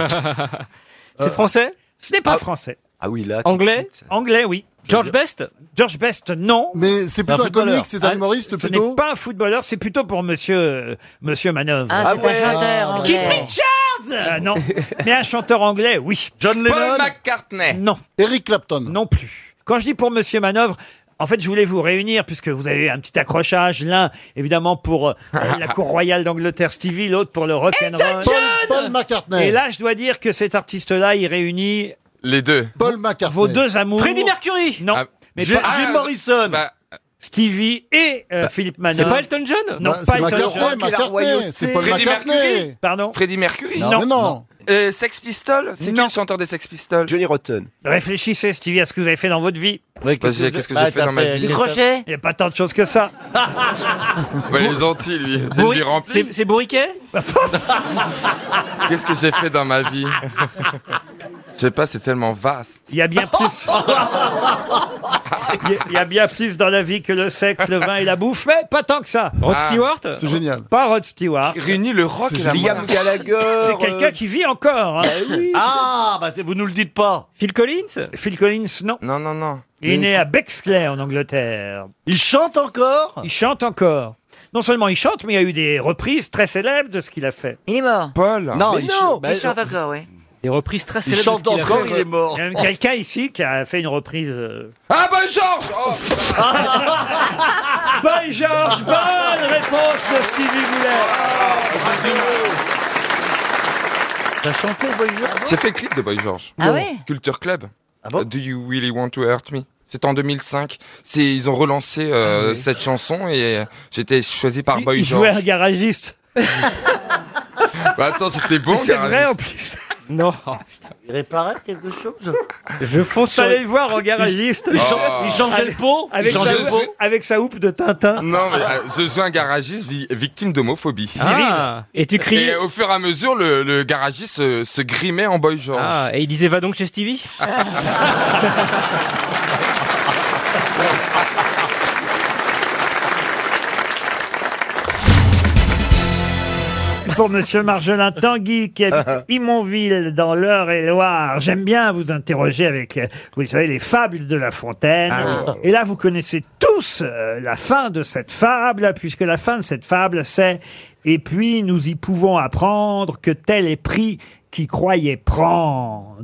Speaker 3: Euh,
Speaker 8: C'est français »
Speaker 3: Ce n'est pas français.
Speaker 7: Ah oui, là.
Speaker 8: Anglais
Speaker 3: Anglais, oui.
Speaker 8: George Best
Speaker 3: George Best, non.
Speaker 22: Mais c'est plutôt un
Speaker 3: footballeur.
Speaker 22: comique, c'est un
Speaker 3: Ah,
Speaker 22: humoriste
Speaker 3: Ce
Speaker 22: plutôt
Speaker 3: n'est pas un footballeur, c'est plutôt pour monsieur, euh, monsieur Manœuvre.
Speaker 17: Ah, c'est Ah un ouais. chanteur anglais.
Speaker 3: Keith Richards Ah, Non, mais un chanteur anglais, oui. John
Speaker 5: Lennon Paul McCartney
Speaker 3: Non.
Speaker 22: Eric Clapton
Speaker 3: Non plus. Quand je dis pour monsieur Manœuvre, en fait, je voulais vous réunir puisque vous avez eu un petit accrochage. L'un, évidemment, pour euh, la cour royale d'Angleterre, Stevie, l'autre pour le rock and roll.
Speaker 22: Paul McCartney.
Speaker 3: Et là, je dois dire que cet artiste-là, il réunit
Speaker 5: Les deux.
Speaker 22: Paul McCartney.
Speaker 3: vos deux amours. Freddie Mercury Non. mais pas-
Speaker 5: Ah, Morrison.
Speaker 3: Stevie et euh, Philippe Manon.
Speaker 5: Bah, c'est pas Elton John
Speaker 3: Non,
Speaker 5: Bah,
Speaker 3: pas
Speaker 5: c'est
Speaker 3: Elton
Speaker 5: McCartney,
Speaker 3: John.
Speaker 5: McCartney, La royauté. c'est Paul Freddie McCartney. Mercury.
Speaker 3: Pardon
Speaker 5: Freddie Mercury
Speaker 3: Non. Non. Non.
Speaker 5: Euh, Sex Pistols C'est qui le chanteur des Sex Pistols
Speaker 7: Johnny Rotten.
Speaker 3: Réfléchissez, Stevie, à ce que vous avez fait dans votre vie.
Speaker 5: qu'est-ce Vas-y, que- qu'est-ce que j'ai Ah, fait t'as dans ma fait vie Du crochet
Speaker 3: Il n'y a pas tant de choses que ça.
Speaker 5: Ouais, il est gentil, lui. C'est une vie remplie.
Speaker 3: C'est Bah, bourriquet
Speaker 5: Qu'est-ce que j'ai fait dans ma vie Je sais pas, c'est tellement vaste.
Speaker 3: Il y a bien plus. Il y a- il y a bien plus dans la vie que le sexe, le vin et la bouffe, mais pas tant que ça.
Speaker 8: Rod Ah. Stewart C'est
Speaker 22: génial.
Speaker 3: Pas Rod Stewart.
Speaker 5: Qui réunit le rock et la
Speaker 7: Liam
Speaker 5: monarchie.
Speaker 7: Gallagher.
Speaker 3: C'est quelqu'un
Speaker 7: euh,
Speaker 3: qui vit encore.
Speaker 5: Bah
Speaker 3: hein.
Speaker 7: Ah, bah c'est- vous nous le dites pas.
Speaker 3: Phil Collins Phil Collins, non.
Speaker 5: Non, non, non.
Speaker 3: Il est né à Bexley, en Angleterre. Il chante encore Il chante encore. Non seulement il chante, mais il y a eu des reprises très célèbres de ce qu'il a fait.
Speaker 17: Il est mort.
Speaker 5: Paul
Speaker 3: Non,
Speaker 17: Mais
Speaker 3: il
Speaker 17: non,
Speaker 3: chante- bah,
Speaker 17: il chante encore, oui.
Speaker 3: Des reprises très
Speaker 17: Il célèbres de chante ce qu'il a encore, fait. il est mort.
Speaker 3: Il y a même quelqu'un ici qui a fait une reprise. euh,
Speaker 5: Ah, bah Georges oh.
Speaker 3: Bye Georges, bonne réponse de Stevie
Speaker 5: Boulet.
Speaker 22: T'as chanté Boy George
Speaker 5: J'ai fait le clip de Boy George.
Speaker 22: Ah ouais
Speaker 5: Culture Club. Euh, Do you really want to hurt me C'était en 2005. C'est- Ils ont relancé euh, cette chanson et euh, j'étais choisi par Boy
Speaker 3: Il
Speaker 5: George.
Speaker 3: jouait un garagiste.
Speaker 5: Bah, attends, c'était bon,
Speaker 3: Mais c'est
Speaker 5: Gareth.
Speaker 3: vrai en plus. Non.
Speaker 4: Il réparait quelque chose
Speaker 3: Je fonce.
Speaker 4: sur-
Speaker 3: Allez le voir en garagiste.
Speaker 5: Il change- il changeait
Speaker 3: Avec-
Speaker 5: le pot, il
Speaker 3: Avec,
Speaker 5: changeait
Speaker 3: sa,
Speaker 5: le pot.
Speaker 3: avec sa houppe de Tintin.
Speaker 5: Non, mais, euh, je suis un garagiste vi- victime d'homophobie.
Speaker 3: Ah.
Speaker 5: Et
Speaker 3: tu criais-
Speaker 5: Et au fur et à mesure, le, le garagiste se, se grimait en Boy George.
Speaker 13: Ah, et il disait va donc chez Stevie
Speaker 3: Pour Monsieur Marjolin Tanguy qui habite Imonville dans l'Eure-et-Loire. J'aime bien vous interroger avec, euh, vous savez, les fables de La Fontaine.
Speaker 4: Ah
Speaker 3: Et là, vous connaissez tous euh, la fin de cette fable, puisque la fin de cette fable, c'est Et puis nous y pouvons apprendre que tel est pris qui croyait prendre.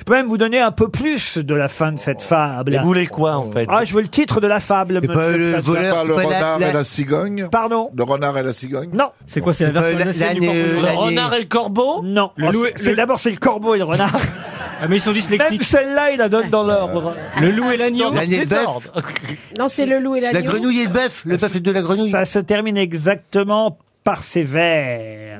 Speaker 3: Je peux même vous donner un peu plus de la fin de cette fable.
Speaker 12: Mais Oh. vous voulez quoi, en fait
Speaker 3: Ah, je veux le titre de la fable.
Speaker 12: Et pas
Speaker 3: monsieur
Speaker 12: Eh ben, le
Speaker 3: Plaza.
Speaker 12: voleur, Pas le pas la- renard la- et la
Speaker 3: cigogne Pardon
Speaker 12: Le renard et la cigogne
Speaker 3: Non.
Speaker 12: C'est quoi, c'est Euh, la version nationale du Corbeau Le renard et
Speaker 3: le corbeau Non.
Speaker 12: Le loup et-
Speaker 3: C'est
Speaker 12: le- Ah,
Speaker 3: d'abord c'est le corbeau et le renard. mais ils sont dyslexiques. Même celle-là, il la donne dans l'ordre.
Speaker 12: Le loup et l'agneau L'agneau et le bœuf. Désordre.
Speaker 21: Non, c'est le loup et l'agneau.
Speaker 3: et le bœuf, le bœuf de la grenouille. Ça se termine exactement par ces vers.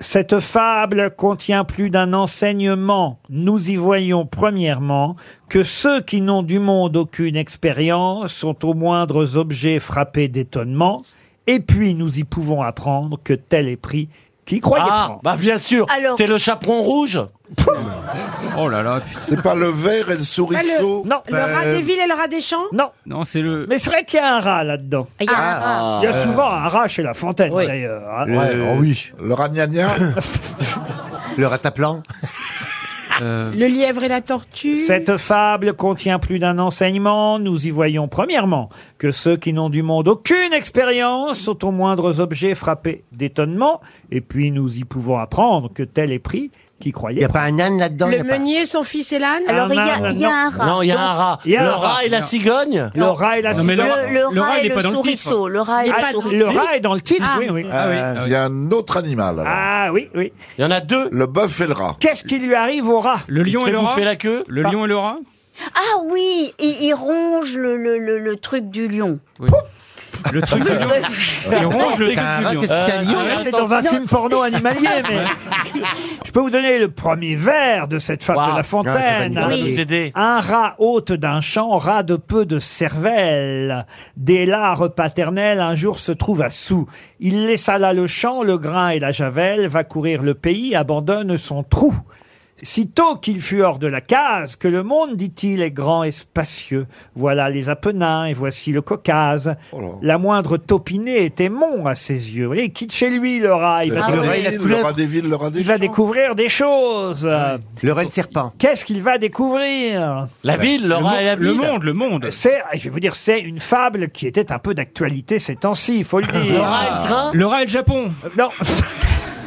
Speaker 3: Cette fable contient plus d'un enseignement. Nous y voyons premièrement que ceux qui n'ont du monde aucune expérience sont aux moindres objets frappés d'étonnement. Et puis nous y pouvons apprendre que tel est pris qui croyait
Speaker 12: Ah,
Speaker 3: prendre.
Speaker 12: bah bien sûr,
Speaker 3: Alors-
Speaker 12: c'est le chaperon rouge. oh là là, c'est pas le verre et le
Speaker 21: Pas le,
Speaker 3: Non.
Speaker 21: le rat
Speaker 14: Euh,
Speaker 21: des villes et le rat des champs
Speaker 3: Non.
Speaker 12: Non, c'est le.
Speaker 3: Mais c'est vrai Ah. qu'il y a un rat là-dedans.
Speaker 21: Il y a un rat.
Speaker 3: Il y a
Speaker 12: Ah.
Speaker 3: souvent un rat chez La Fontaine, d'ailleurs. hein.
Speaker 12: oh oui. Le ragnagna.
Speaker 3: Le rataplan. Euh,
Speaker 21: Le lièvre et la tortue.
Speaker 3: Cette fable contient plus d'un enseignement. Nous y voyons premièrement que ceux qui n'ont du monde aucune expérience sont aux moindres objets frappés d'étonnement. Et puis nous y pouvons apprendre que tel est pris qui
Speaker 22: Il
Speaker 3: croyait.
Speaker 22: n'y a pas un âne là-dedans
Speaker 21: Le meunier, son fils et l'âne
Speaker 22: Alors, il y a- il y a un rat. Non, il y a un rat. Le rat et la cigogne
Speaker 3: Le rat et la
Speaker 12: Non, mais
Speaker 3: cigogne.
Speaker 12: le rat- Le- le le rat rat et est le pas dans le titre.
Speaker 20: souriceau, le rat et le
Speaker 3: Ah,
Speaker 20: souriceau.
Speaker 3: Le rat est dans le titre,
Speaker 20: Ah.
Speaker 3: oui, oui.
Speaker 12: Euh, Il y a un autre animal.
Speaker 3: Ah oui, oui. Ah.
Speaker 12: Il y en a deux. Le bœuf et le rat.
Speaker 3: Qu'est-ce qui lui arrive au rat
Speaker 12: Le lion
Speaker 3: Il se
Speaker 12: et le
Speaker 3: fait
Speaker 12: rat.
Speaker 3: bouffer
Speaker 12: la queue. Le lion et le rat.
Speaker 2: Ah oui, il, il ronge le, le, le, le truc du lion.
Speaker 12: Le truc du lion. Il ronge le truc du lion.
Speaker 3: Ah, C'est dans un film porno animalier, mais je peux vous donner le premier vers de cette femme de La Fontaine.
Speaker 12: Ah, ça va nous aider.
Speaker 3: Un rat hôte d'un champ, rat de peu de cervelle. Des lares paternelles un jour se trouve à sous. Il laissa là le champ, le grain et la javelle, va courir le pays, abandonne son trou. Sitôt qu'il fut hors de la case, que le monde, dit-il, est grand et spacieux. Voilà les Apennins et voici le Caucase.
Speaker 12: Oh
Speaker 3: La moindre taupinée était mont à ses yeux. Vous voyez, il quitte chez lui le rat.
Speaker 12: Le rat des villes, le rat
Speaker 3: des villes, le rat des Il va découvrir des choses.
Speaker 22: Le renne serpent.
Speaker 3: Qu'est-ce qu'il va découvrir
Speaker 12: La ville, le Le rat mo- et la le ville. monde,
Speaker 3: Bah, le monde. C'est, je veux dire, c'est une fable qui était un peu d'actualité ces temps-ci, il faut le dire.
Speaker 12: Le rat et le train
Speaker 3: Le rat et le Japon. Euh, Non.
Speaker 12: Ah.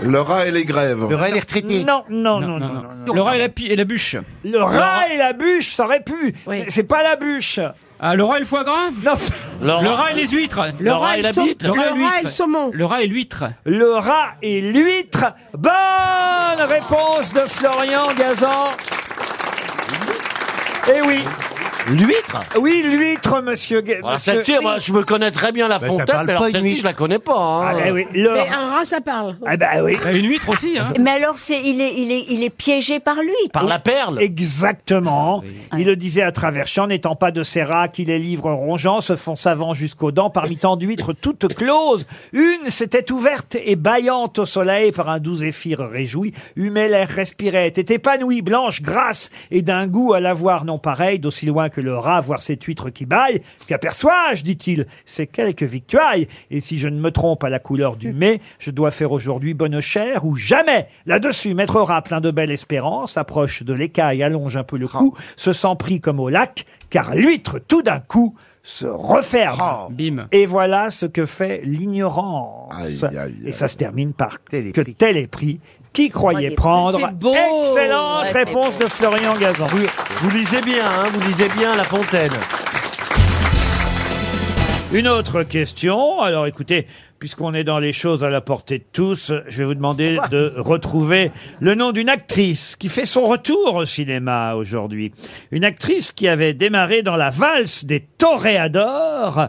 Speaker 12: Le rat et les grèves.
Speaker 3: Le rat et les retraités. Non, non, non, non,
Speaker 12: Le rat et la, pi- et la bûche.
Speaker 3: Le rat et la bûche, ça aurait pu. mais C'est pas la bûche. Ah, le rat et le foie gras Non.
Speaker 12: Le rat et les huîtres.
Speaker 3: Le rat et la bite.
Speaker 12: Le rat et
Speaker 3: Le rat et le
Speaker 12: l'huître.
Speaker 3: saumon.
Speaker 12: Le rat et l'huître.
Speaker 3: Le rat et l'huître. Bonne réponse de Florian Gazan. Eh oui. L'huître Oui, l'huître, monsieur. Ga-
Speaker 15: Voilà, ça
Speaker 3: monsieur-
Speaker 15: tire, moi, je me connais très bien la
Speaker 3: Bah, ça
Speaker 15: fontaine,
Speaker 3: parle
Speaker 15: mais alors
Speaker 3: pas une
Speaker 15: celle-ci,
Speaker 3: nuit.
Speaker 15: je la connais pas. hein.
Speaker 3: Ah, eh oui, le
Speaker 21: Mais
Speaker 3: rat.
Speaker 21: un rat, ça parle.
Speaker 3: Ah bah oui. une huître aussi, hein.
Speaker 2: Mais alors, c'est il, est, il, est, il est piégé par lui.
Speaker 3: Exactement. Il le disait à travers champs, n'étant pas de ces rats qui les livres rongeants se font savants jusqu'aux dents parmi tant d'huîtres toutes closes. Une s'était ouverte et bâillante au soleil par un doux zéphyr réjoui, humait l'air, respirait, était épanouie, blanche, grasse et d'un goût à l'avoir non pareil, d'aussi loin que le rat voir cette huître qui baille. Qu'aperçois-je, dit-il, c'est quelque victuaille. Et si je ne me trompe à la couleur du mai, je dois faire aujourd'hui bonne chère ou jamais. Là-dessus, maître rat, plein de belle espérance, approche de l'écaille, allonge un peu le cou, se sent pris comme au lac, car l'huître, tout d'un coup, se referme. Et voilà ce que fait l'ignorance. Et ça se termine par que tel est pris. Qui croyait prendre
Speaker 12: C'est beau.
Speaker 3: Excellente
Speaker 12: Ouais, c'est
Speaker 3: réponse de Florian Gazan. Vous, lisez bien, vous lisez bien La Fontaine. Une autre question. Alors écoutez, puisqu'on est dans les choses à la portée de tous, je vais vous demander de retrouver le nom d'une actrice qui fait son retour au cinéma aujourd'hui. Une actrice qui avait démarré dans la valse des toréadors.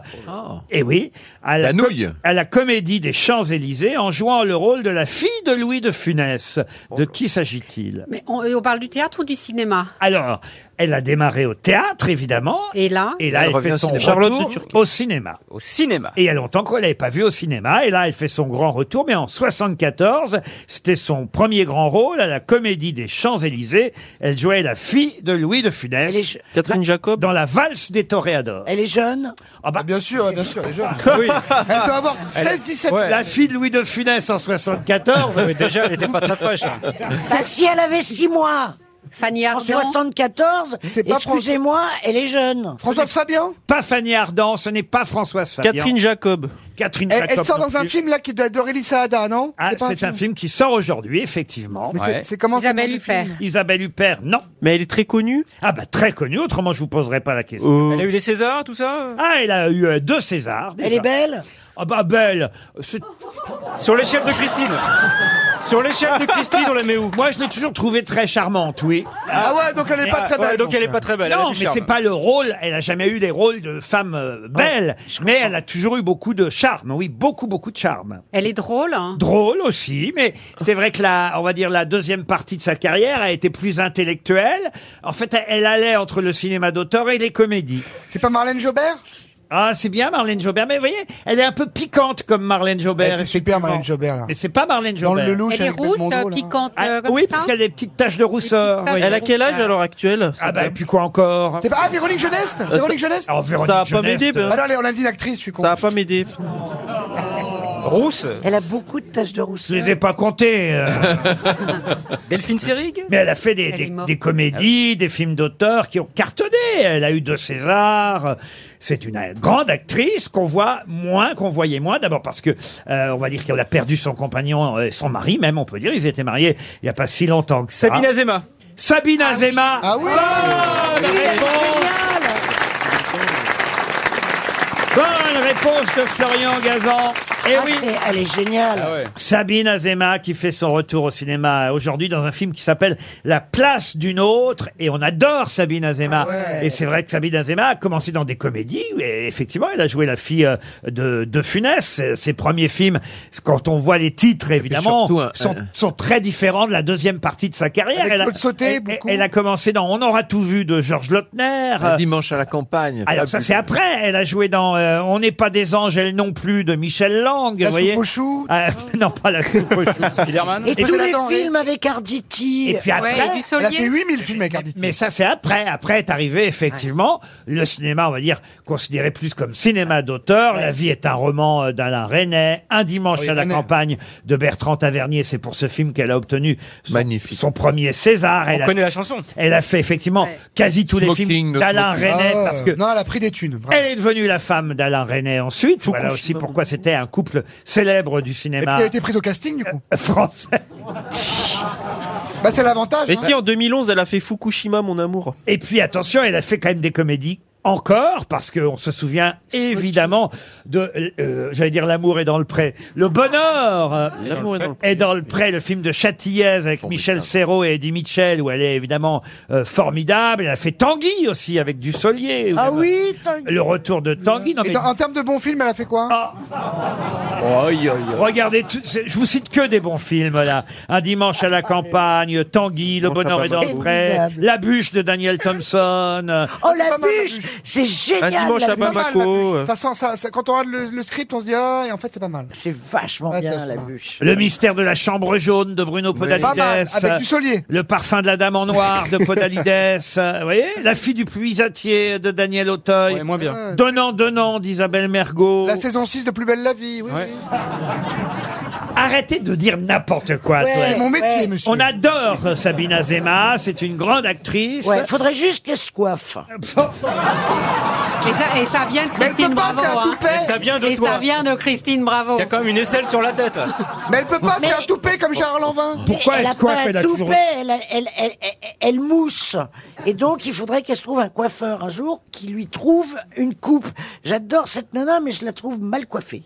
Speaker 3: Et oui, à la, com- à la comédie des Champs-Élysées en jouant le rôle de la fille de Louis de Funès. De qui s'agit-il
Speaker 19: Mais on, on parle du théâtre ou du cinéma
Speaker 3: Alors, elle a démarré au théâtre, évidemment.
Speaker 19: Et là
Speaker 3: Et là,
Speaker 19: Elle
Speaker 3: elle,
Speaker 19: revient
Speaker 3: fait
Speaker 19: au
Speaker 3: son
Speaker 19: cinéma. Charlotte
Speaker 3: retour
Speaker 19: de
Speaker 3: au cinéma. Au cinéma. Et il y a longtemps qu'on ne l'avait pas vue au cinéma. Et là, elle fait son grand retour. Mais en 74, c'était son premier grand rôle à la comédie des Champs-Élysées. Elle jouait la fille de Louis de Funès. Catherine Jacob. Dans la valse des Toréadors. Elle est jeune Ah bah bien sûr, bien sûr, elle est jeune.
Speaker 12: Elle doit avoir
Speaker 3: 16-17 La fille de Louis de Funès en 74.
Speaker 13: Ah Oui, déjà, elle était pas très fraîche, hein.
Speaker 2: Ah, si elle avait 6 mois
Speaker 19: Bah, Fanny
Speaker 2: En 74,
Speaker 3: C'est pas
Speaker 2: excusez-moi, elle est jeune.
Speaker 3: Françoise Fabian Pas Fanny Ardant, ce n'est pas Françoise Fabian.
Speaker 28: Catherine
Speaker 3: Jacob. Catherine
Speaker 28: Elle,
Speaker 3: Jacob.
Speaker 28: elle sort
Speaker 3: non
Speaker 28: dans un
Speaker 3: plus.
Speaker 28: film là qui doit d'Aurélie Saada, non
Speaker 3: Ah,
Speaker 28: pas
Speaker 3: c'est un, film qui sort aujourd'hui, effectivement.
Speaker 28: Mais c'est- c'est comment Isabelle Huppert.
Speaker 3: Isabelle Huppert, non. Mais elle est très connue Euh. Ah bah très connue, autrement je vous poserai pas la question.
Speaker 13: Elle a eu des Césars, tout ça
Speaker 3: Ah, elle a eu euh, deux Césars.
Speaker 13: Elle est
Speaker 3: belle Ah bah belle C'est-
Speaker 13: Sur l'échelle de Christine. Sur l'échelle de Christine, on la met où
Speaker 3: Moi, je l'ai toujours trouvée très charmante, oui.
Speaker 28: Ah ouais, donc elle est
Speaker 13: Mais,
Speaker 28: pas très
Speaker 13: ouais,
Speaker 28: belle,
Speaker 13: donc
Speaker 28: donc.
Speaker 13: elle est pas très belle. elle a
Speaker 3: Non,
Speaker 13: du
Speaker 3: mais
Speaker 13: charme.
Speaker 3: c'est pas le rôle. Elle a jamais eu des rôles de femme euh, belle, mais elle a toujours eu beaucoup de charme. Oui, beaucoup, beaucoup de charme.
Speaker 19: Elle est drôle. hein.
Speaker 3: Drôle aussi, mais c'est vrai que la, on va dire la deuxième partie de sa carrière a été plus intellectuelle. En fait, elle allait entre le cinéma d'auteur et les comédies. C'est pas Marlène Jobert Ah, c'est bien Marlène Jobert, mais vous voyez, elle est un peu piquante comme Marlène Jobert.
Speaker 11: Elle était super,
Speaker 3: effectivement.
Speaker 11: Marlène Jobert, là.
Speaker 3: Mais c'est pas Marlène
Speaker 11: Dans
Speaker 3: Jobert. Ah,
Speaker 11: le Lelouch
Speaker 19: Elle est rouge, euh, piquante. euh, comme
Speaker 3: oui,
Speaker 19: ça
Speaker 3: parce qu'elle a des petites taches de rousseur.
Speaker 19: taches de Elle a quel âge, à
Speaker 3: l'heure actuelle Ah bah, et puis quoi encore
Speaker 28: C'est pas ah, Véronique Jeunesse
Speaker 3: Euh,
Speaker 28: Véronique
Speaker 3: ça-
Speaker 28: Jeunesse
Speaker 1: Ah
Speaker 3: Oh, Véronique Ça va pas Jeunesse, m'aider, euh. ben.
Speaker 28: Ah non, allez, on a dit une actrice, je suis con.
Speaker 3: pas m'aider.
Speaker 8: Rousse
Speaker 1: Elle a beaucoup de taches de
Speaker 3: Je
Speaker 1: rousseur.
Speaker 3: les ai pas comptées. euh.
Speaker 8: Delphine Seyrig
Speaker 3: Mais elle a fait des,
Speaker 1: Elle est
Speaker 3: des-
Speaker 1: morte.
Speaker 3: des comédies, des films d'auteurs qui ont cartonné. Elle a eu deux Césars. C'est une euh, grande actrice qu'on voit moins, qu'on voyait moins. D'abord parce que euh, on va dire qu'elle a perdu son compagnon, euh, son mari même, on peut dire. Ils étaient mariés il n'y a pas si longtemps que ça.
Speaker 8: Sabine Azema.
Speaker 3: Sabine Azema. Ah oui. Bonne réponse de Florian Gazan. Et Eh oui.
Speaker 1: Ah Elle est géniale.
Speaker 12: Ah
Speaker 3: Sabine Azema qui fait son retour au cinéma aujourd'hui dans un film qui s'appelle La place d'une autre et on adore Sabine Azema
Speaker 6: Ah ouais.
Speaker 3: et c'est vrai que Sabine Azema a commencé dans des comédies et effectivement elle a joué la fille euh, de, de Funès euh, ses premiers films quand on voit les titres évidemment
Speaker 12: surtout, euh,
Speaker 3: sont,
Speaker 12: euh,
Speaker 3: sont très différents de la deuxième partie de sa carrière
Speaker 12: Avec
Speaker 3: elle, a,
Speaker 12: Claude Sauté,
Speaker 3: elle-
Speaker 12: beaucoup.
Speaker 3: elle a commencé dans On aura tout vu de Georges Lautner
Speaker 12: Un dimanche à la campagne. Ah,
Speaker 3: alors ça c'est après, elle a joué dans euh, On n'est pas des anges, elle non plus de Michel Lang,
Speaker 1: La
Speaker 3: vous voyez.
Speaker 1: soupe aux
Speaker 3: Ah, non pas la soupe aux choux.
Speaker 1: Et, tous les films avec
Speaker 3: Et
Speaker 1: Arditi.
Speaker 3: puis après,
Speaker 1: elle a fait huit-
Speaker 3: 8000 films avec Mais ça, c'est après. Après est arrivé, effectivement, le cinéma, on va dire, considéré plus comme cinéma d'auteur. La vie est un roman euh, d'Alain Resnais. Un dimanche à la campagne de Bertrand Tavernier. C'est pour ce film qu'elle a obtenu son, son premier César.
Speaker 8: On
Speaker 3: Elle a-
Speaker 8: connaît la chanson.
Speaker 3: Elle a fait, effectivement, quasi tous les films d'Alain Resnais.
Speaker 11: Ah,
Speaker 3: Parce que
Speaker 11: Non, elle a pris des thunes. bravo.
Speaker 3: elle est devenue la femme d'Alain Resnais ensuite. Voilà aussi pourquoi c'était un couple célèbre du
Speaker 11: Et puis
Speaker 3: cinéma
Speaker 11: elle a été prise au casting du coup.
Speaker 3: français.
Speaker 11: Bah c'est l'avantage.
Speaker 8: Et
Speaker 11: hein.
Speaker 8: si en 2011 elle a fait Fukushima, mon amour
Speaker 3: Et puis attention, elle a fait quand même des comédies encore, parce qu'on se souvient évidemment de, euh, euh, j'allais dire l'amour est dans le pré, le bonheur euh,
Speaker 8: L'amour est dans le
Speaker 3: est dans le pré, le film de Châtillaise avec Michel Serrault et Eddie Mitchell, où elle est évidemment euh, formidable. Elle a fait Tanguy aussi avec Dussolier.
Speaker 11: Ah oui, Tanguy.
Speaker 3: Le retour de Tanguy. Non,
Speaker 11: Et
Speaker 3: mais- Ah.
Speaker 11: dans- en termes de bons films, elle a fait quoi
Speaker 3: Regardez, tout- c'est- je vous cite que des bons films là. Un dimanche à la campagne, Tanguy, Le Bonheur est dans le pré,
Speaker 1: Formidable.
Speaker 3: La bûche de Daniel Thompson.
Speaker 1: Oh la bûche, c'est génial.
Speaker 3: dimanche
Speaker 1: la
Speaker 3: à
Speaker 1: bûche.
Speaker 3: Bamako.
Speaker 11: Euh, Ça sent, ça, ça- quand on regarde le, le script, on se dit ah, et en fait c'est pas mal.
Speaker 1: C'est vachement bien la bûche.
Speaker 3: Le mystère de la chambre jaune de Bruno Podalides.
Speaker 11: Pas mal, avec du
Speaker 3: solier. Le parfum de la dame en noir de Podalides. Euh, Vous voyez La fille du puisatier de Daniel Auteuil.
Speaker 8: moins bien.
Speaker 3: Donnant, donnant d'Isabelle Mergot.
Speaker 11: La saison 6 de Plus belle la vie. Oui, oui.
Speaker 3: Arrêtez de dire n'importe quoi.
Speaker 1: Ouais,
Speaker 3: toi.
Speaker 1: C'est mon métier, ouais.
Speaker 3: On adore euh, Sabine Azema. C'est une grande actrice.
Speaker 1: Ouais, faudrait juste qu'elle se coiffe.
Speaker 19: Et ça, et ça vient de
Speaker 1: Mais elle
Speaker 19: Christine
Speaker 1: peut pas,
Speaker 19: Bravo.
Speaker 1: c'est un
Speaker 19: hein.
Speaker 1: toupet.
Speaker 8: Et ça vient de
Speaker 19: Et
Speaker 8: toi.
Speaker 19: ça vient de Christine Bravo.
Speaker 8: Il y a quand même une aisselle sur la tête.
Speaker 1: Ah,
Speaker 11: Mais elle peut pas, c'est un toupet comme Gérard Lanvin.
Speaker 1: elle a pas un
Speaker 11: elle a
Speaker 1: toupet,
Speaker 11: toujours-
Speaker 1: elle, a- elle- elle- elle- elle mousse. Et donc, il faudrait qu'elle se trouve un coiffeur un jour qui lui trouve une coupe. J'adore cette nana, mais je la trouve mal coiffée.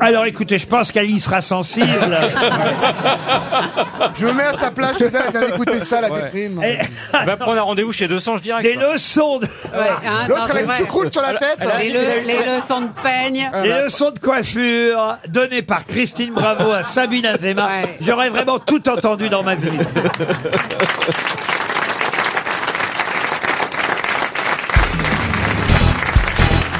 Speaker 3: Alors écoutez, je pense qu'Ali sera sensible.
Speaker 11: Je me mets à sa place chez elle d'aller écouter ça, la
Speaker 8: Ouais.
Speaker 11: déprime.
Speaker 8: Va prendre un rendez-vous chez 200, je dirais.
Speaker 3: Des leçons de...
Speaker 19: Ouais, hein,
Speaker 11: L'autre, elle
Speaker 19: non,
Speaker 11: a
Speaker 19: c'est
Speaker 11: une
Speaker 19: vrai.
Speaker 11: choucroute sur la tête. hein.
Speaker 19: Les, le- les leçons de peigne.
Speaker 3: Les leçons de coiffure données par Christine Bravo à Sabine Azema. J'aurais vraiment tout entendu dans ma vie.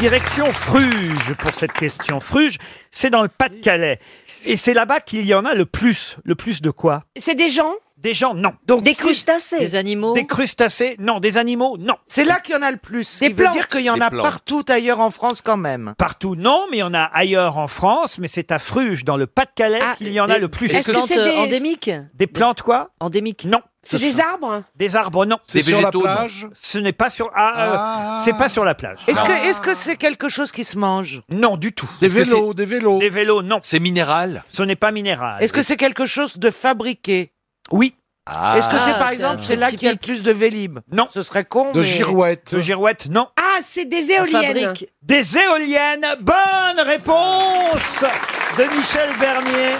Speaker 3: Direction Fruges pour cette question. Fruges, c'est dans le Pas-de-Calais. Et c'est là-bas qu'il y en a le plus. Le plus de quoi
Speaker 20: C'est des gens
Speaker 3: Des gens, non. Donc
Speaker 20: des crustacés, des animaux.
Speaker 3: Des crustacés, non. Des animaux, non.
Speaker 9: C'est là qu'il y en a le plus. Ce
Speaker 3: Des
Speaker 9: qui veut
Speaker 3: plantes.
Speaker 9: dire qu'il y en
Speaker 3: Des
Speaker 9: a
Speaker 3: plantes.
Speaker 9: partout ailleurs en France quand même.
Speaker 3: Partout, non, mais il y en a ailleurs en France, mais c'est à Fruges, dans le Pas-de-Calais, qu'il y en a le plus.
Speaker 20: Est-ce que c'est des
Speaker 3: Des plantes quoi Endémiques. Non.
Speaker 20: C'est des arbres
Speaker 3: Des arbres, non.
Speaker 20: C'est
Speaker 9: sur la végétaux, non plage
Speaker 3: Ce n'est pas sur. ah, euh, c'est pas sur la plage.
Speaker 9: Est-ce que est-ce que c'est quelque chose qui se mange
Speaker 3: Non, du tout.
Speaker 9: Des vélos,
Speaker 3: des vélos. Des vélos, non. C'est minéral. Ce n'est pas minéral.
Speaker 9: Est-ce que c'est quelque chose de fabriqué
Speaker 3: Oui. Ah.
Speaker 9: Est-ce que
Speaker 20: Ah,
Speaker 9: c'est par exemple c'est là qu'il y a le plus de vélib
Speaker 3: Non.
Speaker 9: Ce serait con. mais-
Speaker 3: De girouette, non.
Speaker 9: Ah, c'est des
Speaker 3: Des éoliennes. Bonne réponse de Michel Bernier.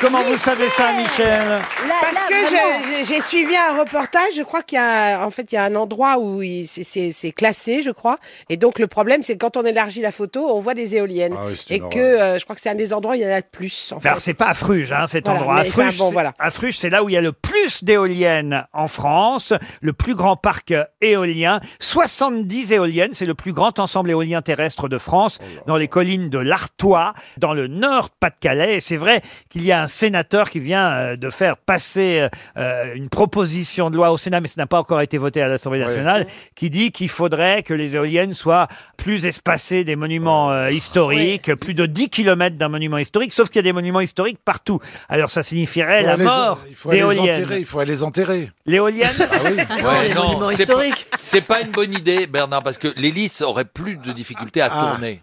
Speaker 3: Comment vous savez ça, Michel
Speaker 21: Parce que j'ai- j'ai- j'ai suivi un reportage, je crois qu'il y a, en fait, il y a un endroit où il- c'est- c'est c'est classé, je crois. Et donc, le problème, c'est que quand on élargit la photo, on voit des éoliennes. et que euh, je crois que c'est un des endroits où il y en a le plus. en
Speaker 3: Mais Alors,
Speaker 21: fait.
Speaker 3: Ben, c'est pas à Fruges, hein, cet
Speaker 21: Voilà,
Speaker 3: endroit. À
Speaker 21: mais c'est un
Speaker 3: Fruges,
Speaker 21: bon,
Speaker 3: c'est-
Speaker 21: voilà.
Speaker 3: à Fruges, c'est là où il y a le plus d'éoliennes en France, le plus grand parc euh, éolien. 70 éoliennes, c'est le plus grand ensemble éolien terrestre de France, dans les collines de l'Artois, dans le nord Pas-de-Calais. Et c'est vrai qu'il y a un un sénateur qui vient euh, de faire passer euh, une proposition de loi au Sénat, mais ça n'a pas encore été voté à l'Assemblée nationale, qui dit qu'il faudrait que les éoliennes soient plus espacées des monuments euh, historiques, plus de 10 km d'un monument historique, sauf qu'il y a des monuments historiques partout. Alors ça signifierait la
Speaker 12: les-
Speaker 3: mort
Speaker 12: il faut
Speaker 3: des
Speaker 12: les
Speaker 3: éoliennes.
Speaker 12: enterrer, il faut les enterrer. Ah
Speaker 3: L'éolienne
Speaker 14: Ouais, non, c'est pas, c'est pas une bonne idée, Bernard, parce que l'hélice aurait plus de difficultés à
Speaker 12: Ah.
Speaker 14: tourner.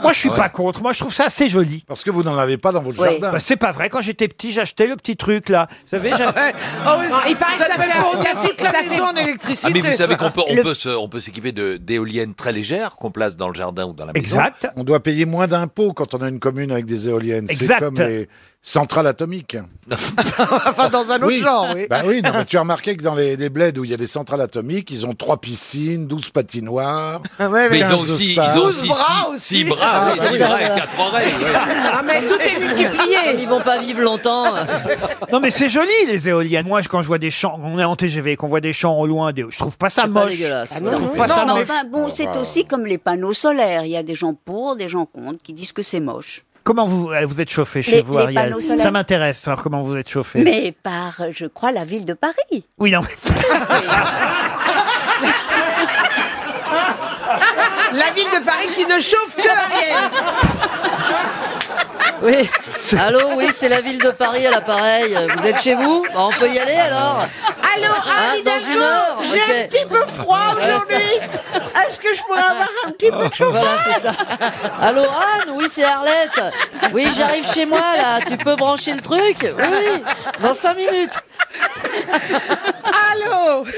Speaker 3: Moi, je suis
Speaker 14: Ah Ouais.
Speaker 3: pas contre. Moi, je trouve ça assez joli.
Speaker 12: Parce que vous n'en avez pas dans votre
Speaker 3: Oui.
Speaker 12: jardin. Ah
Speaker 3: Bah, c'est pas vrai. Quand j'étais petit, j'achetais le petit truc là. Vous savez, j'avais-
Speaker 9: il paraît que ça fait, ça fait toute la
Speaker 21: ça fait-
Speaker 9: maison en
Speaker 14: Ah,
Speaker 9: électricité.
Speaker 14: mais vous savez qu'on peut, on
Speaker 9: Le-
Speaker 14: peut, se- on peut s'équiper de, d'éoliennes très légères qu'on place dans le jardin ou dans la maison.
Speaker 12: On doit payer moins d'impôts quand on a une commune avec des éoliennes. C'est
Speaker 14: Exact.
Speaker 12: comme les centrales atomiques.
Speaker 9: enfin, dans un autre genre, oui.
Speaker 12: Bah oui, non, mais tu as remarqué que dans les, les bleds où il y a des centrales atomiques, ils ont trois piscines, 12 patinoires.
Speaker 9: ouais. Mais ils ont
Speaker 12: 15
Speaker 9: aussi-
Speaker 12: stades.
Speaker 9: ils ont aussi Ah, Douze bras six- aussi. six bras,
Speaker 12: Ah,
Speaker 9: oui,
Speaker 12: bah
Speaker 9: c'est
Speaker 12: oui.
Speaker 9: ça. Ah,
Speaker 14: quatre oreilles.
Speaker 9: Ah, mais tout est multiplié.
Speaker 20: Ils vont pas vivre longtemps.
Speaker 3: Non mais c'est joli les éoliennes. Moi, je- quand je vois des champs, on est en TGV, qu'on voit des champs au loin, des... je trouve pas ça moche.
Speaker 20: dégueulasse.
Speaker 3: Je
Speaker 20: Ah non,
Speaker 3: trouve
Speaker 20: non,
Speaker 3: pas ça
Speaker 20: non,
Speaker 3: moche.
Speaker 2: Enfin bon, c'est
Speaker 19: bah.
Speaker 2: aussi comme les panneaux solaires. Il y a des gens pour, des gens contre, qui disent que c'est moche.
Speaker 3: Comment vous euh, vous êtes chauffé chez
Speaker 2: Les-
Speaker 3: vous,
Speaker 2: les
Speaker 3: Ariel
Speaker 2: panneaux solaires.
Speaker 3: Ça m'intéresse, savoir comment vous êtes chauffé.
Speaker 2: Mais par, euh, je crois, la ville de Paris.
Speaker 3: Oui, non.
Speaker 9: La ville de Paris qui ne chauffe que Ariel.
Speaker 20: Oui. Allô, oui, c'est la ville de Paris à l'appareil. Vous êtes chez vous Bah, On peut y aller alors
Speaker 9: Allô,
Speaker 20: Ah,
Speaker 9: Anne
Speaker 20: dans une heure,
Speaker 9: Hidalgo, j'ai
Speaker 20: ok.
Speaker 9: un petit peu froid
Speaker 20: Ouais, ça-
Speaker 9: aujourd'hui. Est-ce que je pourrais avoir un petit peu de chauffage
Speaker 20: Voilà, c'est ça. Allô, Anne Oui, c'est Arlette. Oui, j'arrive chez moi là. Tu peux brancher le truc Oui, oui. Dans 5 minutes.
Speaker 9: Allô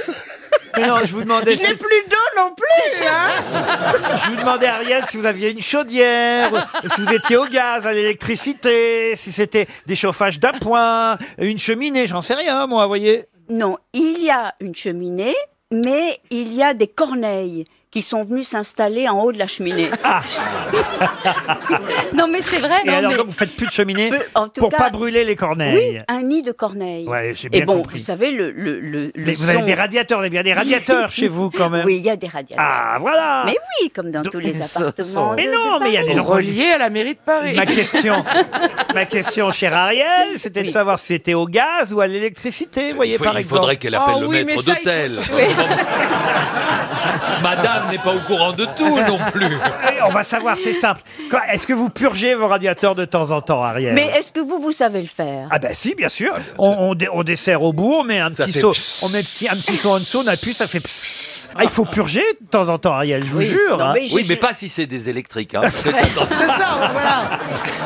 Speaker 3: Mais non, je vous demandais.
Speaker 9: Je n'ai
Speaker 3: si-
Speaker 9: plus d'eau non plus, hein
Speaker 3: Je vous demandais, Ariel, si vous aviez une chaudière, si vous étiez au gaz, à l'électricité, si c'était des chauffages d'appoint, une cheminée, j'en sais rien, moi, voyez.
Speaker 2: Non, il y a une cheminée, mais il y a des corneilles qui sont venues s'installer en haut de la cheminée. non, mais c'est vrai.
Speaker 3: Ah. Et
Speaker 2: non,
Speaker 3: alors,
Speaker 2: mais-
Speaker 3: donc, vous faites plus de cheminée
Speaker 2: en tout
Speaker 3: pour
Speaker 2: cas-
Speaker 3: pas brûler les corneilles.
Speaker 2: Oui, un nid de corneilles.
Speaker 3: Ouais, j'ai
Speaker 2: Et
Speaker 3: bien
Speaker 2: bon,
Speaker 3: compris.
Speaker 2: vous savez, le, le, le,
Speaker 3: Mais vous avez des radiateurs, il y a bien des radiateurs chez vous, quand même.
Speaker 2: Oui, il y a des radiateurs.
Speaker 3: Ah, voilà
Speaker 2: Mais oui, comme dans tous les
Speaker 3: ça-
Speaker 2: appartements.
Speaker 3: Mais
Speaker 2: de-
Speaker 3: non,
Speaker 2: de
Speaker 3: mais il y a des
Speaker 2: Paris.
Speaker 3: reliés
Speaker 9: à la mairie de Paris.
Speaker 3: Ma question, ma question, chère Ariel, c'était de savoir si c'était au gaz ou à l'électricité, vous voyez,
Speaker 14: Il, faut-
Speaker 3: par
Speaker 14: il
Speaker 3: exemple.
Speaker 14: faudrait qu'elle appelle le maître
Speaker 3: Ah ça, il faut-
Speaker 14: d'hôtel. Madame n'est pas au courant de tout non plus.
Speaker 3: Et Eh, On va savoir, c'est simple. Quand- Est-ce que vous purgez vos radiateurs de temps en temps, Ariel
Speaker 2: Mais est-ce que vous, vous savez le faire
Speaker 3: Ah ben si, bien sûr. on, on dé- on dessert au bout, on met un petit
Speaker 14: fait
Speaker 3: seau,
Speaker 14: psss.
Speaker 3: on met petit- un petit seau en dessous, on appuie, ça fait. psss. Ah, il faut purger de temps en temps, Ariel, je vous jure. hein.
Speaker 14: oui, mais pas si c'est des électriques. hein, parce que t'as-
Speaker 9: C'est ça, voilà.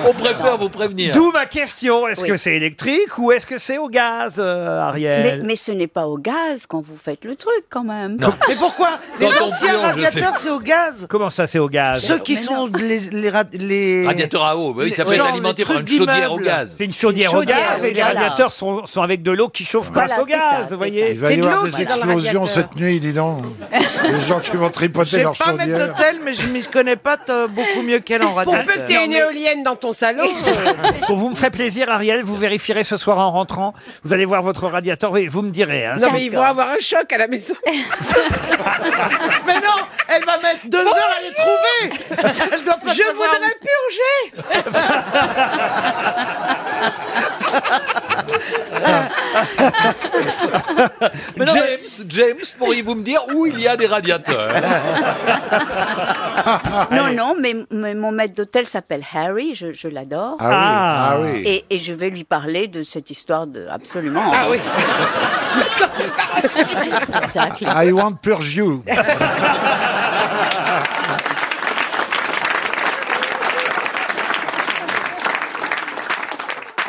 Speaker 14: on préfère vous prévenir.
Speaker 3: D'où ma question. Est-ce
Speaker 2: Oui.
Speaker 3: que c'est électrique ou est-ce que c'est au gaz, euh,
Speaker 2: mais,
Speaker 3: Ariel
Speaker 2: mais ce n'est pas au gaz quand vous faites le truc, quand même.
Speaker 3: Non.
Speaker 9: Mais pourquoi Les
Speaker 3: Quand on
Speaker 9: anciens
Speaker 3: plonge,
Speaker 9: radiateurs,
Speaker 3: je sais.
Speaker 9: c'est au gaz.
Speaker 3: Comment ça, c'est au gaz
Speaker 9: Ceux qui sont les, les, rad- les...
Speaker 14: Radiateur à eau, bah oui, ça peut
Speaker 9: Genre
Speaker 14: être
Speaker 9: le
Speaker 14: alimenté par une
Speaker 9: truc
Speaker 14: chaudière au
Speaker 9: d'immeuble.
Speaker 14: gaz.
Speaker 3: C'est une chaudière,
Speaker 9: Une
Speaker 3: au
Speaker 9: chaudière
Speaker 3: gaz
Speaker 9: au
Speaker 3: et les
Speaker 9: gaz.
Speaker 3: radiateurs sont, sont avec de l'eau qui chauffe
Speaker 12: Voilà,
Speaker 3: grâce au
Speaker 12: c'est ça,
Speaker 3: gaz,
Speaker 12: c'est
Speaker 3: vous voyez.
Speaker 12: Il va y avoir des explosions cette nuit, dis donc. Les gens qui vont
Speaker 9: Je
Speaker 12: tripoter
Speaker 9: sais
Speaker 12: leur
Speaker 9: pas mettre
Speaker 12: chaudière.
Speaker 9: d'hôtel, mais je m'y connais pas t- beaucoup mieux qu'elle en
Speaker 21: Pour
Speaker 9: radiateur.
Speaker 21: peu que tu aies une éolienne dans ton salon. euh,
Speaker 3: Bon, vous me ferez plaisir, Ariel, vous vérifierez ce soir en rentrant. Vous allez voir votre radiateur et vous me direz. hein,
Speaker 9: Non,
Speaker 3: si-
Speaker 9: mais ils vont avoir un choc à la maison. mais non, elle va mettre deux heures à les trouver. Elle doit pas Je voudrais purger.
Speaker 14: James, James, pourriez-vous me dire où il y a des radiateurs
Speaker 2: Non, non, mais, mais mon maître d'hôtel s'appelle Harry, je, je l'adore.
Speaker 12: Ah oui, Ah. ah oui.
Speaker 2: Et, et je vais lui parler de cette histoire de. Absolument.
Speaker 9: Ah oui.
Speaker 2: Ça,
Speaker 12: I want purge you.